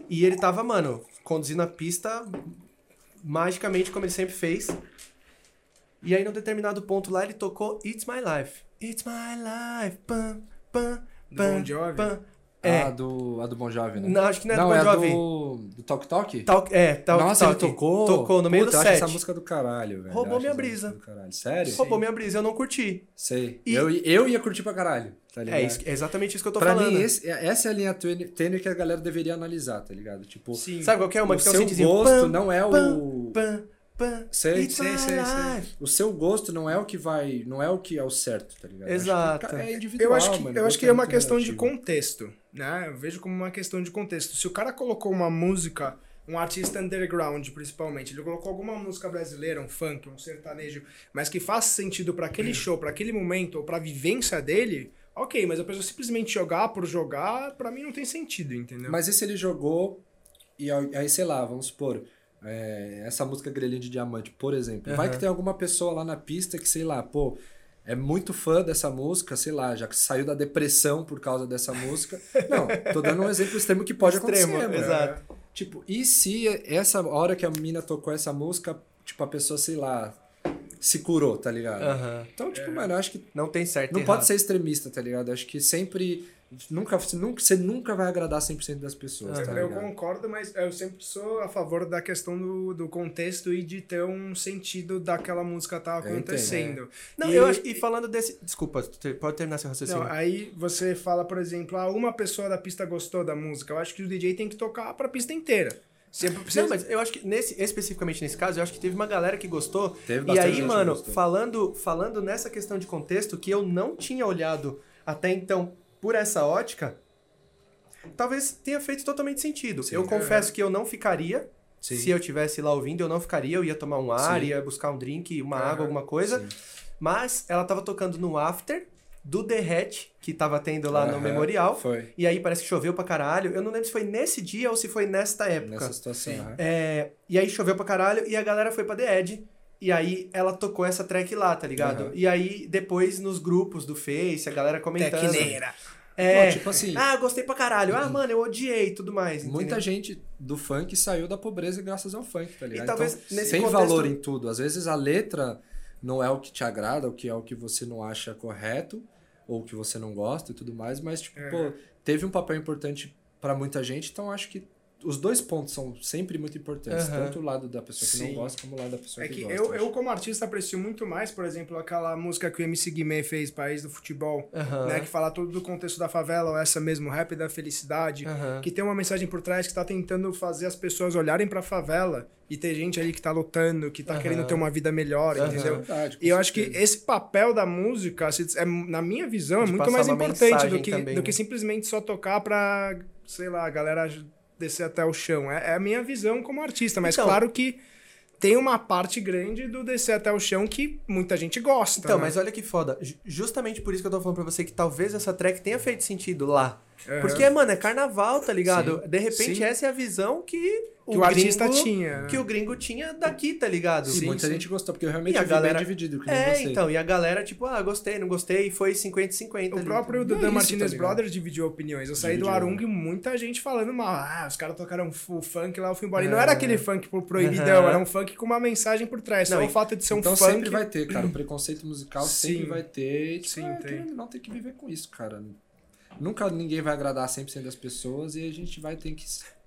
A: E ele tava, mano, conduzindo a pista magicamente, como ele sempre fez. E aí, num determinado ponto lá, ele tocou It's My Life. It's My Life. Pam, pam,
C: Do
A: pam.
C: Bon Jovi?
A: pam. É,
B: A Ah, do, a do Bon Jovi, né?
A: Não, acho que não é do
B: não
A: Bon
B: é a
A: Jovi.
B: do, do Talk Talk?
A: Talk- é, Talk
B: Nossa,
A: Talk.
B: ele tocou.
A: Tocou no meio do
B: Puta, eu acho
A: set.
B: essa música é do caralho, velho.
A: Roubou
B: Eu acho
A: minha
B: essa
A: brisa.
B: música do caralho. Sério?
A: Roubou minha brisa, eu não curti.
B: Sei.
A: E-
B: Eu, eu ia curtir pra caralho, tá ligado?
A: É, isso- é exatamente isso que eu tô
B: pra
A: falando.
B: mim, esse- essa é a linha tênue tênue que a galera deveria analisar, tá ligado? Tipo,
C: Sim.
A: Sabe qual que é uma
B: o
A: que tem um
B: seu
A: synthzinho?
B: gosto
A: Pam,
B: não é o...
A: pam, pam, pã,
B: Sei,
A: it's
B: sei,
A: my
B: sei, sei.
A: life.
B: O seu gosto não é o que vai. Não é o que é o certo, tá ligado?
A: Exato.
B: Acho que É individual.
C: Eu acho que,
B: mano.
C: eu
B: Gosto
C: acho que é uma
B: muito
C: questão de
B: relativo.
C: contexto, né? Eu vejo como uma questão de contexto. Se o cara colocou uma música, um artista underground principalmente, ele colocou alguma música brasileira, um funk, um sertanejo, mas que faça sentido pra aquele show, pra aquele momento ou pra vivência dele, ok, mas a pessoa simplesmente jogar por jogar, pra mim não tem sentido, entendeu?
B: Mas e se ele jogou e aí, aí, sei lá, vamos supor, é, essa música Grelhinho de Diamante, por exemplo. Vai
A: Aham.
B: que tem alguma pessoa lá na pista que, sei lá, pô, é muito fã dessa música, sei lá, já que saiu da depressão por causa dessa música. Não, tô dando um exemplo extremo que pode
A: Extremo,
B: acontecer, mano.
A: exato.
B: Tipo, e se essa hora que a menina tocou essa música, tipo, a pessoa, sei lá, se curou, tá ligado?
A: Aham. É.
B: Então, tipo, mano, eu acho que
A: Não tem certo. e
B: não
A: errado.
B: pode ser extremista, tá ligado? Acho que sempre. Nunca, você nunca, você nunca vai agradar 100% das pessoas, tá
C: eu
B: ligado?
C: concordo, mas eu sempre sou a favor da questão do, do contexto e de ter um sentido daquela música estar
B: entendo, é.
C: acontecendo.
A: Não,
C: E-
A: eu acho. E falando desse. Desculpa, tu- pode terminar seu raciocínio.
C: Não, aí você fala, por exemplo, ah, uma pessoa da pista gostou da música. Eu acho que o DJ tem que tocar pra pista inteira. Sempre precisa.
A: Ah, Não, mas eu acho que nesse, especificamente nesse caso, eu acho que teve uma galera que gostou.
B: Teve
A: e
B: bastante
A: aí,
B: gente que
A: mano,
B: gostou.
A: falando, falando nessa questão de contexto que eu não tinha olhado até então por essa ótica, talvez tenha feito totalmente sentido.
B: Sim.
A: eu confesso que eu não ficaria.
B: Sim.
A: Se eu tivesse lá ouvindo, eu não ficaria, eu ia tomar um ar,
B: Sim.
A: ia buscar um drink, uma
C: Aham.
A: água, alguma coisa.
B: Sim.
A: Mas ela tava tocando no after do Derrete, que tava tendo lá no
B: Aham,
A: memorial.
B: Foi.
A: E aí parece que choveu pra caralho. Eu não lembro se foi nesse dia ou se foi nesta época.
B: Nessa situação. aham.
A: É, e aí choveu pra caralho e a galera foi pra The Edge. E aí ela tocou essa track lá, tá ligado?
B: Aham.
A: E aí depois nos grupos do Face, a galera comentando.
C: Tecneira.
A: É.
B: Pô, tipo assim,
A: Ah, gostei pra caralho. Ah, mano, eu odiei e tudo mais.
B: muita
A: entendeu?
B: gente do funk saiu da pobreza graças ao funk, tá ligado?
A: E talvez
B: então,
A: nesse
B: tem
A: contexto-
B: valor em tudo. Às vezes a letra não é o que te agrada, o que é o que você não acha correto, ou o que você não gosta e tudo mais, mas, tipo,
C: É.
B: pô, teve um papel importante pra muita gente, então acho que os dois pontos são sempre muito importantes,
A: Aham.
B: tanto o lado da pessoa que
C: Sim.
B: não gosta como o lado da pessoa
C: É
B: que,
C: que
B: gosta.
C: eu,
B: acho.
C: eu, como artista, aprecio muito mais, por exemplo, aquela música que o MC Guimê fez, País do Futebol,
A: Aham.
C: né? Que fala todo do contexto da favela, ou essa mesmo, Rap da Felicidade.
A: Aham.
C: Que tem uma mensagem por trás que tá tentando fazer as pessoas olharem pra favela e ter gente ali que tá lutando, que tá
A: Aham.
C: querendo ter uma vida melhor,
A: Aham.
B: É
C: entendeu?
B: verdade, com
C: E eu acho que
B: certeza.
C: esse papel da música, se- é, na minha visão, é
A: De
C: muito
A: passar
C: mais
A: uma
C: importante do
A: mensagem
C: que,
A: também,
C: do
A: né?
C: que simplesmente só tocar pra, sei lá, a galera descer até o chão. É, é a minha visão como artista, mas
A: Então.
C: claro que tem uma parte grande do descer até o chão que muita gente gosta.
A: Então,
C: né?
A: mas olha que foda. Ju- Justamente por isso que eu tô falando pra você que talvez essa track tenha feito sentido lá.
C: Aham.
A: Porque, mano, é carnaval, tá ligado? De repente,
C: Sim.
A: essa é a visão que o,
C: Que o artista
A: gringo-
C: tinha, né?
A: Que o gringo tinha daqui, tá ligado?
B: Sim, muita gente gostou, porque eu
A: E
B: realmente
A: a
B: vi bem
A: galera-
B: dividido. Que nem
A: É,
B: você.
A: então, e a galera, tipo, ah, gostei, não gostei, e tá foi 50-50.
C: O
A: ali,
C: próprio
A: entendeu?
C: Dudan
B: isso,
C: Martinez
B: tá
A: né?
B: ligado?
C: Brothers dividiu opiniões. Eu saí do
B: Dividiu.
C: Arung e muita gente falando mal. Ah, os caras tocaram fu- o funk lá, o fui embora. E não
A: É.
C: era aquele funk pro proibidão,
A: Aham.
C: era um funk com uma mensagem por trás.
A: Não,
C: só
A: e-
C: o fato de ser um
B: Então
C: funk.
B: sempre vai ter, cara. O preconceito musical sempre
C: Sim.
B: vai ter. e, Tipo,
C: Sim,
B: é,
C: tem.
B: querendo ou não tem que viver com isso, cara. Nunca ninguém vai agradar 100% das pessoas e a gente vai ter que.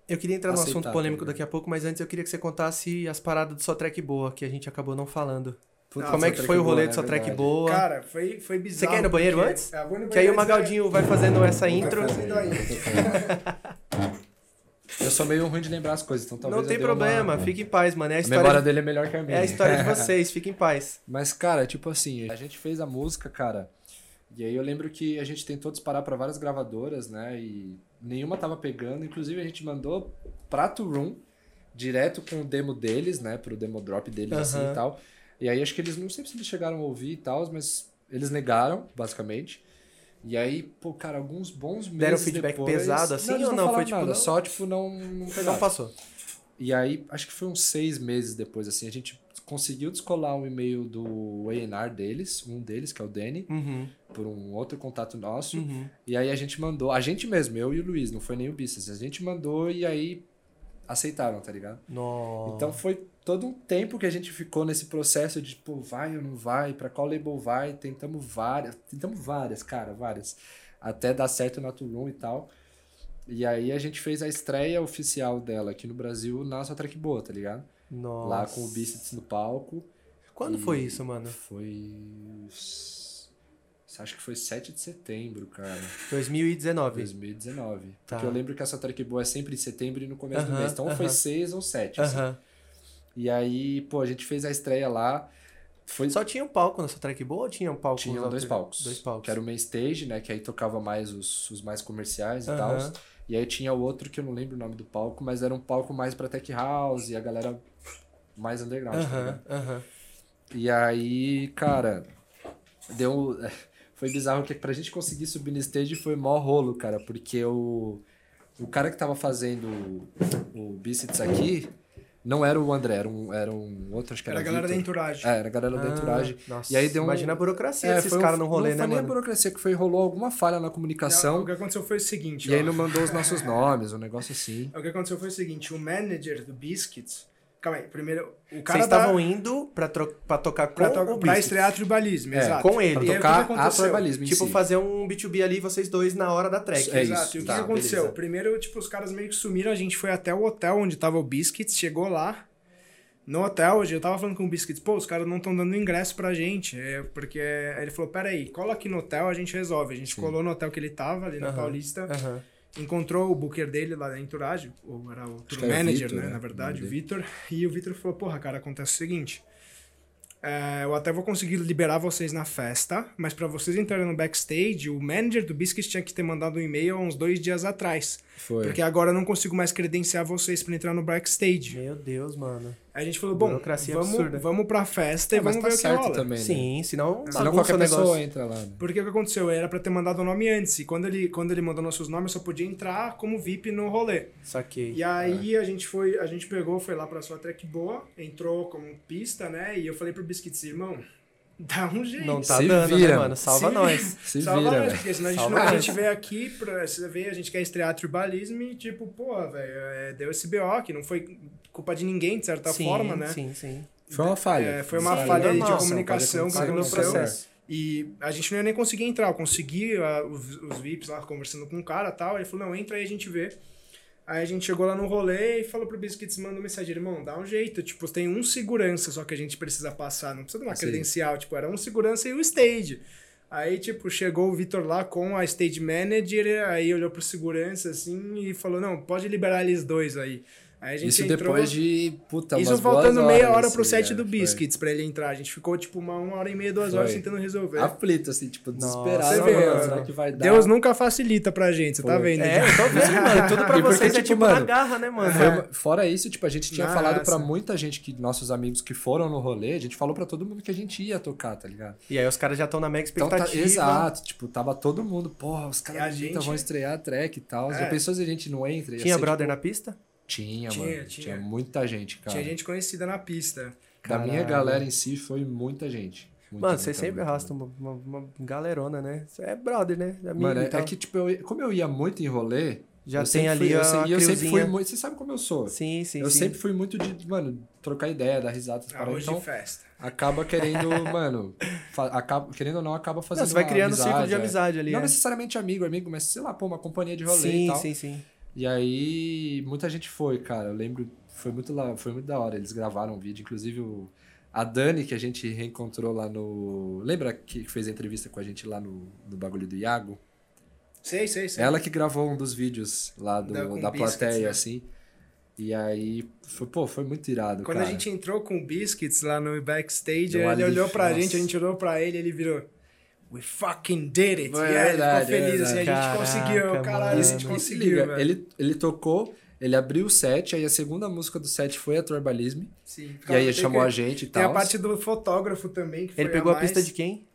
A: Eu queria entrar no
B: Aceitar,
A: assunto polêmico
B: tá ligado?
A: daqui a pouco, mas antes eu queria que você contasse as paradas do sua track boa, que a gente acabou não falando.
B: Puta,
A: Como
B: essa
A: é que foi o
B: boa,
A: rolê
B: né?
A: do sua track
B: Verdade.
A: boa?
C: Cara, foi, foi bizarro.
A: Você quer ir no banheiro
C: porque-
A: antes?
C: É, vou no
A: que aí o
C: banheiro antes,
A: Magaldinho vai fazendo essa intro.
C: fazendo aí.
B: Eu sou meio ruim de lembrar as coisas, então talvez.
A: não tem
B: eu dê
A: problema,
B: uma...
A: fique em paz, mano. É a
B: A memória
A: história, de...
B: dele é melhor que a minha.
A: é a história de vocês, fique em paz.
B: Mas, cara, tipo assim, a gente fez a música, cara. E aí eu lembro que a gente tentou disparar pra várias gravadoras, né? E nenhuma tava pegando. Inclusive a gente mandou pra Room direto com o demo deles, né? Pro demo drop deles
A: Aham.
B: assim e tal. E aí acho que eles não sei se eles chegaram a ouvir e tal, mas eles negaram, basicamente. E aí, pô, cara, alguns bons meses
A: Deram feedback
B: depois-
A: pesado, assim,
B: eles
A: ou não? Foi,
B: falaram
A: tipo,
B: nada,
A: não-
B: só tipo não não
A: Não
B: pegaram.
A: passou.
B: E aí, acho que foi uns seis meses depois, assim, a gente conseguiu descolar um e-mail do A&R deles, um deles, que é o Danny,
A: Uhum,
B: por um outro contato nosso.
A: uhum.
B: E aí a gente mandou, a gente mesmo, eu e o Luiz, não foi nem o Bissas, a gente mandou e aí aceitaram, tá ligado?
A: Nossa.
B: Então foi todo um tempo que a gente ficou nesse processo de, pô, vai ou não vai, pra qual label vai, tentamos várias, tentamos várias, cara, várias, até dar certo na Tulum e tal. E aí a gente fez a estreia oficial dela aqui no Brasil na sua track boa, tá ligado?
A: Nossa.
B: Lá com o Bíceps no palco.
A: Quando foi isso, mano?
B: Foi. s- Acho que foi 7 de setembro, cara.
A: 2019.
B: 2019.
A: Tá.
B: Porque eu lembro que essa track boa é sempre em setembro e no começo do
A: Aham,
B: mês. Então ou foi
A: aham.
B: 6 ou 7. assim.
A: Aham.
B: E aí, pô, a gente fez a estreia lá. Foi...
A: Só tinha um palco nessa trackball ou tinha um palco?
B: Tinham dois palcos.
A: Dois palcos.
B: Que era o main stage, né? Que aí tocava mais os, os mais comerciais e tal.
A: Aham.
B: E aí tinha outro que eu não lembro o nome do palco, mas era um palco mais pra tech house e a galera mais underground, tá ligado?
A: Aham, aham.
B: E aí, cara, deu. Foi bizarro que pra gente conseguir subir no stage foi mó rolo, cara, porque o, o cara que tava fazendo o, o Bíceps aqui não era o André, era um, era um outro, acho que era,
C: Era a galera da
B: Vitor.
C: entourage.
B: É, era a galera da entouragem.
A: Ah, nossa,
B: E aí deu um-
A: Imagina a burocracia desses
B: foi um-
A: caras no rolê,
B: não
A: né,
B: foi nem a
A: mano?
B: burocracia, que foi, rolou alguma falha na
C: Não,
B: comunicação
C: O que aconteceu foi o seguinte,
B: e aí
C: ó.
B: não mandou os nossos nomes, um negócio assim.
C: O que aconteceu foi o seguinte, o manager do Biscuits... Calma aí, primeiro... O cara
A: Vocês
B: tá?
C: da-
A: estavam indo pra, tro- pra tocar com
C: pra, to-
A: o
C: pra
A: Biscuits.
C: estrear tribalismo,
B: É,
C: exato.
A: com ele.
B: Pra
C: E aí, o que
B: tocar
C: que
B: a
C: aconteceu?
B: tribalismo em
A: Tipo,
B: si.
A: fazer um B2B ali, vocês dois, na hora da track.
B: É
C: Exato.
B: isso,
C: E o que,
B: tá,
C: que aconteceu?
B: beleza.
C: Primeiro, tipo, os caras meio que sumiram, a gente foi até o hotel onde tava o Biscuits, chegou lá. No hotel, hoje eu tava falando com o Biscuits, pô, os caras não estão dando ingresso pra gente. É porque. Aí ele falou, peraí, cola aqui no hotel, a gente resolve. A gente colou no hotel que ele tava, ali na
A: Aham.
C: Paulista.
A: Aham.
C: Encontrou o booker dele lá da Entourage, ou era o tour
B: que era o
C: manager,
B: Vitor,
C: né?
B: né?
C: Na verdade,
B: O
C: o Vitor. E o Vitor falou: Porra, cara, acontece o seguinte. é, eu até vou conseguir liberar vocês na festa, mas pra vocês entrarem no backstage, o manager do Biscuit tinha que ter mandado um e-mail há uns dois dias atrás.
B: Foi.
C: Porque agora eu não consigo mais credenciar vocês pra entrar no backstage.
A: Meu Deus, mano.
C: Aí a gente falou: Bom,
A: Burocracia absurda.
C: vamos, vamos pra festa e
B: mas
C: vamos
B: tá
C: ver o que
B: certo
C: rola.
B: também, né?
A: Sim, senão
B: Senão
A: bagunça
B: qualquer
A: o
B: pessoa
A: negócio.
B: entra lá, né?
C: Porque o que aconteceu? Era pra ter mandado o nome antes. E quando ele, quando ele mandou nossos nomes, eu só podia entrar como VIP no rolê.
A: Saquei.
C: E aí a gente foi, a gente pegou, foi lá pra sua track boa, entrou como pista, né? E eu falei pro Biscuits, irmão, dá um jeito.
A: Não tá
B: Se
A: dando, né,
B: vira.
A: mano? Salva
C: Se-
A: nós.
B: Se
C: Salva
B: vira,
C: nós,
B: velho.
C: porque senão a gente,
A: Salva
C: não, a
A: nós.
C: gente veio aqui pra você ver, a gente quer estrear tribalismo e tipo, pô, velho, é, deu esse BO que não foi culpa de ninguém, de certa
A: sim,
C: forma, né?
A: Sim, sim.
B: Foi uma falha.
C: É, foi uma
A: Sim,
C: falha aí
A: normal.
C: de comunicação que
B: Falha
A: Paga
B: no
A: o
C: aconteceu.
A: processo.
C: E a gente não ia nem conseguir entrar. Eu consegui ah, os, os VIPs lá conversando com o cara e tal. Ele falou: não, entra aí a gente vê. Aí a gente chegou lá no rolê e falou pro Biscuits, manda uma mensagem, irmão, dá um jeito, tipo, tem um segurança só que a gente precisa passar, não precisa de uma
B: Ah, Sim.
C: credencial, tipo, era um segurança e o stage. Aí, tipo, chegou o Vitor lá com a stage manager, aí olhou pro segurança, assim, e falou, não, pode liberar eles dois aí. Aí a gente
B: Isso
C: entrou...
B: depois de, puta,
C: Isso
B: umas
C: faltando
B: boas
C: meia
B: horas,
C: hora pro
B: assim,
C: set
B: né?
C: do
B: Foi.
C: Biscuits pra ele entrar. A gente ficou, tipo, uma, uma hora e meia, duas
B: Foi.
C: horas tentando resolver.
B: Aflito, assim, tipo,
A: Nossa,
B: desesperado.
C: você vê,
B: mano,
C: ó,
B: será que vai dar?
C: Deus nunca facilita pra gente, você tá
B: Foi.
C: vendo?
A: É, eu tô vendo, mano. Tudo pra
B: E porque,
A: vocês é
B: tipo,
A: tipo
B: mano,
A: na garra, né, mano?
B: Foi uma- Fora isso, tipo, a gente tinha
C: Nossa.
B: falado pra muita gente que nossos amigos que foram no rolê, a gente falou pra todo mundo que a gente ia tocar, tá ligado?
A: E aí os caras já estão na mega
B: Então,
A: expectativa.
B: tá, exato, tipo, tava todo mundo, porra, os
C: E a
B: caras gente...
C: gente-
B: vão estrear a track e tal.
C: É.
B: Já pensou se a gente não entra? Ia
A: Tinha
B: ser,
A: brother na
B: tipo,
A: pista?
B: Tinha,
C: Tinha,
B: mano. Tinha,
C: tinha.
B: muita gente, cara.
C: Tinha gente conhecida na pista.
B: Da minha
A: Caralho.
B: galera em si foi muita gente. Muita,
A: Mano,
B: muita,
A: vocês sempre
B: muita,
A: arrastam uma, uma- uma galerona, né? Isso É brother, né? Amigo
B: Mano, é,
A: e tal.
B: é que, tipo, eu- como eu ia muito em rolê,
A: Já
B: eu
A: tem
B: sempre
A: ali
B: fui, eu,
A: a
B: sempre- eu sempre fui
A: creuzinha.
B: muito. Você sabe como eu sou?
A: Sim, sim,
B: eu
A: sim.
B: sempre fui muito de, mano, trocar ideia, dar risada,
C: Ah,
B: para
C: hoje
B: então
C: de festa.
B: acaba querendo, mano, fa- acaba, querendo ou não, acaba fazendo.
A: Não, você vai
B: uma
A: criando um círculo de
B: é.
A: amizade ali.
B: Não
A: é.
B: necessariamente amigo, amigo, mas sei lá, pô, uma companhia de rolê e
A: Sim,
B: tal.
A: sim, sim.
B: E aí, muita gente foi, cara. Eu lembro, foi muito, lá, foi muito da hora. Eles gravaram um vídeo, inclusive o- a Dani, que a gente reencontrou lá no. Lembra que fez a entrevista com a gente lá no, no bagulho do Iago?
C: Sei, sei, sei.
B: Ela que gravou um dos vídeos lá do-
C: Da-
B: da,
C: com biscuits,
B: plateia,
C: né?
B: assim. E aí, foi, pô, foi muito irado,
C: Quando
B: cara.
C: a gente entrou com o Biscuits lá no backstage,
B: Deu
C: ele
B: alívio,
C: olhou pra
B: nossa.
C: gente, a gente olhou pra ele, ele virou. We fucking did it!
B: Foi
C: e aí, ele ficou
B: verdade,
C: feliz,
B: é
C: assim, a gente
A: verdade.
C: conseguiu,
A: Caraca,
C: caralho, a
A: mano.
C: gente
A: Isso,
B: se
C: conseguiu, né?
B: liga,
C: velho.
B: ele, ele tocou, ele abriu o set, aí a segunda música do set foi a Tribalism.
C: Sim,
B: E aí
C: tem
B: ele chamou
C: que-
B: a gente e
C: Tem
B: tal.
C: a parte do fotógrafo também, que foi
A: Ele pegou a,
C: mais.
A: pista de quem?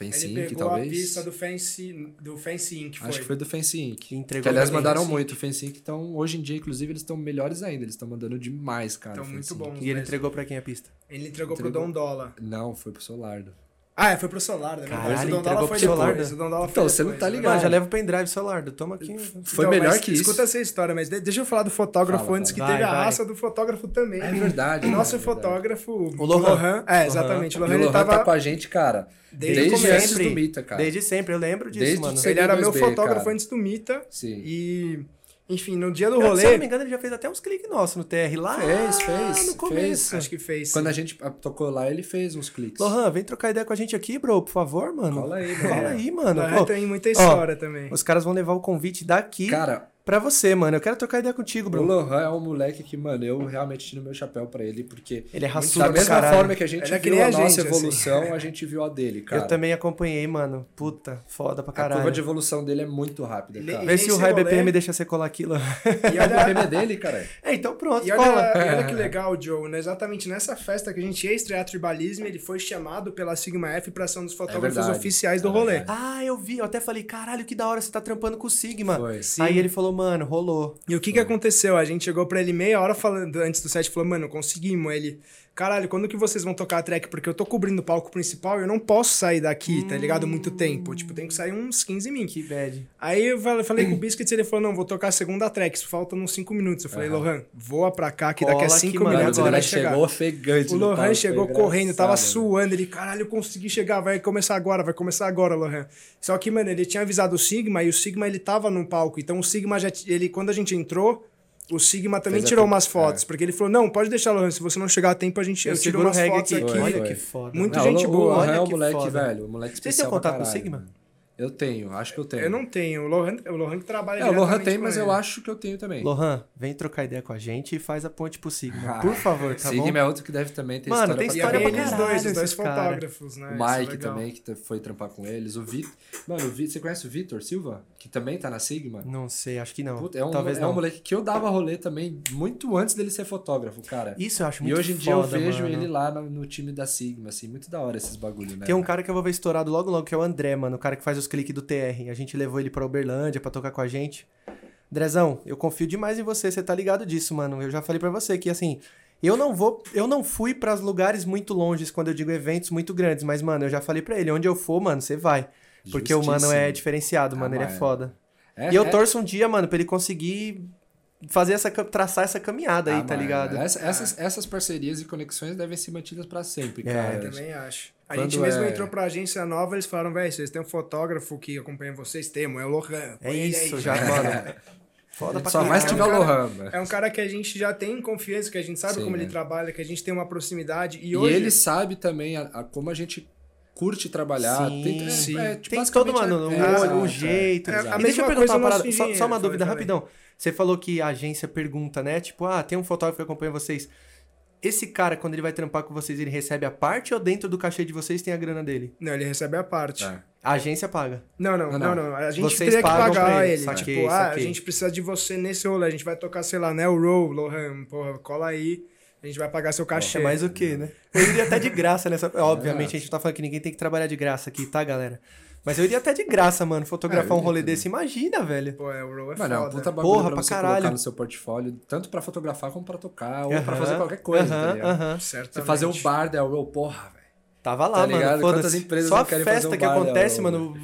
C: Ele
B: Fancy Inc,
C: pegou
B: talvez.
C: a pista do Fancy, do Fancy Inc.
B: Acho que foi do Fancy Inc.
A: Que entregou assim.
B: Que, aliás,
A: pra
B: mandaram
A: gente.
B: muito o Fancy Inc. Então, hoje em dia, inclusive, eles estão melhores ainda. Eles estão mandando demais, cara.
C: Então,
B: o
C: muito
B: Fancy Inc.
C: bom.
A: E ele entregou pra quem a pista?
C: Ele entregou, pro
B: Entregou.
C: Dom Dólar.
B: Não, foi pro Solardo.
C: Ah, é, foi pro Solar, né?
A: Caralho,
C: o Dom
A: entregou
C: Dólar
A: pro
C: foi
A: Solar,
C: depois.
A: né?
C: O Dom Dólar foi
B: Então, você não
C: depois,
B: tá
C: né?
B: ligado.
A: Mano, já leva o pendrive, celular. Toma aqui.
B: Foi
C: Então,
B: melhor
C: mas
B: que isso.
C: Escuta essa história, mas de- deixa eu falar do fotógrafo
B: Fala,
C: antes
B: fala.
C: que
A: Vai,
C: teve a
A: vai.
C: raça do fotógrafo também.
B: É verdade.
C: O nosso
B: é verdade.
C: fotógrafo, o
A: Lohan.
C: É, exatamente. O
B: E
C: Lohan,
B: o
C: ele
B: Lohan
C: tava.
B: tá com a gente, cara.
C: Desde
B: Desde,
C: o começo.
B: antes do Mita, cara.
A: Desde sempre, eu lembro disso,
B: Desde
A: mano.
B: que
C: Ele era meu
B: 2B,
C: fotógrafo
B: cara.
C: antes do Mita.
B: Sim.
C: E, enfim, no dia do
A: Eu- Se eu não
C: rolê.
A: me engano, ele já fez até uns cliques nossos no TR lá.
B: Fez, fez,
A: No começo.
B: fez.
C: Acho que fez.
B: Quando a gente ah, tocou lá, ele fez uns cliques.
A: Lohan, vem trocar ideia com a gente aqui, bro, por favor, mano.
B: Cola aí, mano.
A: Cola aí, mano.
C: Lohan
A: Pô,
C: tem muita
A: ó,
C: história também.
A: Os caras vão levar o convite daqui
B: Cara,
A: pra você, mano. Eu quero trocar ideia contigo,
B: O
A: Bruno.
B: Lohan é um moleque que, mano, eu realmente tiro meu chapéu pra ele, porque
A: Ele é raçudo
B: da
A: pra
B: mesma
A: caralho.
B: forma que a gente
C: Ele é que
B: viu
C: nem
B: a,
C: a
B: nossa
C: gente, assim.
B: evolução, a gente viu a dele, cara.
A: Eu também acompanhei, mano. Puta, foda pra
B: A curva
A: caralho.
B: de evolução dele é muito rápida,
C: Ele-
B: cara.
A: Vê
C: nem
A: se o
C: se
A: High
C: rolê-
A: BPM deixa você colar aquilo.
C: E
B: A
C: olha,
B: BPM é dele, cara.
A: é, então pronto,
C: E
A: cola.
C: olha, e olha que legal, Joe, né? exatamente nessa festa que a gente ia estrear Tribalismo, ele foi chamado pela Sigma F para ser um dos fotógrafos
B: É verdade,
C: oficiais do
B: é
C: rolê.
B: verdade.
A: Ah, eu vi. Eu até falei, caralho, que da hora você tá trampando com o Sigma.
B: Foi.
A: Aí ele falou, mano, rolou.
C: E o que que aconteceu? A gente chegou pra ele meia hora falando antes do set, falou, mano, conseguimos. Aí Ele, caralho, quando que vocês vão tocar a track? Porque eu tô cobrindo o palco principal e eu não posso sair daqui, tá ligado? Muito tempo. Tipo, tem que sair uns 15 minutos.
A: Que bad.
C: Aí eu fal- falei com o Biscuits ele falou, não, vou tocar a segunda track, isso falta uns 5 minutos. Eu falei, Lohan, voa pra cá que daqui
A: Cola
C: a
A: aqui,
C: 5
A: mano,
C: minutos ele
A: agora
C: vai
B: ele
C: chegar.
B: chegou ofegante.
C: O
B: no
C: Lohan
B: palco,
C: chegou
B: foi
C: correndo, tava
B: engraçado, né? velho.
C: suando. Ele, caralho, eu consegui chegar, vai começar agora, vai começar agora, Lohan. Só que, mano, ele tinha avisado o Sigma e o Sigma ele tava no palco. Então o Sigma já. t- Ele, quando a gente entrou, o Sigma também
B: Fez a é.
C: tirou
B: tempo-
C: umas fotos. Porque ele falou: não, pode deixar, Lohan, se você não chegar a tempo, a gente. Eu, tiro
A: seguro o
C: umas
A: reggae
C: fotos aqui.
B: Foi,
A: Olha
B: foi.
A: que foda.
C: Muito
B: Não,
C: gente
B: o,
C: boa,
B: O Lohan
A: olha
B: é um
A: que
B: moleque,
A: foda.
B: velho. Um moleque
A: Vocês têm
B: especial pra
A: contato com o
B: caralho,
A: Sigma?
B: mano. Eu tenho, acho que eu tenho.
C: Eu não tenho. O Lohan, o Lohan que trabalha.
B: É, o Lohan
C: diretamente
B: tem,
C: com
B: mas
C: ele.
B: eu acho que eu tenho também.
A: Lohan, vem trocar ideia com a gente e faz a ponte pro Sigma.
B: Ah,
A: Por favor, tá
B: Sigma
A: bom?
B: é outro que deve também ter
A: Mano, tem
C: E
B: história
A: história
B: pra
C: aí é
A: pra
B: caralho.
C: eles
A: caralho,
C: dois, os dois
A: esses cara.
C: fotógrafos, né?
B: O
C: Isso é
B: Mike
C: legal.
B: também, que t- foi trampar com eles. O Vitor. Mano, o Vitor. Você conhece o Vitor Silva? Que também tá na Sigma?
A: Não sei, acho que não.
B: Puta, é um,
A: Talvez
B: é
A: não.
B: um moleque que eu dava rolê também muito antes dele ser fotógrafo, cara.
A: Isso eu acho
B: E
A: muito
B: hoje em dia eu
A: foda,
B: vejo
A: mano.
B: ele lá no, no time da Sigma, assim, muito da hora esses bagulho, né?
A: Tem um cara que eu vou ver estourado logo logo, que é o André, mano. O cara que faz os cliques do TR. A gente levou ele pra Uberlândia pra tocar com a gente. Andrezão, eu confio demais em você, você tá ligado disso, mano. Eu já falei pra você que assim, eu não vou, eu não fui pra lugares muito longes quando eu digo eventos muito grandes, mas mano, eu já falei pra ele, onde eu for, mano, você vai. Porque o mano é
B: Justíssimo.
A: diferenciado,
B: Ah,
A: mano, ele é
B: mano.
A: foda.
B: É,
A: E eu
B: é-
A: torço um dia, mano, pra ele conseguir fazer essa cam- traçar essa caminhada aí,
B: Ah,
A: tá
B: mano,
A: ligado?
B: essa-
C: É.
B: essas, essas parcerias e conexões devem ser mantidas pra sempre,
A: É,
B: cara.
C: Eu também acho. A
B: Quando
C: gente mesmo
B: é-
C: entrou pra agência nova, eles falaram, velho, vocês têm um fotógrafo que acompanha vocês, temos, é o Lohan.
A: É
C: põe ele aí,
A: isso, já,
C: velho."
A: mano. Foda pra
B: Só
A: caralho.
B: vai se
C: É um
B: tiver o
C: cara-
B: Lohan, mano.
C: É um cara que a gente já tem confiança, que a gente sabe
B: Sim,
C: como ele
B: né?
C: trabalha, que a gente tem uma proximidade. E,
B: E
C: hoje
B: ele sabe também a, a- como a gente curte trabalhar.
A: Sim,
B: tem, é,
C: sim.
B: é, tipo,
A: tem
B: basicamente
A: todo, mano, o
B: é- é,
A: olho, o
B: exato,
A: jeito.
C: É,
A: E
C: a mesma
A: deixa eu
C: coisa
A: perguntar
C: do
A: uma parada,
C: nosso
A: só, só uma
C: engenheiro,
A: dúvida
C: falei,
A: rapidão. Você falou que a agência pergunta, né? Tipo, ah, tem um fotógrafo que acompanha vocês. Esse cara, quando ele vai trampar com vocês, ele recebe a parte ou dentro do cachê de vocês tem a grana dele?
C: Não, ele recebe a parte.
B: Tá.
A: A agência paga.
C: Não, não,
B: Não,
C: não,
B: não.
C: não, A gente
A: Vocês
C: teria que
A: pagam pra
C: pagar
A: ele,
C: ele.
A: saquei,
C: tipo, ah, a
A: saquei.
C: gente precisa de você nesse rolê. A gente vai tocar, sei lá, né? O Roll, Lohan, porra, cola aí. A gente vai pagar seu cachê.
A: É mais o quê, né? Eu iria até de graça nessa. Obviamente, a gente tá falando que ninguém tem que trabalhar de graça aqui, tá, galera? Mas eu iria até de graça, mano,
B: É,
A: fotografar
B: eu
A: um
B: iria
A: rolê
B: também.
A: desse. Imagina, velho.
C: Pô, é, o Roll é
B: Mano, é um
C: foda.
B: puta bagulho
A: Porra,
B: pra
A: pra
B: você
A: caralho.
B: colocar no seu portfólio, tanto pra fotografar como pra tocar, ou pra
A: Aham,
B: fazer qualquer coisa, tá
A: aham,
B: ligado?
A: aham.
B: Você
C: Certamente.
B: fazer o bar da Roll, porra, velho.
A: Tava lá,
B: Tá ligado?
A: mano.
B: Quantas
A: foda-se.
B: empresas
A: Só
B: não
A: a
B: querem
A: festa
B: fazer um
A: que
B: baile,
A: acontece,
B: ó,
A: mano.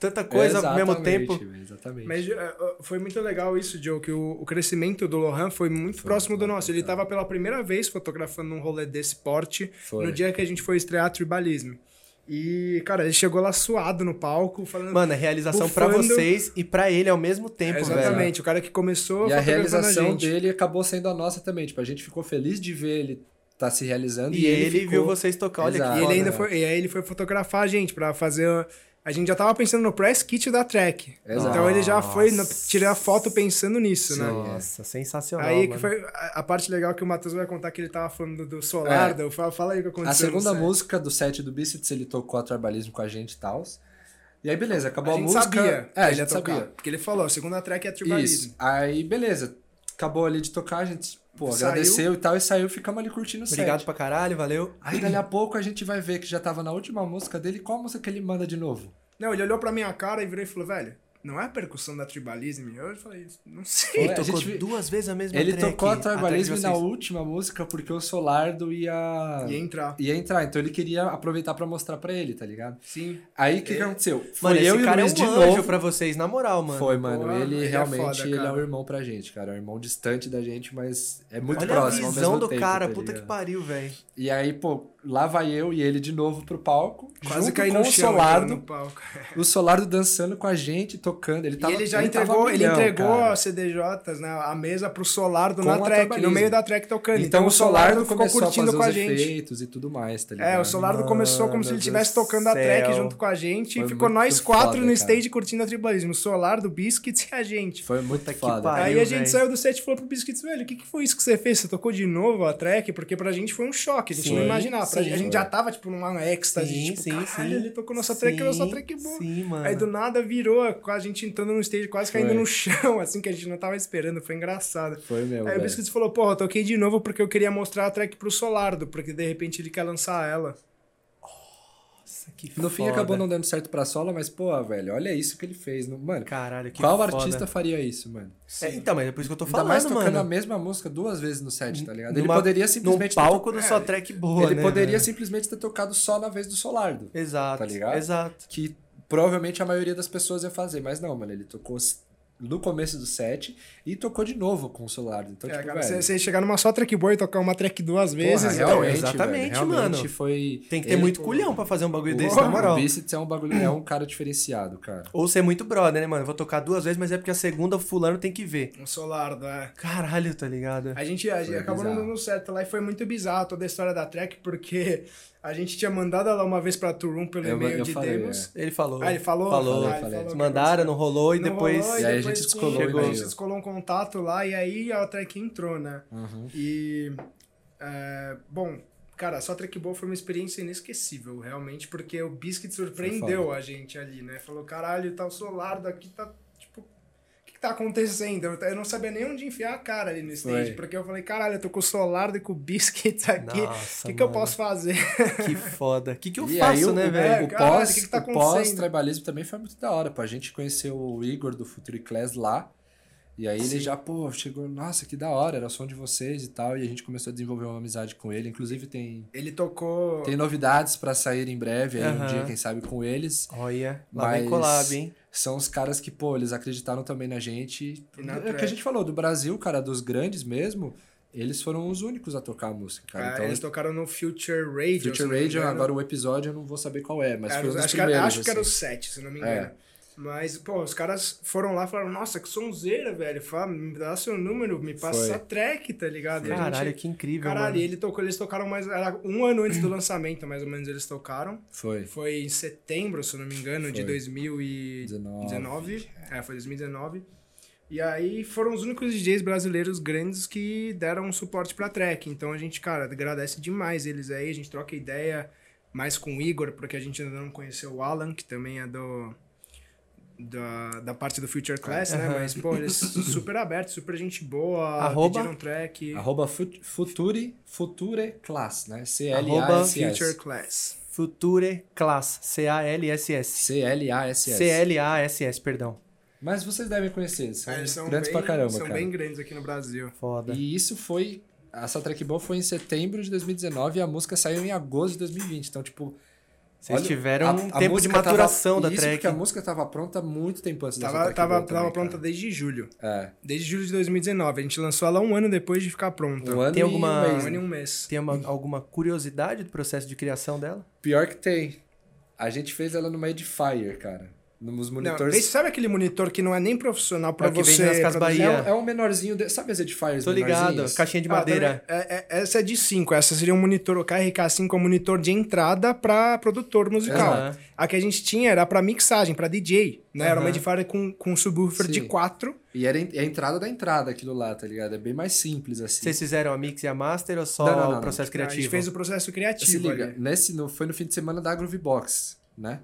A: Tanta coisa ao mesmo
B: Exatamente,
A: tempo.
B: velho, Exatamente.
C: Mas uh, uh, foi muito legal isso, Joe, que o, o crescimento do Lohan foi muito
B: Foi,
C: próximo do
B: foi,
C: nosso. Ele estava pela primeira vez fotografando um rolê desse porte
B: Foi.
C: no dia que a gente foi estrear Tribalismo. E, cara, ele chegou lá suado no palco, falando.
A: Mano, é realização pra
C: Bufando.
A: vocês e pra ele ao mesmo tempo, velho.
C: É, Exatamente, o cara que começou
B: E a
C: fotografando a
B: realização
C: gente.
B: dele acabou sendo a nossa também. Tipo, a gente ficou feliz de ver ele tá se realizando.
A: E, ele,
B: ficou-
A: viu vocês tocar, olha
B: Exato.
A: que
C: E ele
A: foda.
C: ainda
B: né?
C: foi, e aí ele foi fotografar a gente pra fazer. a- A gente já tava pensando no press kit da track.
B: Exato.
C: Então ele já foi na-
A: Nossa. é.
C: tirar a foto pensando nisso, né?
A: Nossa, sensacional,
C: Aí que
A: mano.
C: foi a, a parte legal que o Matheus vai contar que ele tava falando do Solar,
B: É.
C: do- fala, fala aí o que aconteceu.
B: A segunda
C: no set.
B: música do set do Bicets, ele tocou a Tribalismo com a gente e tal. E aí, beleza, acabou
C: A
B: a,
C: gente
B: música.
C: sabia
B: é, a
C: que ele ia
B: gente
C: tocar.
B: sabia.
C: Porque ele falou, a segunda track é tribalismo.
B: Isso. Aí, beleza. Acabou ali de tocar, a gente pô,
C: Saiu.
B: agradeceu e tal, e saiu, ficamos ali curtindo o
A: Obrigado
B: set.
A: pra caralho, valeu.
B: Aí, dali a pouco, a gente vai ver que já tava na última música dele. Qual a música que ele manda de novo?
C: Não, ele olhou pra minha cara e virou e falou, velho, não é a percussão da tribalismo? Eu falei, não sei.
B: Foi, a
A: Ele tocou
B: gente vi-
A: duas vezes a mesma
B: Ele
A: track,
B: tocou a
A: track de
B: Tribalismo na
A: vocês.
B: última música porque o Solardo ia...
C: Ia entrar.
B: ia entrar. Então, ele queria aproveitar pra mostrar pra ele, tá ligado?
C: Sim.
B: Aí, o que, que aconteceu? Foi
A: É. Mano,
B: eu
A: esse
B: e o
A: cara é
B: Luiz de
A: um anjo
B: novo.
A: pra vocês, na moral, mano.
B: Foi, mano.
C: Pô,
B: ele
C: ele é
B: realmente
C: foda,
B: ele é
C: cara.
B: um irmão pra gente, cara. É um irmão distante da gente, mas é muito
A: Olha
B: próximo.
A: a
B: ao
A: visão
B: mesmo
A: do
B: tempo,
A: cara,
B: tá
A: puta que
B: ligado?
A: pariu, velho.
B: E aí, pô, lá vai eu e ele de novo pro palco.
C: Quase
B: junto
C: caí
B: com
C: no
B: o
C: chão,
B: Solardo.
C: então, no palco.
B: O Solardo dançando com a gente, tocando. Ele tava,
C: e ele já
B: tava
C: entregou, ele
B: milhão,
C: entregou
B: cara.
C: as CDJs, né, a mesa pro Solardo
B: Com
C: na
B: o
C: track, no
B: atabarismo.
C: meio da track tocando.
B: Então, o Solardo
C: ficou
B: começou
C: curtindo
B: a fazer
C: com a
B: os
C: gente.
B: efeitos e tudo mais, tá ligado?
C: É, o Solardo começou como
B: Mano
C: se ele
B: do
C: estivesse tocando a
B: céu.
C: track junto com a gente.
B: Foi
C: e ficou
B: muito
C: nós quatro
B: foda,
C: no
B: cara.
C: stage curtindo a tribalismo. O Solardo, o Biscuits e a gente.
B: Foi muito
A: que
B: foda.
A: pariu.
C: Aí a gente
A: velho.
C: saiu do set e falou pro Biscuits, velho, o que, que foi isso que você fez? Você tocou de novo a track? Porque pra gente foi um choque, a gente
A: Sim,
C: não imaginava. Pra
A: sim.
C: gente, a gente já tava, tipo, numa êxtase,
A: Sim,
C: tipo,
A: sim,
C: caralho,
A: sim.
C: ele tocou nossa track,
A: Sim,
C: nossa track boa.
A: Sim, mano.
C: Aí do nada virou com a gente entrando no stage, quase caindo
B: Foi.
C: no chão, assim, que a gente não tava esperando, foi engraçado.
B: Foi
A: É
B: meu,
C: Aí o
B: velho.
C: Biscuits falou, porra, eu toquei de novo porque eu queria mostrar a track pro Solardo, porque de repente ele quer lançar ela.
A: Nossa, que
B: No fim
A: foda.
B: acabou não dando certo pra Sola, mas, pô, velho, olha isso que ele fez. não- Mano,
A: Caralho, que
B: qual
A: foda.
B: artista faria isso, mano?
A: É, então, mas é por isso que eu tô
B: Ainda
A: falando,
B: mais tocando
A: mano.
B: a mesma música duas vezes no set, tá ligado? ele
A: Numa-
B: poderia simplesmente.
A: Num palco
B: ter
A: do
B: to-
A: só
B: É,
A: track boa,
B: Ele
A: né,
B: poderia
A: velho?
B: simplesmente ter tocado só na vez do Solardo.
A: Exato,
B: tá ligado?
A: exato.
B: Que provavelmente a maioria das pessoas ia fazer, mas não, mano. Ele tocou s- no começo do set e tocou de novo com o Solardo. Então,
C: é,
B: tipo,
C: cara,
B: velho.
C: você você chegar numa só track boa e tocar uma track duas
B: porra,
C: vezes,
A: real,
C: então,
A: é exatamente,
B: velho, realmente
A: mano.
B: Foi...
A: Tem que ter
B: ele-
A: muito culhão pra fazer um bagulho desse,
B: o,
A: na moral.
B: O Biscuits é um bagulho, é um cara diferenciado, cara.
A: Ou ser muito brother, né, mano? Vou tocar duas vezes, mas é porque a segunda o fulano tem que ver.
C: um Solardo, é.
A: Caralho, tá ligado?
C: A gente, a gente
B: Foi
C: acabou não
B: bizarro.
C: dando certo lá e foi muito bizarro toda a história da track, porque a gente tinha mandado ela uma vez pra Turum pelo
B: Eu-
C: e-mail
B: eu
C: de
B: falei, é.
C: demos.
A: Ele falou.
C: Ah, ele falou?
A: Falou.
C: Ah, ele
B: falei.
C: falou.
A: Mandaram, não rolou e
C: Não
A: depois...
C: rolou,
B: E aí a
C: depois
B: gente
C: com-
B: descolou
A: o
C: chegou, a gente
B: e-mail.
C: descolou um contato lá e aí a track entrou, né?
B: Uhum.
C: E. é, bom, cara, só track boa foi uma experiência inesquecível, realmente, porque o Biscuit
B: Foi
C: surpreendeu
B: foda.
C: a gente ali, né? Falou, caralho, tá o Solardo aqui, tá tipo. O que que tá acontecendo? Eu- Eu não sabia nem onde enfiar a cara ali no stage,
B: Foi.
C: porque eu falei, caralho, eu tô com o Solardo e com o Biscuit aqui. O
A: Nossa,
C: que, que eu
A: mano.
C: posso fazer?
A: Que foda. O que, que eu
B: E aí
A: faço,
B: o-
A: né,
B: o-
A: velho?
B: O
C: Caralho,
B: pós,
C: o que que tá
B: o
C: acontecendo?
B: pós-tribalismo também foi muito da hora, pô. A gente conheceu o Igor do Future Class lá. E aí ele já, pô, chegou, nossa, que da hora, era o som de vocês e tal. E a gente começou a desenvolver uma amizade com ele. Inclusive tem,
C: Ele tocou.
B: tem novidades pra sair em breve, aí um
A: Aham.
B: dia, quem sabe, com eles.
A: Olha, lá
B: Mas-
A: vem collab, hein?
B: São os caras que, pô, eles acreditaram também na gente.
C: E na
B: é o que a
C: track.
B: gente falou, do Brasil, cara, dos grandes mesmo, eles foram os únicos a tocar a música, cara.
C: Ah,
B: então,
C: eles tocaram no Future Radio. se
B: Future
C: não me
B: Radio, é
C: engano.
B: agora o episódio eu não vou saber qual é, mas
C: Era-
B: foi um dos
C: acho que,
B: primeiros.
C: acho que era o
B: assim.
C: 7, se não me engano. Mas, pô, os caras foram lá e falaram, nossa, que sonzeira, velho. Fala, me dá seu número, me passa
B: Foi.
C: essa track, tá ligado? E a gente-
A: Caralho, que incrível,
C: Caralho, e
A: mano.
C: ele tocou, eles tocaram mais. Era um ano antes do lançamento, mais ou menos, eles tocaram.
B: Foi.
C: Foi em setembro, se eu não me engano, de
B: Foi.
C: 2019.
B: 19.
C: É, foi 2019. E aí foram os únicos DJs brasileiros grandes que deram um suporte pra track. Então a gente, cara, agradece demais eles aí. A gente troca ideia mais com o Igor, porque a gente ainda não conheceu o Alan, que também é do. Da, da parte do Future Class, né? Mas, pô, eles super abertos, super gente boa,
A: Arroba?
C: pediram track.
B: Arroba fut- Future, Future Class, né?
A: Arroba
C: Future
B: C-L-A-S-S.
C: Class.
A: Future Class. C-A-L-S-S.
B: C-L-A-S-S.
A: C-L-A-S-S, perdão.
B: Mas vocês devem conhecer, eles são,
C: É, eles são
B: grandes
C: bem,
B: pra caramba,
C: são
B: cara.
C: bem grandes aqui no Brasil.
A: Foda.
B: E isso foi. Essa track ball foi em setembro de 2019 e a música saiu em agosto de 2020. Então, tipo.
A: Vocês
B: olha,
A: tiveram
B: a-
A: um tempo
B: a
A: de
B: música
A: maturação
B: tava,
A: da
B: isso
A: track.
B: Porque a música tava pronta há muito tempo antes dessa
C: Tava,
B: track
C: tava,
B: ball
C: tava
B: tá também,
C: pronta
B: cara.
C: desde julho.
B: É.
C: Desde julho de 2019. A gente lançou ela um ano depois de ficar pronta.
B: Um ano
A: Tem
B: e
A: alguma-
B: um mês,
C: Um
B: né?
C: ano e um mês.
A: Tem uma- alguma curiosidade do processo de criação dela?
B: Pior que tem. A gente fez ela numa Edifier, cara. Nos
C: Não,
B: monitores.
C: esse- sabe aquele monitor que não é nem profissional pra
A: É o que vende
C: você...
A: nas Casas
C: produzir?
A: Bahia.
B: é, um, é um menorzinho. de- Sabe as Edifiers
A: Tô ligado,
B: menorzinhas?
A: caixinha de
C: Ah,
A: madeira.
C: também- é- é- essa é de 5. Essa seria um monitor, o KRK5 é um monitor de entrada pra produtor musical.
A: Aham.
C: A que a gente tinha era pra mixagem, pra DJ. Né? Era uma
A: Aham.
C: edifier com, com um subwoofer de
B: Sim.
C: 4.
B: E era en- é a entrada da entrada aquilo lá, tá ligado? É bem mais simples assim.
A: Vocês fizeram a mix e a master ou só
B: Não, não, não,
A: o
B: não.
A: processo
C: A
A: criativo?
C: gente fez o processo criativo
B: Se liga,
C: ali.
B: nesse, no, foi no fim de semana da Groove Box, né?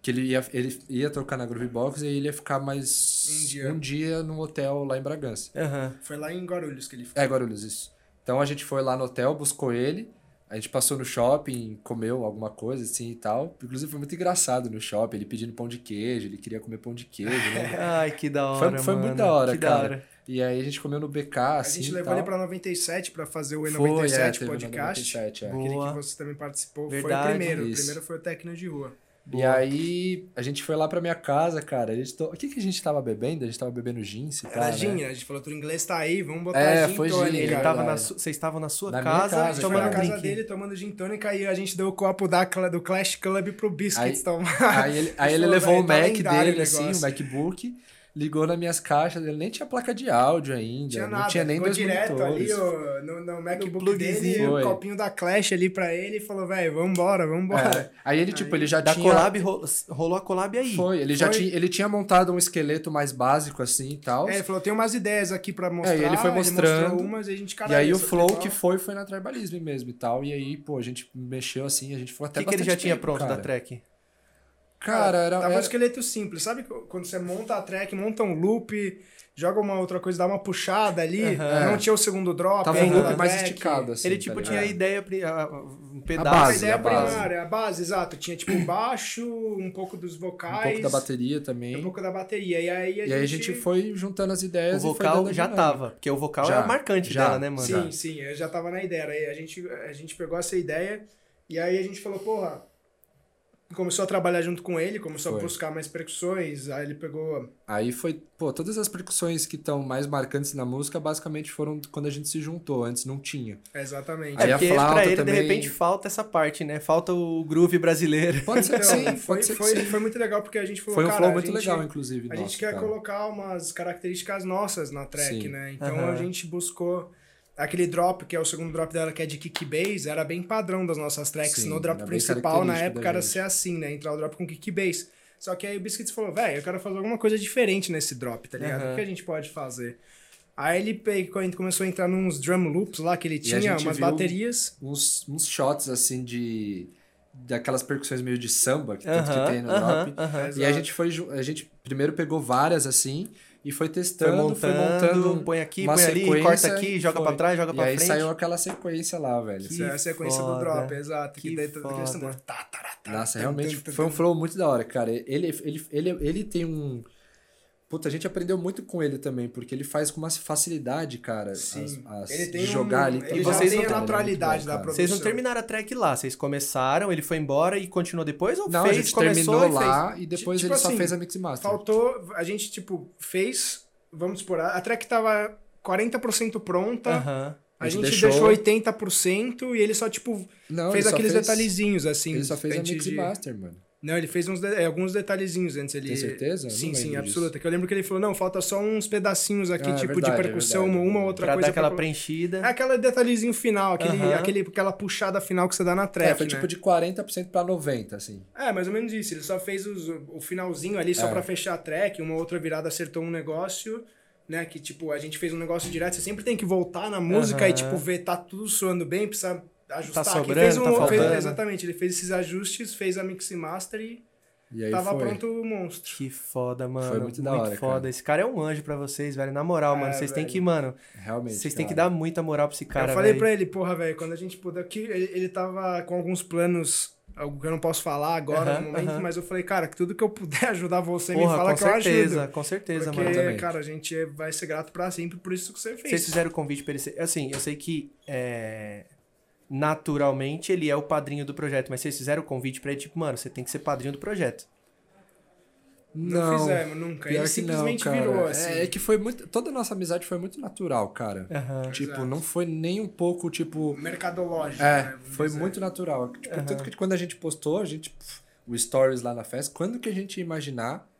B: Que ele ia, ele ia tocar na Groove Box e ele ia ficar mais
C: Um dia.
B: dia num hotel lá em Bragança.
A: Aham.
C: Foi lá em Guarulhos que ele foi.
B: É, Guarulhos, isso. Então a gente foi lá no hotel, buscou ele, a gente passou no shopping, comeu alguma coisa assim e tal. Inclusive foi muito engraçado no shopping, ele pedindo pão de queijo, ele queria comer pão de queijo, né?
A: Ai, que da hora,
B: Foi-
A: mano.
B: foi muito da hora,
A: que
B: cara.
A: Da hora.
B: E aí a gente comeu no BK,
C: A
B: assim.
C: gente
B: e
C: levou
B: tal.
C: ele pra 97 pra fazer o
B: Foi, é,
C: E97
B: teve no
C: podcast.
B: 97, é.
A: Boa.
C: Aquele que você também participou
A: Verdade,
C: foi o primeiro.
B: isso.
C: O primeiro foi o técnico de rua.
B: E aí, a gente foi lá pra minha casa, cara. A gente to- O que, que a gente tava bebendo? A gente tava bebendo gin, se pá,
C: Era
B: né?
C: gin, a gente falou, teu inglês tá aí, vamos botar
B: É,
C: gin
B: foi gin,
C: tônica.
A: Ele
B: Cara,
A: tava na
B: é.
A: su- Vocês estavam na sua
B: Na minha
A: casa,
B: casa,
C: Tomando
A: tomando
C: na
B: cara.
C: casa
A: drink.
C: dele, tomando gin tônica, e a gente deu o copo da, cla- do Clash Club pro Biscuits
B: Aí-
C: tomar.
B: Aí ele, aí ele
C: Isso,
B: levou o
C: velho, tá
B: Mac
C: lendário
B: dele,
C: o
B: assim, o
C: negócio.
B: MacBook, ligou nas minhas caixas, ele nem tinha placa de áudio ainda,
C: tinha
B: não
C: nada,
B: tinha nem
C: ficou
B: dois
C: direto
B: monitores.
C: ali ó, no, no MacBook dele,
A: plugzinho.
C: o
B: Foi.
C: copinho da Clash ali pra ele e falou, velho, vambora, vambora.
B: É, aí ele, tipo, ele já
A: Da
B: tinha...
A: collab, ro- rolou a collab aí.
B: Foi, ele já
C: Foi.
B: tinha, ele tinha montado um esqueleto mais básico, assim, e tal.
C: É, ele falou, tem umas ideias aqui pra mostrar.
B: É, ele foi mostrando.
C: mostrou umas e a gente,
B: e
C: caralho,
B: aí o
C: isso aqui
B: flow
C: é
B: que
C: bom.
B: foi, foi na tribalismo mesmo e tal. E aí, pô, a gente mexeu assim, a gente foi
A: O
B: até
A: que, que ele já
B: bastante
A: tinha
B: tempo,
A: pronto
B: cara.
A: da track?
B: Cara, era...
C: Tava um
B: era-
C: esqueleto simples. Sabe co- quando você monta a track, monta um loop, joga uma outra coisa, dá uma puxada ali,
A: Aham.
C: não tinha o segundo drop.
B: Tava
C: aí
B: um
C: dá
B: look mais
C: track.
B: esticado, assim,
A: ele,
B: tá
A: tipo,
B: ligado?
A: tinha a ideia, pri- a- a- um pedaço.
C: é A
B: base,
C: ideia
B: a base.
C: primária, a base, exato. Tinha tipo um baixo, um pouco dos
B: Um
C: vocais.
B: pouco da bateria
C: um
B: também.
C: pouco da bateria. E aí a,
B: E aí a gente foi juntando as
A: O
B: ideias e foi dando
A: vocal
B: a
A: já
B: dinâmica.
A: tava, porque o vocal
B: Já,
A: é marcante
B: já,
A: dela, né, mano?
C: Sim, sim, eu já tava na ideia. Aí a gente, a gente pegou essa ideia e aí a gente falou, porra. Começou a trabalhar junto com ele, começou
B: Foi.
C: a buscar mais percussões. Aí ele pegou.
B: Aí foi, pô, todas as percussões que estão mais marcantes na música basicamente foram quando a gente se juntou, antes não tinha.
C: Exatamente.
B: Aí
A: É
B: a
A: porque
B: flauta
A: pra ele,
B: também-
A: de repente, falta essa parte, né? Falta o groove brasileiro.
B: Pode ser que
C: Então,
B: sim,
C: foi,
B: pode ser que
C: foi,
B: sim.
C: foi muito legal porque a gente falou,
B: Foi um
C: cara,
B: flow
C: a
B: muito
C: gente,
B: legal, inclusive.
C: a
B: nosso,
C: gente quer
B: cara.
C: colocar umas características nossas na track,
B: Sim.
C: né? Então
A: Aham.
C: a gente buscou aquele drop, que é o segundo drop dela, que é de kick bass, era bem padrão das nossas tracks.
B: Sim,
C: no drop
B: era bem
C: principal, na
B: característico
C: época,
B: da
C: era
B: gente.
C: ser assim, né? Entrar o drop com kick bass. Só que aí o Biscuits falou, velho, eu quero fazer alguma coisa diferente nesse drop, tá ligado?
A: Aham.
C: O que a gente pode fazer? Aí ele pegou, a gente começou a entrar nos drum loops lá que ele
B: a
C: tinha,
B: gente
C: umas
B: viu-
C: baterias.
B: Uns, uns shots, assim, de... Daquelas percussões meio de samba que, tanto que
A: Aham,
B: tem no
A: aham,
B: drop.
A: aham.
B: E a gente foi... ju- A gente primeiro pegou várias, assim, e foi
A: Foi
B: testando, foi montando...
A: montando, põe aqui,
B: uma
A: põe ali,
B: sequência
A: corta aqui,
B: e
A: joga
B: foi.
A: pra trás, joga
B: e
A: pra
B: aí
A: frente.
B: saiu aquela sequência lá, velho.
A: Que
C: Isso é a sequência
A: foda.
C: do drop, exato. Que,
A: Que
C: daí todo aquele
A: foda.
C: tambor, tá, tá, tá, tá,
B: Nossa,
C: tum,
B: realmente
C: tum, tum,
B: foi um
C: tum.
B: flow muito da hora, cara. Ele, ele, ele, ele tem um. Puta, a gente aprendeu muito com ele também, porque ele faz com uma facilidade, cara.
C: Sim.
B: as- as-
C: Ele tem
B: de jogar
C: um-
B: ali.
C: ele
B: todas
A: já tem
B: as
A: a
B: paradas, ele é muito
C: naturalidade da
B: cara.
A: Vocês não
C: produção.
A: terminaram a track lá, vocês começaram, ele foi embora e continuou depois? Ou
B: Não,
A: fez,
B: a gente
A: começou
B: terminou
A: e fez?
B: lá e depois
C: Tipo
B: ele só
C: assim,
B: fez a Mix e Master.
C: Faltou, a gente, tipo, fez, vamos supor, a a track tava 40% pronta,
A: Aham.
C: a gente deixou... 80% e ele só, tipo,
B: Não,
C: fez
B: ele só
C: aqueles detalhezinho detalhezinhos, assim.
B: Ele só fez a
C: antes
B: Mix e
C: de-
B: Master, mano.
C: Não, ele fez uns de- é, alguns detalhezinhos antes. Ele...
B: Tem certeza? Eu não
C: Sim,
B: lembro
C: sim,
B: disso.
C: absoluta. Que eu lembro que ele falou, não, falta só uns pedacinhos aqui,
B: Ah, é
C: tipo,
B: verdade, é
C: de percussão,
B: verdade.
C: uma ou outra
A: Pra Ah, dar
C: coisa.
A: aquela
C: colo- É
A: preenchida.
C: aquele detalhezinho final, aquele,
A: Aham.
C: aquele, aquela puxada final que você dá na track,
B: É, foi
C: né?
B: tipo de 40% pra 90%, assim.
C: É, mais ou menos isso. Ele só fez os- o finalzinho ali só
B: É.
C: pra fechar a track, uma outra virada acertou um negócio, né? Que tipo, a gente fez um negócio direto, você sempre tem que voltar na música e
A: Aham.
C: tipo ver tá tudo soando bem, precisa ajustar.
A: Tá
C: aqui.
A: sobrando,
C: fez um,
A: tá
C: fez-
A: faltando.
C: Exatamente, ele fez esses ajustes, fez a mix e master e
B: E aí
C: tava
B: foi.
C: pronto o monstro.
A: Que foda, mano.
B: Foi muito da hora,
A: foda.
B: cara.
A: Esse cara é um anjo pra vocês, velho. Na moral,
C: É,
A: mano, vocês têm
C: velho.
A: que, mano,
B: Realmente.
A: vocês têm que
B: cara.
A: dar muita moral pra esse cara,
C: eu falei
A: velho.
C: pra ele, porra, velho, quando a gente puder, que ele, ele tava com alguns planos, algo que eu não posso falar agora
A: Aham,
C: no momento,
A: aham.
C: mas eu falei, cara, que tudo que eu puder ajudar você,
A: Porra,
C: me fala
A: com
C: que eu
A: certeza,
C: ajudo.
A: com certeza,
C: Porque,
A: mano.
B: Exatamente.
C: cara, a gente é, vai ser grato pra sempre por isso que você fez.
A: Vocês fizeram o convite pra ele ser. Assim, eu sei que é, naturalmente ele é o padrinho do projeto, mas vocês fizeram o convite pra ele, tipo, mano, você tem que ser padrinho do projeto.
C: Não,
B: Não.
C: fizemos nunca.
B: Pior
C: Ele
B: que
C: simplesmente
B: não, cara.
C: virou assim.
B: É, é que foi muito. Toda a nossa amizade foi muito natural, cara. Tipo,
C: Exato.
B: não foi nem um pouco, tipo.
C: Mercadológico.
B: É,
C: né, vamos
B: foi
C: dizer.
B: muito natural. Tipo, tanto que quando a gente postou, a gente. pff, O stories lá na festa, quando que a gente ia imaginar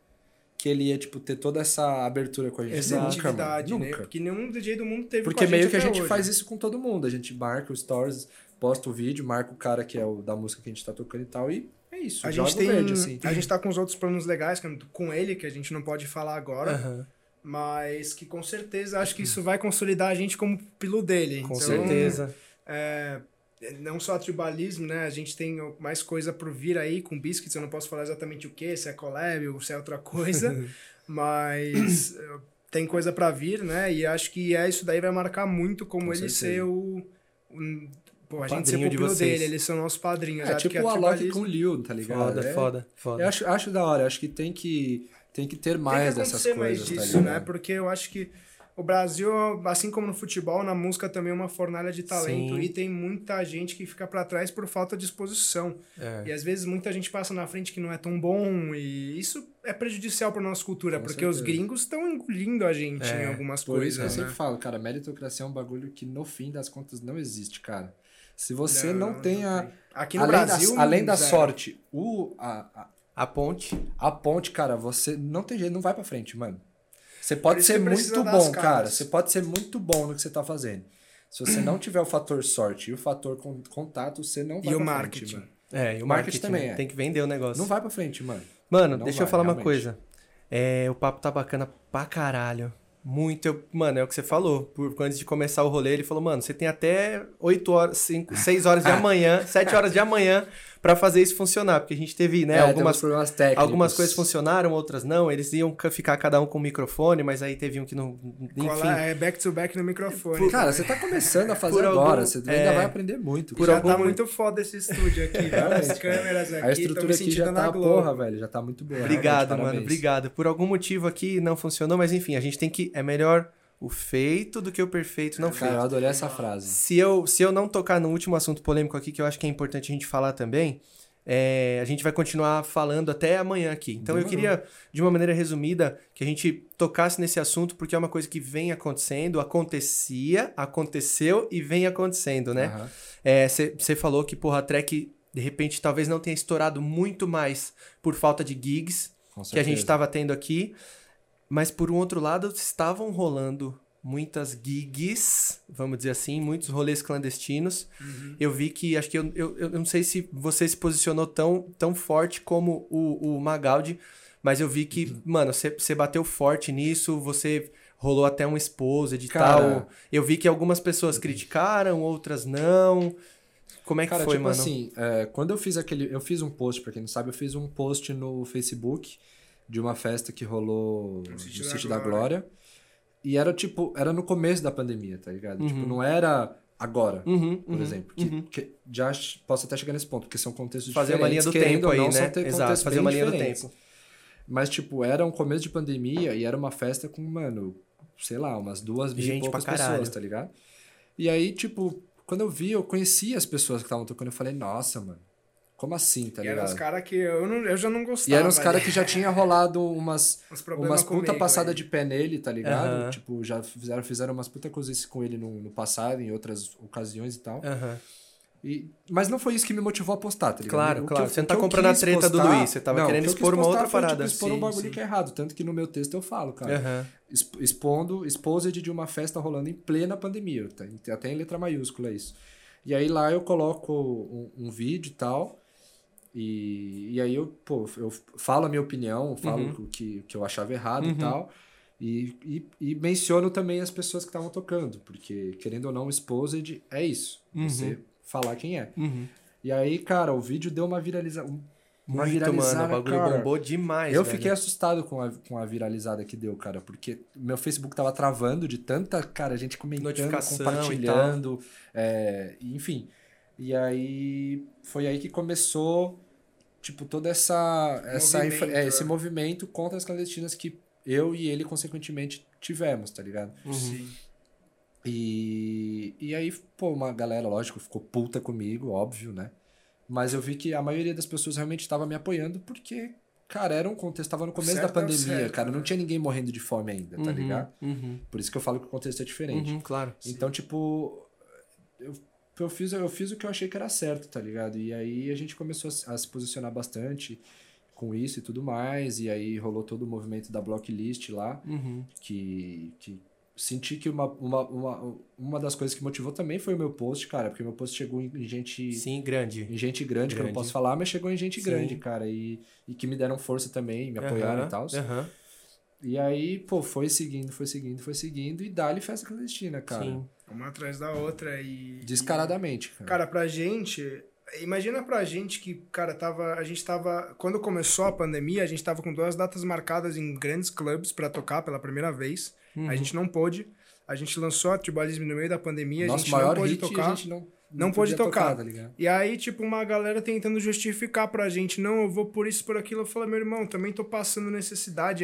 B: que ele ia, tipo, ter toda essa abertura com a gente?
C: Essa
B: Nunca,
C: atividade,
B: mano.
C: né?
B: Nunca.
C: Porque nenhum DJ do mundo teve com
B: Porque
C: a gente
B: meio que a
C: até
B: gente
C: hoje.
B: faz isso com todo mundo. A gente marca o stories, posta o vídeo, marca o cara que é o da música que a gente tá tocando e tal, e é isso.
C: A
B: joga
C: gente, tem,
B: o verde, assim.
C: a gente tá com os outros planos legais que- é com ele, que a gente não pode falar agora,
A: Aham.
C: mas que com certeza acho que isso vai consolidar a gente como pilo dele.
A: Com
C: Então,
A: certeza.
C: é, não só tribalismo, né? A gente tem mais coisa por vir aí com Biscuits, eu não posso falar exatamente o que, se é collab ou se é outra coisa, mas é, tem coisa pra vir, né? E acho que é isso daí vai marcar muito como
B: Com
C: ele
B: certeza.
C: ser o, o- pô, a gente ser
A: Padrinho de
C: pupilo
A: vocês.
C: dele, eles são nossos padrinhos.
B: É
C: acho que
B: tipo
C: é
B: o Alok
C: tribalismo.
B: com o Liu, tá ligado?
A: Foda,
B: É-
A: foda, foda.
B: Eu acho, acho da hora, acho que tem que, tem que ter
C: Tem que
B: mais dessas
C: acontecer
B: coisas,
C: mais
B: tá
C: disso,
B: ligado?
C: né? Porque eu acho que o Brasil, assim como no futebol, na música também é uma fornalha de talento
A: Sim.
C: e tem muita gente que fica pra trás por falta de exposição.
A: É.
C: E às vezes muita gente passa na frente que não é tão bom e isso é prejudicial pra nossa cultura,
B: Com
C: porque os
B: certeza.
C: gringos estão engolindo a gente
A: É,
C: em algumas
B: Por isso que eu
C: coisas, né?
B: sempre falo, cara, meritocracia é um bagulho que no fim das contas não existe, cara. Se você
C: Não,
B: não,
C: não
B: tem a.
C: tem. Aqui no
B: Além,
C: Brasil,
B: da, além da
C: zero.
B: sorte, o, a,
A: A ponte.
B: a, a ponte, cara, você não tem jeito, não vai pra frente, mano. Você
C: Por
B: pode
C: isso
B: ser
C: que precisa
B: muito
C: dar as
B: bom,
C: caras.
B: cara. Você pode ser muito bom no que você tá fazendo. Se você não tiver o fator sorte e o fator con- contato, você não vai
C: E
B: pra
C: o
B: frente,
C: marketing.
B: mano.
A: É, e o marketing,
B: Marketing também é.
A: Tem que vender o negócio.
B: Não vai pra frente, mano.
C: Né,
A: Mano,
B: Não
A: deixa eu
B: vai,
A: falar uma
B: realmente.
A: coisa. É, o papo tá bacana pra caralho. Muito. eu- mano, é o que você falou. Por, antes de começar o rolê, ele falou, mano, você tem até 8 horas, 5, 6 horas de amanhã, 7 horas de amanhã pra fazer isso funcionar. Porque a gente teve, né,
B: É, tem uns
A: algumas
B: problemas técnicos.
A: Algumas coisas funcionaram, outras não. Eles iam ca- ficar cada um com o microfone, mas aí teve um que não. Enfim.
C: Cola, é back to back no microfone.
B: Cara, você tá começando a fazer
A: Por algum-
B: agora. Você
A: é.
B: ainda vai aprender muito.
A: Por
B: cara.
C: já
A: algum-
C: tá muito foda esse estúdio aqui, várias
B: Realmente,
C: câmeras aqui,
B: a
C: tô
B: estrutura
C: me
B: aqui
C: sentindo
B: já
C: na
B: tá
C: Globo.
B: porra, velho. Já tá muito boa.
A: Obrigado,
B: realmente,
A: mano.
B: parabéns.
A: Obrigado. Por algum motivo aqui não funcionou, mas enfim, a gente tem que. É melhor o feito do que o perfeito não
B: Cara, eu
A: feito.
B: adorei essa frase.
A: Se eu, se eu não tocar no último assunto polêmico aqui, que eu acho que é importante a gente falar também, é, a gente vai continuar falando até amanhã aqui. Então eu
B: Demorou.
A: queria, de uma maneira resumida, que a gente tocasse nesse assunto, porque é uma coisa que vem acontecendo, acontecia, aconteceu e vem acontecendo, né?
B: Aham.
A: Você falou que, porra, a track, de repente, talvez não tenha estourado muito mais por falta de gigs
B: Com
A: que a gente tá,
B: certeza.
A: estava tendo aqui. Mas, por um outro lado, estavam rolando muitas gigs, vamos dizer assim, muitos rolês clandestinos.
B: Uhum.
A: Eu vi que, acho que eu, eu, eu não sei se você se posicionou tão, tão forte como o, o Magaldi, mas eu vi que,
B: Uhum.
A: mano, você bateu forte nisso, você rolou até um exposed e
B: Cara, Uhum.
A: tal. Eu vi que algumas pessoas criticaram, outras não. Como é que
B: Cara,
A: foi,
B: tipo
A: mano?
B: assim, é, quando eu fiz aquele. Eu fiz um post, pra quem não sabe, eu fiz um post no Facebook de uma festa que rolou no
C: Sítio
B: Sítio,
C: da
B: da, Glória.
C: Glória.
B: E era tipo, era no começo da pandemia, tá ligado? Tipo, não era agora,
A: Uhum,
B: por
A: uhum,
B: exemplo. Que, que já ch- posso até chegar nesse ponto, porque são contextos
A: Fazer uma linha
B: diferentes.
A: do
B: querendo
A: tempo
B: ou
A: aí,
B: não,
A: né?
B: são te-
A: Exato,
B: contextos
A: fazer
B: bem
A: uma linha do
B: diferentes.
A: tempo.
B: Mas, tipo, era um começo de pandemia e era uma festa com, mano, sei lá, umas duas mil e
A: Gente pra
B: poucas
A: caralho.
B: pessoas, tá ligado? E aí, tipo, quando eu vi, eu conheci as pessoas que estavam tocando, eu falei, nossa, mano, como assim, tá
C: e eram os
B: ligado?
C: caras que eu, não, eu já não
B: E
C: gostava.
B: eram os caras que já tinha rolado umas,
C: Os problemas
B: umas puta
C: comigo,
B: passada
C: aí.
B: de pé nele, tá ligado?
A: Aham.
B: Tipo, já fizeram, fizeram umas puta coisas com ele no, no passado, em outras ocasiões e tal.
A: Aham.
B: E- mas não foi isso que me motivou a postar, tá ligado?
A: Claro,
B: O que
A: claro.
B: eu-
A: Você não
B: o
A: tá
B: que eu
A: comprando a
B: quis
A: treta do Luiz, você tava
B: Não, o
A: querendo
B: que eu quis
A: expor uma outra
B: postar foi,
A: parada.
B: Tipo, expor
A: Sim,
B: um bagulho
A: sim.
B: que é errado. Tanto que no meu texto eu falo, cara.
A: aham.
B: Exp- Expondo, exposed de uma festa rolando em plena pandemia. tá? Tem Até em letra maiúscula isso. E aí lá eu coloco um, um vídeo e tal. E, e aí eu, pô, eu falo a minha opinião, falo o que, o que eu achava errado e tal. E, e, e menciono também as pessoas que estavam tocando, porque querendo ou não, exposed é isso. Você falar quem é.
A: Uhum.
B: E aí, cara, o vídeo deu uma viraliza um- uma
A: Muito,
B: viralizada.
A: mano. O bagulho
B: cara.
A: bombou demais.
B: Eu
A: velho.
B: fiquei assustado com a, com a viralizada que deu, cara, porque meu Facebook tava travando de tanta, cara, gente comentando,
A: Notificação e
B: compartilhando, é, e enfim. E aí foi aí que começou, tipo, toda essa, essa infra-
C: Movimento,
B: é,
C: né?
B: esse movimento contra as clandestinas que eu e ele, consequentemente, tivemos, tá ligado?
C: Sim.
B: E, e aí, pô, uma galera, lógico, ficou puta comigo, óbvio, né? Mas eu vi que a maioria das pessoas realmente estava me apoiando porque, cara, era um contexto, tava no começo
C: Certo
B: da
C: é o
B: pandemia,
C: certo,
B: cara, não
C: né?
B: tinha ninguém morrendo de fome ainda, tá
A: Uhum,
B: ligado?
A: Uhum.
B: Por isso que eu falo que o contexto é diferente.
A: Uhum, claro.
B: Então, tipo, eu, eu, fiz, eu fiz o que eu achei que era certo, tá ligado? E aí a gente começou a, se- a se posicionar bastante com isso e tudo mais, e aí rolou todo o movimento da blocklist lá
A: Uhum.
B: que, que senti que uma, uma, uma, uma das coisas que motivou também foi o meu post, cara, porque meu post chegou em em gente,
A: Sim, grande.
B: em gente grande, que eu não
A: Grande.
B: posso falar, mas chegou em gente
A: Sim.
B: grande, cara, e, e que me deram força também, me apoiaram
A: Aham,
B: e tal.
C: É.
A: aham,
B: E aí, pô, foi seguindo, foi seguindo, foi seguindo, e dá-lhe festa clandestina, cara.
A: Sim.
C: Uma atrás da outra e.
B: Descaradamente, cara.
C: Cara, pra gente. Imagina pra gente que, cara, tava. A gente tava. Quando começou a pandemia, a gente tava com duas datas marcadas em grandes clubes pra tocar pela primeira vez.
B: Uhum.
C: A gente não pôde. A gente lançou a Tribalismo no meio da pandemia, a
B: Nosso
C: gente
B: maior
C: não pôde
B: hit,
C: tocar.
B: a gente não... tá
C: não, pôde tocar. e aí, tipo, uma galera tentando justificar pra gente, não, eu vou por isso, por aquilo. Eu falei, meu irmão, também tô passando necessidade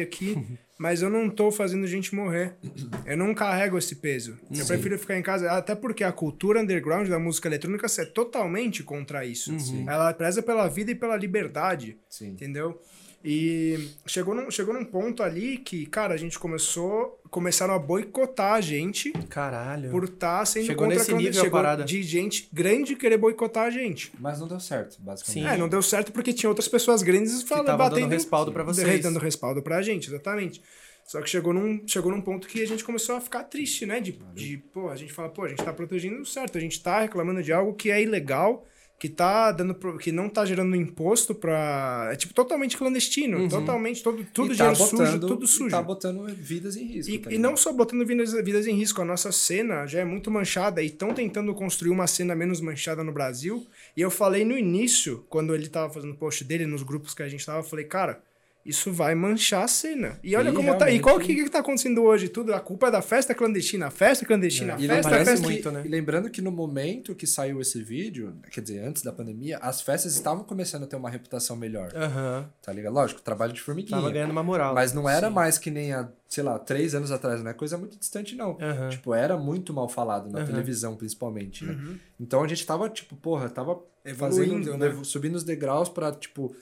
C: aqui, mas eu não tô fazendo gente morrer. Eu não carrego esse peso. Eu prefiro ficar em casa, até porque a cultura underground da música eletrônica é totalmente contra isso.
A: Uhum.
C: Ela preza pela vida e pela liberdade,
B: Sim.
C: entendeu? E chegou num, chegou num ponto ali que, cara, a gente começou. Começaram a boicotar a gente
A: Caralho.
C: por estar sendo
A: É. Chegou
C: contra
A: nesse
C: quando-
A: nível a
C: chegou
A: parada.
C: de gente grande querer boicotar a gente.
B: Mas não deu certo, basicamente.
A: Sim.
C: É, não deu certo porque tinha outras pessoas grandes
A: que
C: falando,
A: tava dando
C: batendo
A: respaldo pra vocês.
C: dando respaldo pra gente, exatamente. Só que chegou num, chegou num ponto que a gente começou a ficar triste, né? De, de, pô, a gente fala, pô, a gente tá protegendo o certo, a gente tá reclamando de algo que é ilegal, que tá dando, pro- que não tá gerando imposto pra. É tipo totalmente clandestino,
A: Uhum.
C: totalmente, todo,
B: E
C: tudo
B: tá
C: dinheiro sujo,
B: botando-
C: tudo
B: e
C: sujo.
B: tá botando vidas em risco.
C: E,
B: tá
C: e
B: ligado?
A: né?
C: não só botando vidas, vidas em risco, a nossa cena já é muito manchada e estão tentando construir uma cena menos manchada no Brasil. E eu falei no início, quando ele tava fazendo o post dele, nos grupos que a gente tava, eu falei, cara, isso vai manchar a cena. E olha
B: E
C: como tá. E qual que,
B: realmente-
C: que tá acontecendo hoje? Tudo, a culpa é da festa clandestina, a festa é clandestina, a
B: E
C: festa,
B: lembrando,
A: É, parece
C: festa.
B: que,
A: muito, né?
B: e lembrando que no momento que saiu esse vídeo, quer dizer, antes da pandemia, as festas estavam começando a ter uma reputação melhor,
A: Aham.
B: tá ligado? Lógico, trabalho de formiguinha.
A: Tava ganhando uma moral.
B: Mas não era
A: Sim.
B: mais que nem há, sei lá, três anos atrás, não é coisa muito distante, não.
A: Aham.
B: Tipo, era muito mal falado na
A: Aham.
B: televisão, principalmente, né? Então a gente tava, tipo, porra, tava fazendo,
C: né?
B: levo- subindo os degraus pra, tipo,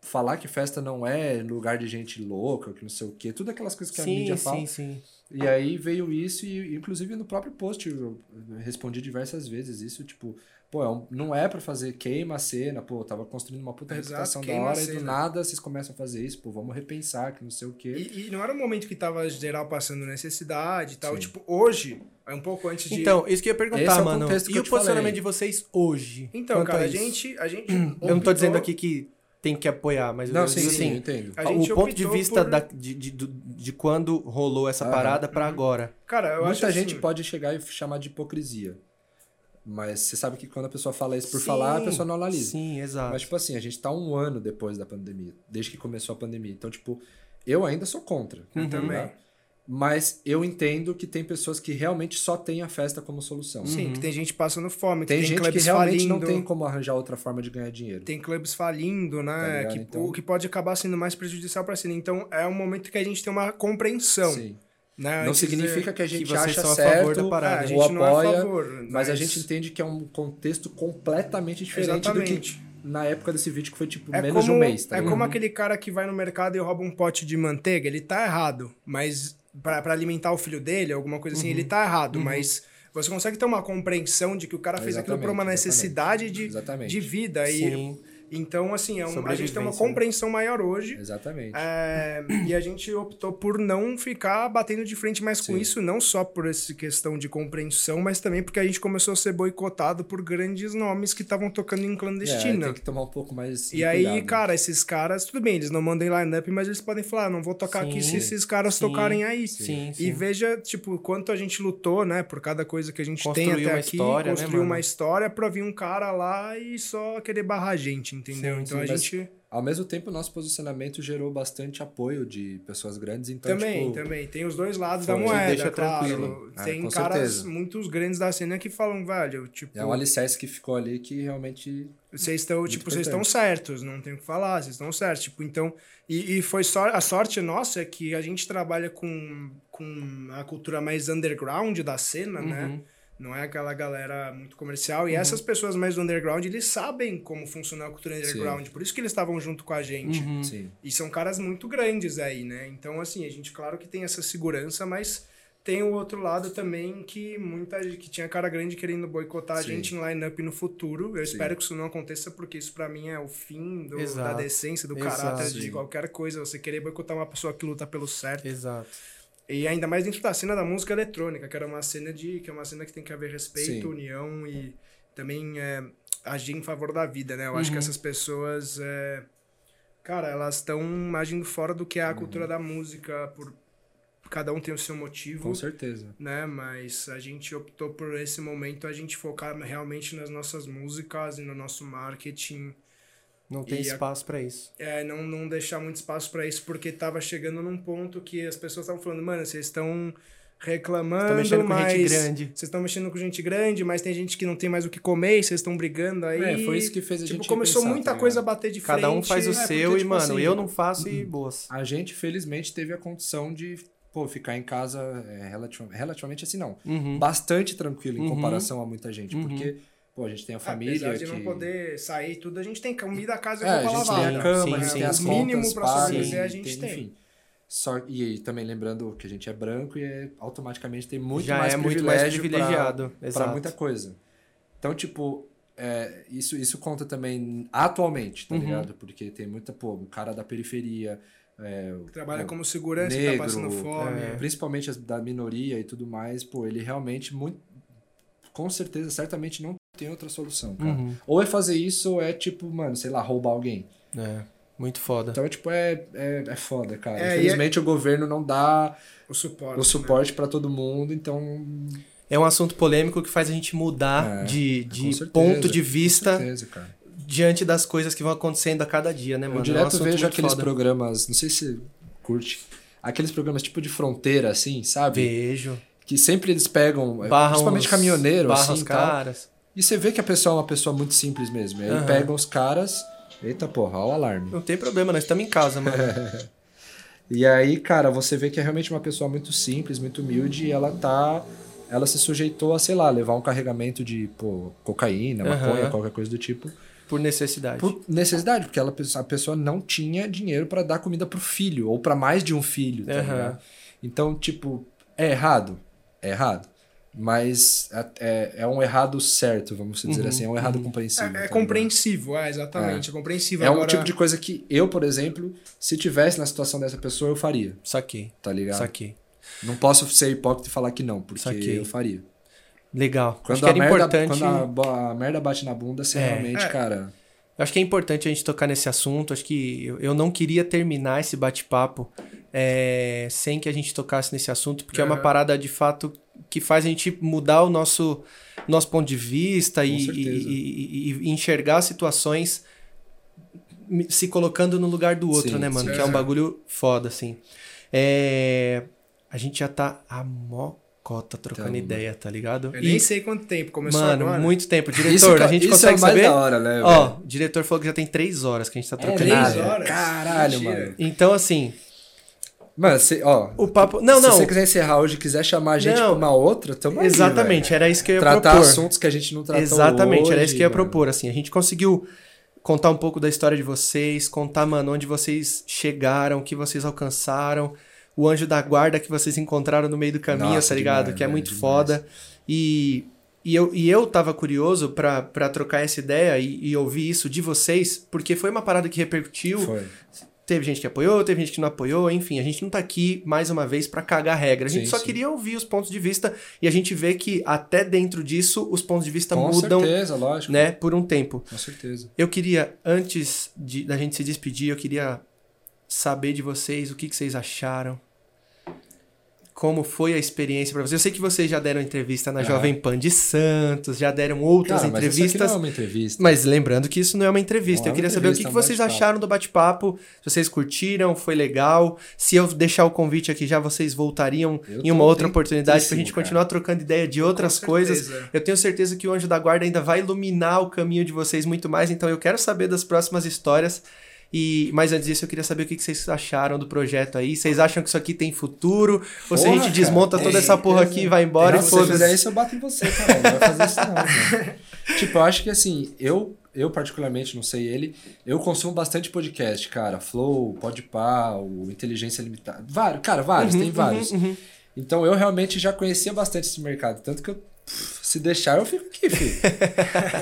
B: falar que festa não é lugar de gente louca, que não sei o quê, tudo aquelas coisas que a
A: Sim,
B: mídia fala.
A: sim, sim.
B: E aí veio isso, e inclusive no próprio post eu respondi diversas vezes isso, tipo, pô, é um- não é pra fazer queima a cena, pô, tava construindo uma puta
C: Exato,
B: reputação da
C: queima a
B: hora e do
C: cena.
B: nada vocês começam a fazer isso, pô, vamos repensar, que não sei o quê.
C: E, e não era um momento que tava geral passando necessidade e tal.
B: Sim.
C: Tipo, hoje, é um pouco antes de.
A: Então, isso que eu ia perguntar,
B: Esse é o
A: mano.
B: contexto que
A: E
B: eu
A: o
B: te
A: posicionamento
B: falei.
A: de vocês hoje?
C: Então,
A: quanto
C: cara, a
A: isso?
C: gente. A gente
A: Eu não tô
C: optou-
A: dizendo aqui que tem que apoiar, mas eu
B: Não, sim,
A: digo
B: sim,
A: assim,
B: eu entendo.
C: A
A: o
C: gente
A: ponto de
C: optou
A: vista
C: por-
A: da- de, de- do- de quando rolou essa
B: Aham. Uhum.
A: parada pra agora.
C: Cara, eu acho
B: Muita
C: assim-
B: gente pode chegar e chamar de hipocrisia. Mas você sabe que quando a pessoa fala isso por
A: Sim,
B: falar, a pessoa não analisa.
A: Sim, exato.
B: Mas, tipo assim, a gente tá um ano depois da pandemia, desde que começou a pandemia. Então, tipo, eu ainda sou contra.
C: Eu
B: tá
C: também.
B: ligado? Mas eu entendo que tem pessoas que realmente só têm a festa como solução.
C: Sim, que tem gente passando fome, que
B: Uhum. Tem,
C: tem,
B: gente que
C: clubes
B: realmente
C: falindo,
B: não tem como arranjar outra forma de ganhar dinheiro.
C: tem clubes falindo, né?
B: Tá ligado?
C: que,
B: Então-
C: O que pode acabar sendo mais prejudicial pra cena. Então é um momento que a gente tem uma compreensão,
B: Sim.
C: né?
B: Não
C: Antes de-
B: significa que a gente
A: vocês
B: acha
A: são a
B: certo,
A: favor da parada,
C: É, a
B: ou
C: gente não é a
B: apoia,
C: favor,
B: mas... a gente entende que é um contexto completamente diferente do
C: Exatamente.
B: que na época desse vídeo que foi tipo
C: É
B: menos
C: como,
B: de um mês, tá
C: é
B: ligado?
C: como aquele cara que vai no mercado e rouba um pote de manteiga, ele tá errado, mas pra pra alimentar o filho dele, alguma coisa assim, ele
B: Uhum.
C: tá errado, mas você consegue ter uma compreensão de que o cara fez aquilo por uma
B: Exatamente,
C: necessidade de,
B: exatamente.
C: de vida
A: Sim.
C: e então assim, é um- a gente tem
A: Sobrevivência, né?
C: uma compreensão maior hoje
B: Exatamente.
C: É, e a gente optou por não ficar batendo de frente mais com
B: Sim.
C: isso, não só por essa questão de compreensão, mas também porque a gente começou a ser boicotado por grandes nomes que estavam tocando em
B: É,
C: clandestina.
B: tem que tomar um pouco mais. de
C: e aí,
B: cuidado.
C: cara, esses caras, tudo bem, eles não mandam em line-up, mas eles podem falar, "Ah, não vou tocar aqui
A: Sim.
C: se esses caras
A: Sim.
C: tocarem aí.
A: Sim,
C: E
A: sim.
C: veja, tipo, quanto a gente lutou, né, por cada coisa que a gente
A: Construiu
C: tem até
A: uma
C: aqui,
A: história, né,
C: construiu
A: mano?
C: uma história pra vir um cara lá e só querer barrar a gente, entendeu?
A: Sim,
C: então
B: sim,
C: a
B: mas-
C: gente...
B: Ao mesmo tempo, nosso posicionamento gerou bastante apoio de pessoas grandes, então.
C: também,
B: tipo,
C: também. Tem os dois lados
B: foi,
C: da moeda,
A: deixa
C: claro.
A: tranquilo.
B: Ah,
C: Tem
B: com
C: caras,
B: certeza.
C: muitos grandes da cena que falam, velho, tipo,
B: É um alicerce que ficou ali que realmente.
C: vocês estão, tipo, vocês
B: importante.
C: estão certos, não tem o que falar, vocês estão certos. Tipo, então, e, e foi só a sorte nossa é que a gente trabalha com, com a cultura mais underground da cena,
B: Uhum.
C: né? Não é aquela galera muito comercial. E essas pessoas mais do underground, eles sabem como funciona a cultura underground. Por isso que eles estavam junto com a gente.
A: Hum.
B: Sim.
C: E são caras muito grandes aí, né? Então, assim, a gente, claro que tem essa segurança, mas tem o outro lado também que muita que tinha cara grande querendo boicotar
B: Sim.
C: a gente em line-up no futuro. Eu
B: Sim.
C: espero que isso não aconteça, porque isso pra mim é o fim do- da
A: Exato.
C: decência, do
A: Exato.
C: caráter
B: Sim.
C: de qualquer coisa. Você querer boicotar uma pessoa que luta pelo certo.
A: Exato.
C: E ainda mais dentro da cena da música eletrônica, que era uma cena de. que é uma cena que tem que haver
B: Sim.
C: respeito, união e também é, agir em favor da vida, né? Eu acho que
B: Uhum.
C: essas pessoas. é, cara, elas estão agindo fora do que é a cultura
B: Uhum.
C: da música, por cada um tem o seu motivo,
A: Uhum.
B: Com certeza.
C: né? Mas a gente optou por esse momento a gente focar realmente nas nossas músicas e no nosso marketing.
A: Não tem
C: E a-
A: espaço pra isso.
C: É, não, não deixar muito espaço pra isso, porque tava chegando num ponto que as pessoas estavam falando, mano, vocês estão reclamando,
A: Vocês tão mexendo com
C: mas
A: gente grande.
C: Vocês estão mexendo com gente grande, mas tem gente que não tem mais o que comer, e vocês estão brigando aí.
B: É, foi isso que fez a
C: tipo,
B: gente
C: começou
B: repensar,
C: muita
B: tá
C: coisa a
B: ligado?
C: bater de frente.
A: Cada um faz o
C: é,
A: seu
C: porque,
A: e,
C: tipo
A: mano,
C: assim,
A: eu não faço e boas.
B: A gente, felizmente, teve a condição de pô, ficar em casa é, relativ- relativamente assim, não.
A: Uhum.
B: Bastante tranquilo em
A: Uhum.
B: comparação a muita gente.
A: Uhum.
B: Porque, pô, a gente tem a família.
C: É, Apesar de
B: que...
C: não poder sair tudo, a gente tem comida, casa e
B: É, a
C: roupa
B: gente tem
C: lavada.
B: a cama,
A: Sim,
B: a gente
A: sim,
B: tem as
A: sim.
B: contas
C: né? Mínimo pra
B: pagas,
C: sobreviver a gente tem.
B: Enfim. Só, e aí, também lembrando que a gente é branco e é- automaticamente tem muito
A: Já
B: mais
A: é muito
B: privilégio
A: mais
B: pra-
A: privilegiado.
B: para
A: Exato.
B: muita coisa. Então, tipo, é, isso, isso conta também atualmente, tá
A: Uhum.
B: ligado? Porque tem muita, pô, um cara da periferia, é,
C: Que Trabalha como segurança, e
B: negro,
C: tá passando fome.
A: é.
B: principalmente as da minoria e tudo mais, pô, ele realmente, muito, com certeza, certamente não tem outra solução, cara.
A: Uhum.
B: Ou é fazer isso, ou é tipo, mano, sei lá, roubar alguém.
A: É, muito foda.
B: Então, tipo, é, é, é foda, cara.
C: É, né?
B: Infelizmente, o governo não dá
C: O suporte.
B: o suporte pra todo mundo, então,
A: É um assunto polêmico que faz a gente mudar
B: É,
A: de,
B: com
A: de
B: certeza,
A: ponto de
B: com
A: vista
B: certeza, cara.
A: diante das coisas que vão acontecendo a cada dia, né, mano?
B: Eu
A: é um
B: direto
A: assunto
B: vejo
A: muito
B: aqueles
A: foda.
B: programas, não sei se curte, aqueles programas tipo de fronteira, assim, sabe?
A: Vejo.
B: Que sempre eles pegam, é,
A: Barra
B: principalmente
A: uns-
B: caminhoneiro,
A: barra
B: assim,
A: os
B: e tal.
A: caras.
B: E você vê que a pessoa é uma pessoa muito simples mesmo. E aí
A: Aham.
B: pegam os caras, eita porra, olha o alarme.
A: Não tem problema, nós estamos em casa, mano.
B: E aí, cara, você vê que é realmente uma pessoa muito simples, muito humilde, e ela tá. Ela se sujeitou a, sei lá, levar um carregamento de pô, cocaína,
A: Aham.
B: maconha, qualquer coisa do tipo.
A: Por necessidade.
B: Por necessidade, porque ela, a pessoa não tinha dinheiro pra dar comida pro filho, ou pra mais de um filho, tá
A: Aham.
B: ligado? Então, tipo, é errado? É errado. Mas é- é, é um errado certo, vamos dizer
A: Uhum,
B: assim, é um errado compreensível.
C: É, é
B: tá ligado?
C: compreensivo, é, exatamente. É, compreensível.
B: É um
C: Agora,
B: tipo de coisa que eu, por exemplo, se tivesse na situação dessa pessoa, eu faria,
A: Saquei,
B: tá ligado?
A: saquei.
B: Não posso ser hipócrita e falar que não, porque
A: Saquei.
B: eu faria.
A: Legal.
B: Quando,
A: Acho que
B: a
A: era
B: merda,
A: importante.
B: quando a, bo- a merda bate na bunda, você
A: É.
B: realmente,
C: É.
B: cara.
A: Eu acho que é importante a gente tocar nesse assunto. Acho que eu- eu não queria terminar esse bate-papo é, sem que a gente tocasse nesse assunto, porque é uma
C: Aham.
A: parada de fato que faz a gente mudar o nosso, nosso ponto de vista e,
B: certeza.
A: e- e- e enxergar situações me- se colocando no lugar do outro,
B: Sim,
A: né, mano?
C: sim.
A: que é um
C: É.
A: bagulho foda, assim. É, a gente já tá a mocota trocando
B: Então,
A: ideia, tá ligado?
B: É
C: Eu
A: E,
C: nem sei quanto tempo começou
A: mano,
C: agora.
A: muito tempo. Diretor,
B: isso,
A: a gente
B: isso
A: consegue
B: é mais
A: saber?
B: da hora, né? velho?
A: Ó, o diretor falou que já tem três horas que a gente tá trocando.
C: É três
A: ideia.
C: horas?
B: Caralho,
C: Mentira.
B: mano.
A: Então, assim,
B: Mano, você, ó.
A: o papo. Não,
B: Se
A: não.
B: você quiser encerrar hoje e quiser chamar a gente
A: Não.
B: pra uma outra, tamo aí,
A: Exatamente, era isso que eu ia
B: velho. Tratar
A: propor.
B: assuntos que a gente não tratou
A: Exatamente, era
B: hoje,
A: isso que eu ia
B: mano.
A: propor. Assim, a gente conseguiu contar um pouco da história de vocês, contar, mano, onde vocês chegaram, o que vocês alcançaram, o anjo da guarda que vocês encontraram no meio do caminho,
B: Nossa,
A: tá ligado?
B: demais,
A: que é
B: velho,
A: muito
B: demais.
A: foda. E, e, eu, e eu tava curioso pra, pra trocar essa ideia e, e ouvir isso de vocês, porque foi uma parada que repercutiu.
B: Foi.
A: Teve gente que apoiou, teve gente que não apoiou, enfim, a gente não tá aqui mais uma vez pra cagar regra. A gente
B: Sim,
A: só
B: sim.
A: queria ouvir os pontos de vista e a gente vê que até dentro disso os pontos de vista
B: Com
A: Tá mudam,
B: certeza, lógico.
A: né, por um tempo.
B: Com certeza.
A: Eu queria antes de, da gente se despedir, eu queria saber de vocês o que, que vocês acharam. Como foi a experiência pra vocês? Eu sei que vocês já deram entrevista na
B: Aham.
A: Jovem Pan de Santos, já deram outras
B: Ah. Cara, mas isso aqui
A: entrevistas.
B: não é uma entrevista.
A: Mas lembrando que isso não é uma entrevista.
B: Não é
A: eu
B: uma
A: queria saber o que,
B: entrevista,
A: que
B: é um
A: vocês
B: bate-papo.
A: acharam do bate-papo, se vocês curtiram, foi legal. Se eu deixar o convite aqui já, vocês voltariam
B: Eu
A: em
B: tô
A: uma outra oportunidade pra
B: tentíssimo,
A: gente
B: cara.
A: continuar trocando ideia de outras
C: Com
A: coisas.
C: certeza.
A: Eu tenho certeza que o Anjo da Guarda ainda vai iluminar o caminho de vocês muito mais, então eu quero saber das próximas histórias. E Mas antes disso, eu queria saber o que que vocês acharam do projeto aí. Vocês acham que isso aqui tem futuro? Ou se a
B: Porra,
A: gente
B: cara,
A: desmonta
B: com
A: toda essa porra
B: certeza.
A: aqui e vai embora
B: Não,
A: e
B: se você fizer
A: foda-se?
B: isso, eu bato em você, cara. Não vai fazer isso, não. Mano. tipo, eu acho que assim, eu, eu particularmente, não sei ele, eu consumo bastante podcast, cara. Flow, Podpah, o Inteligência Limitada. Vários, cara, vários,
A: Uhum,
B: tem vários. Então eu realmente já conhecia bastante esse mercado. Tanto que eu, pff, se deixar, eu fico aqui, filho.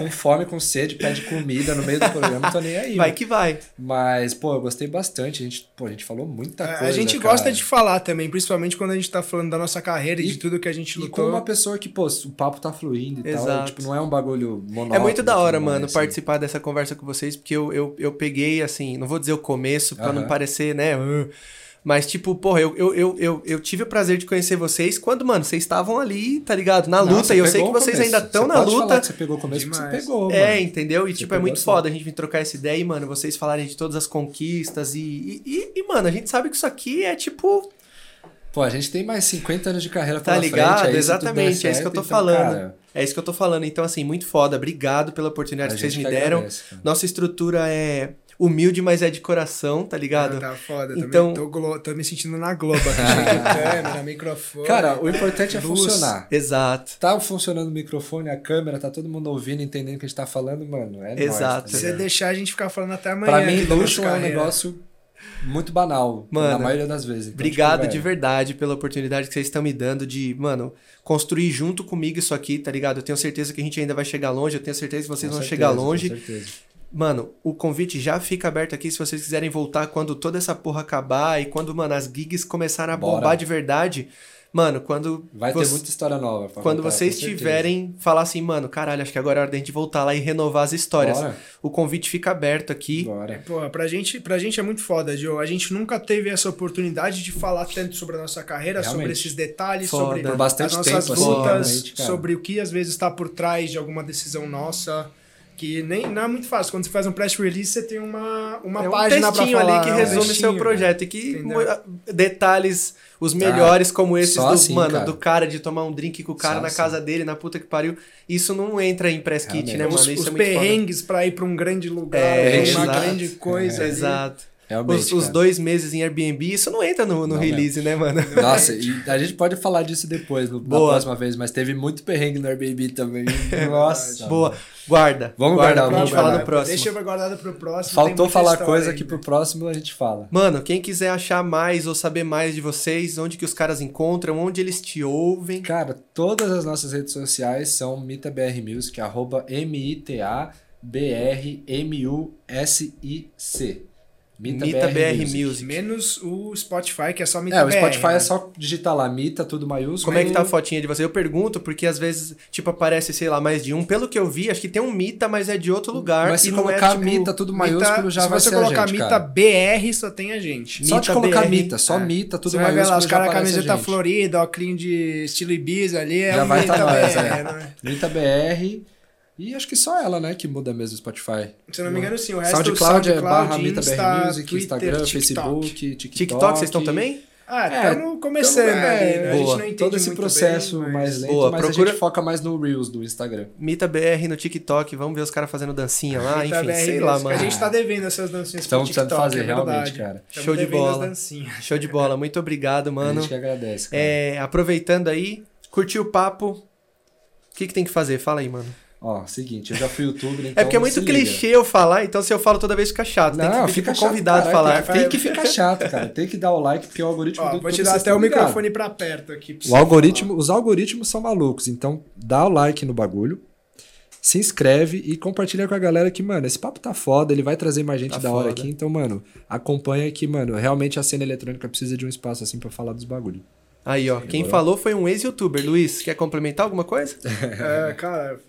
B: com fome, com sede, pede comida no meio do programa, não tô nem aí.
A: Vai
B: mano.
A: que vai.
B: Mas, pô, eu gostei bastante. A gente, pô, a gente falou muita
C: É, A-
A: É,
B: coisa.
C: a gente
B: cara.
C: gosta de falar também, principalmente quando a gente tá falando da nossa carreira e,
B: E-
C: de tudo que a gente
B: E com
C: lutou.
B: uma pessoa que, pô, o papo tá fluindo e tal.
A: Exato.
B: Tipo, não é um bagulho monótono.
A: É muito da hora,
B: tudo mais,
A: mano,
B: assim.
A: participar dessa conversa com vocês, porque eu, eu, eu peguei, assim, não vou dizer o começo, pra não
B: Aham.
A: parecer, né? "Ah", Mas, tipo, porra, eu, eu, eu, eu, eu tive o prazer de conhecer vocês quando, mano, vocês estavam ali, tá ligado? Na
B: Não,
A: luta,
B: você
A: e eu sei que
B: pegou o
A: vocês
B: começo.
A: ainda estão
B: Você
A: na
B: pode falar
A: luta.
B: que você pegou o começo porque você
C: Demais.
B: pegou,
A: É,
B: mano.
A: entendeu? E,
B: Você
A: tipo, é muito
B: pegou
A: foda a gente vir trocar essa ideia e, mano, vocês falarem de todas as conquistas e, e, e- e, mano, a gente sabe que isso aqui é, tipo,
B: Pô, a gente tem mais 50 anos de carreira
A: Tá
B: pela
A: ligado?
B: frente. aí, se tudo der
A: Exatamente, é isso que eu
B: certo,
A: tô
B: então,
A: falando.
B: cara,
A: É isso que eu tô falando. Então, assim, muito foda. Obrigado pela
B: a
A: oportunidade que
B: gente
A: vocês me
B: que
A: deram.
B: agradece, cara.
A: Nossa estrutura é humilde, mas é de coração, tá
B: É
A: ligado?
C: Tá foda,
A: Então-
C: então... tô, glo- tô me sentindo na Globo aqui, cheio de
A: né?
C: câmera, microfone.
B: Cara, o importante é
C: Luz.
B: funcionar.
A: Exato.
B: Tá funcionando o microfone, a câmera, tá todo mundo ouvindo, entendendo o que a gente tá falando, mano. É nóis,
A: Exato.
B: tá
C: se você
B: ligado?
C: deixar a gente ficar falando até amanhã.
B: Pra mim,
C: aqui da
B: luxo é um
C: carreira.
B: negócio muito banal, na
A: Mano,
B: maioria das vezes. Então,
A: Obrigado
B: tipo,
A: de
B: velho,
A: verdade pela oportunidade que vocês estão me dando de, mano, construir junto comigo isso aqui, tá ligado? Eu tenho certeza que a gente ainda vai chegar longe, eu tenho certeza que vocês
B: com
A: vão
B: certeza,
A: chegar longe.
B: Com certeza.
A: Mano, o convite já fica aberto aqui se vocês quiserem voltar quando toda essa porra acabar e quando, mano, as gigs começarem a
B: Bora.
A: bombar de verdade. Mano, quando.
B: Vai
A: você-
B: ter muita história nova. Pra
A: Quando
B: contar,
A: vocês
B: com certeza.
A: tiverem, falar assim, mano, caralho, acho que agora é hora da gente voltar lá e renovar as histórias.
B: Bora,
A: O convite fica aberto aqui.
B: bora.
C: Porra, pra gente, pra gente é muito foda, Joe. A gente nunca teve essa oportunidade de falar tanto sobre a nossa carreira, sobre
B: Realmente.
C: esses detalhes,
A: Foda.
C: sobre
B: Por bastante
C: as
B: tempo,
C: nossas
B: assim,
C: lutas,
B: realmente, cara.
C: sobre o que às vezes está por trás de alguma decisão nossa. Que nem, não é muito fácil. Quando você faz um press release, você tem uma, uma
A: é um
C: página pra
A: textinho
C: falar.
A: ali que
C: um
A: resume
C: textinho,
A: seu
C: né?
A: projeto e que
C: Entendeu?
A: mo- detalhes os melhores como esses do
B: Tá. só assim,
A: mano
B: cara.
A: do cara de tomar um drink com o cara
B: Só
A: na
B: assim.
A: casa dele na puta que pariu isso não entra em press kit
B: Realmente.
A: né mano
C: Os,
A: isso
C: os
A: é muito
C: perrengues pra ir pra um grande lugar,
A: É,
C: pra uma
A: exato.
C: grande coisa.
A: foda.
C: ali.
A: exato
B: Realmente,
A: os, os
B: cara.
A: dois meses em Airbnb isso não entra no, no
B: Não
A: release né mano
B: Nossa, e a gente pode falar disso depois, no, na
A: Boa.
B: próxima vez, mas teve muito perrengue no Airbnb também. Nossa.
A: boa guarda
B: Vamos
A: guarda,
B: guardar,
A: pra
B: vamos
A: gente falar
B: guardar.
A: no próximo
C: Deixa guardado pro próximo. tem
B: Faltou
C: muita
B: falar
C: história
B: coisa
C: ainda.
B: que pro próximo a gente fala.
A: Mano, quem quiser achar mais ou saber mais de vocês, onde que os caras encontram, onde eles te ouvem.
B: Cara, todas as nossas redes sociais são MitaBRMusic, arroba M-I-T-A-B-R-M-U-S-I-C.
A: Mita BR Music.
C: Menos o Spotify, que é só me
B: É, o
C: BR,
B: Spotify
C: né?
B: é só digitar lá, Mita, tudo maiúsculo.
A: Como é que tá a fotinha de você? Eu pergunto, porque às vezes, tipo, aparece, sei lá, mais de um. Pelo que eu vi, acho que tem um Mita, mas é de outro lugar.
B: Mas se
A: e não
B: colocar
A: é, tipo,
B: Mita, tudo
C: Mita-
B: maiúsculo, já
C: se
B: vai
C: você
B: ser
C: colocar
B: a gente,
C: Mita
B: cara.
C: BR, só tem a gente.
B: Só de
A: Mita
B: colocar
A: BR.
B: Mita, só
C: É.
B: Mita, tudo
C: você vai ver lá,
B: maiúsculo,
C: os
B: já
C: caras,
B: aparece a
C: camiseta
B: gente.
C: florida, óculos de estilo Ibiza ali, é
B: Já
C: um
B: vai
C: Mita
B: tá nós,
C: BR,
B: é.
C: né?
B: Mita BR. E acho que só ela, né, que muda mesmo o Spotify.
C: Se eu não me engano, sim. O resto
B: SoundCloud,
C: é
B: é barra Mita
C: Insta,
B: BR Music,
C: Twitter,
B: Instagram,
C: TikTok.
B: Facebook, TikTok.
A: TikTok, vocês estão também?
C: Ah,
B: É,
C: estamos começando
B: tamo- é,
C: ali, né? A
A: boa.
C: gente não entende
B: Todo esse
C: muito
B: processo
C: bem,
B: mais lento,
A: Boa,
B: mas a
A: procura-
B: gente foca mais no Reels do Instagram.
A: Mita BR no TikTok, vamos ver os caras fazendo dancinha lá,
B: ah,
C: Mita
A: enfim,
C: BR
A: sei lá,
C: mesmo, que
A: mano.
C: A gente tá devendo essas dancinhas
B: Então
C: pro
B: precisando
C: TikTok,
B: fazer
C: é
B: realmente,
C: verdade.
B: cara.
C: Tamo
A: Show de
C: devendo as
A: bola.
C: dancinhas.
A: Show de bola, muito obrigado,
B: a
A: mano.
B: gente que agradece. cara.
A: É, aproveitando aí, curtiu o papo. O que, que tem que fazer? Fala aí, mano.
B: Ó, seguinte, eu já fui youtuber, então
A: é porque é muito
B: se liga.
A: clichê eu falar, então se eu falo toda vez fica chato. tem
B: Não,
A: que
B: fica
A: ficar
B: chato,
A: convidado a
B: caralho,
A: falar.
B: Tem que ficar chato, cara. Tem que dar o like, porque o algoritmo
C: Ó,
B: do é
C: vou te
B: YouTube,
C: dar
B: vocês
C: até
B: tão
C: o
B: ligados.
C: microfone pra perto aqui. pra
B: O
C: você
B: algoritmo, os algoritmos são malucos, então dá o like no bagulho, se inscreve e compartilha com a galera que, mano, esse papo tá foda, ele vai trazer mais gente
A: Tá
B: da hora
A: foda.
B: aqui, então, mano, acompanha que, mano, realmente a cena eletrônica precisa de um espaço assim pra falar dos bagulhos.
A: Aí, ó. Quem falou foi um ex-youtuber. Luiz, quer complementar alguma coisa?
C: É, cara,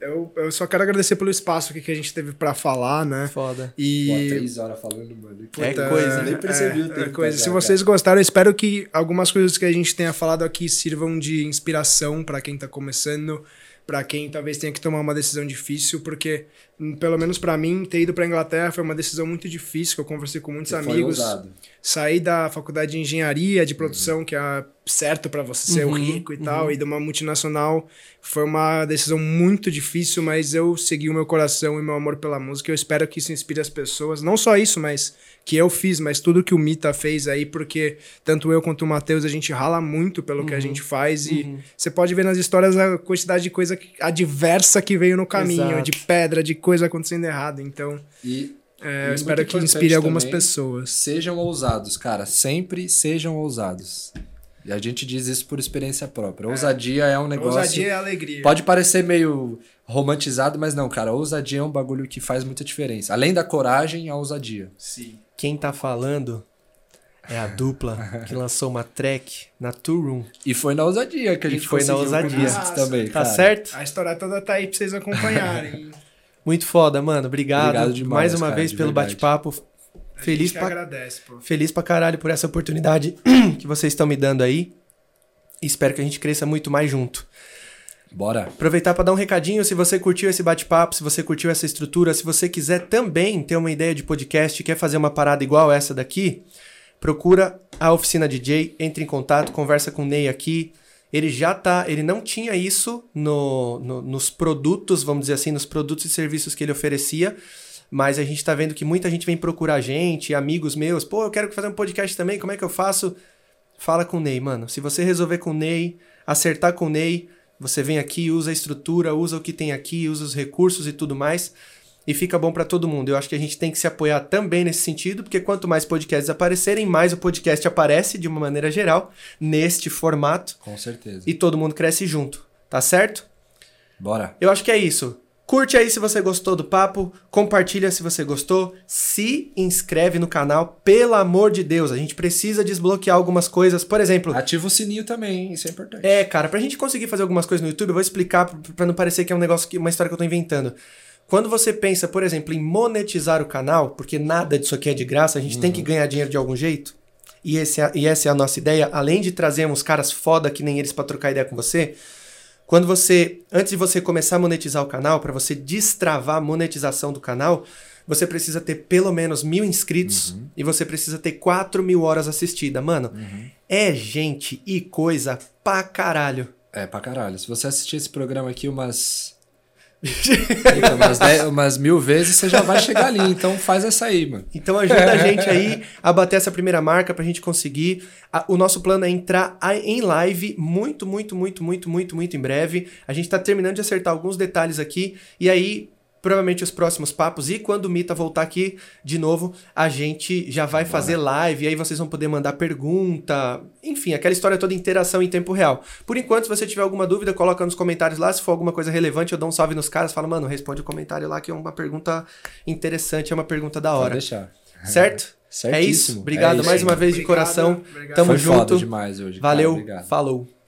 C: eu, eu só quero agradecer pelo espaço aqui que a gente teve pra falar, né?
A: É Foda.
C: E.
B: três horas falando, mano.
A: É coisa, hein?
B: né? nem percebi o
C: é,
B: tempo tá
C: é coisa.
B: passar,
C: Se vocês
B: cara.
C: gostaram, eu espero que algumas coisas que a gente tenha falado aqui sirvam de inspiração pra quem tá começando, pra quem talvez tenha que tomar uma decisão difícil, porque hum, pelo menos pra mim ter ido pra Inglaterra foi uma decisão muito difícil. que Eu conversei com muitos
B: Você foi
C: amigos.
B: ousado.
C: sair da faculdade de engenharia, de produção, que é certo para você ser o
A: Uhum,
C: rico e tal, e de uma multinacional, foi uma decisão muito difícil, mas eu segui o meu coração e meu amor pela música. Eu espero que isso inspire as pessoas. Não só isso, mas que eu fiz, mas tudo que o Mita fez aí, porque tanto eu quanto o Matheus, a gente rala muito pelo que a gente faz e você pode ver nas histórias a quantidade de coisa que- adversa que veio no caminho,
A: Exato.
C: de pedra, de coisa acontecendo errado. Então,
B: E
C: é, eu
B: muito
C: espero que
B: importante
C: inspire algumas
B: também,
C: pessoas.
B: Sejam ousados, cara. Sempre sejam ousados. E a gente diz isso por experiência própria. Ousadia é um negócio.
C: Ousadia e alegria.
B: Pode parecer meio romantizado, mas não, cara. A ousadia é um bagulho que faz muita diferença. Além da coragem, a ousadia.
C: Sim.
A: Quem tá falando é a dupla que lançou uma track na Tour Room.
B: E foi na ousadia que a
A: E
B: gente
A: foi na
B: conseguiu
A: ousadia.
B: com business
C: Nossa,
B: também,
A: Tá
B: cara.
A: certo?
C: A história toda tá aí pra vocês acompanharem.
A: Muito foda, mano. Obrigado,
B: Obrigado demais,
A: mais uma
B: cara,
A: vez
B: de
A: pelo
B: verdade.
A: bate-papo. Feliz
C: A gente
A: pra,
C: agradece, pô.
A: feliz pra caralho por essa oportunidade que vocês estão me dando aí. Espero que a gente cresça muito mais junto.
B: Bora.
A: Aproveitar para dar um recadinho, se você curtiu esse bate-papo, se você curtiu essa estrutura, se você quiser também ter uma ideia de podcast, quer fazer uma parada igual essa daqui, procura a Oficina DJ, entre em contato, conversa com o Ney aqui. Ele já tá, ele não tinha isso no, no- nos produtos, vamos dizer assim, nos produtos e serviços que ele oferecia, mas a gente tá vendo que muita gente vem procurar a gente, amigos meus, pô, eu quero fazer um podcast também, como é que eu faço? Fala com o Ney, mano. Se você resolver com o Ney, acertar com o Ney, você vem aqui, usa a estrutura, usa o que tem aqui, usa os recursos e tudo mais. E fica bom pra todo mundo. Eu acho que a gente tem que se apoiar também nesse sentido, porque quanto mais podcasts aparecerem, mais o podcast aparece de uma maneira geral, neste formato,
B: Com certeza.
A: e todo mundo cresce junto, tá certo?
B: Bora.
A: Eu acho que é isso. Curte aí se você gostou do papo, compartilha se você gostou, se inscreve no canal, pelo amor de Deus. A gente precisa desbloquear algumas coisas. Por exemplo,
B: Ativa o sininho também, hein? isso é importante.
A: é, cara, pra gente conseguir fazer algumas coisas no YouTube, eu vou explicar pra- pra não parecer que é um negócio que uma história que eu tô inventando. Quando você pensa, por exemplo, em monetizar o canal, porque nada disso aqui é de graça, a gente tem que ganhar dinheiro de algum jeito. E, esse é- e essa é a nossa ideia, além de trazer uns caras foda que nem eles pra trocar ideia com você. Quando você, antes de você começar a monetizar o canal, pra você destravar a monetização do canal, você precisa ter pelo menos mil inscritos e você precisa ter 4 mil horas assistidas. Mano, é gente e coisa pra caralho.
B: É, pra caralho. Se você assistir esse programa aqui umas. Eita, umas, dez- umas mil vezes, você já vai chegar ali. Então faz essa aí, mano.
A: Então ajuda a gente aí a bater essa primeira marca pra gente conseguir. A- o nosso plano é entrar a- em live muito, muito, muito, muito, muito, muito em breve. A gente tá terminando de acertar alguns detalhes aqui e aí provavelmente os próximos papos e quando o Mita voltar aqui de novo, a gente já vai fazer live e aí vocês vão poder mandar pergunta, enfim, aquela história toda interação em tempo real. Por enquanto, se você tiver alguma dúvida, coloca nos comentários lá, se for alguma coisa relevante, eu dou um salve nos caras, falo, mano, responde o comentário lá que é uma pergunta interessante, é uma pergunta da
B: Pode
A: hora.
B: deixar.
A: Certo?
B: Certíssimo.
A: É isso. Obrigado mais uma vez de
D: Obrigado,
A: coração.
D: obrigado.
A: Tamo
B: Foi foda
A: junto.
B: demais hoje. cara.
A: Valeu.
B: Obrigado.
A: Falou.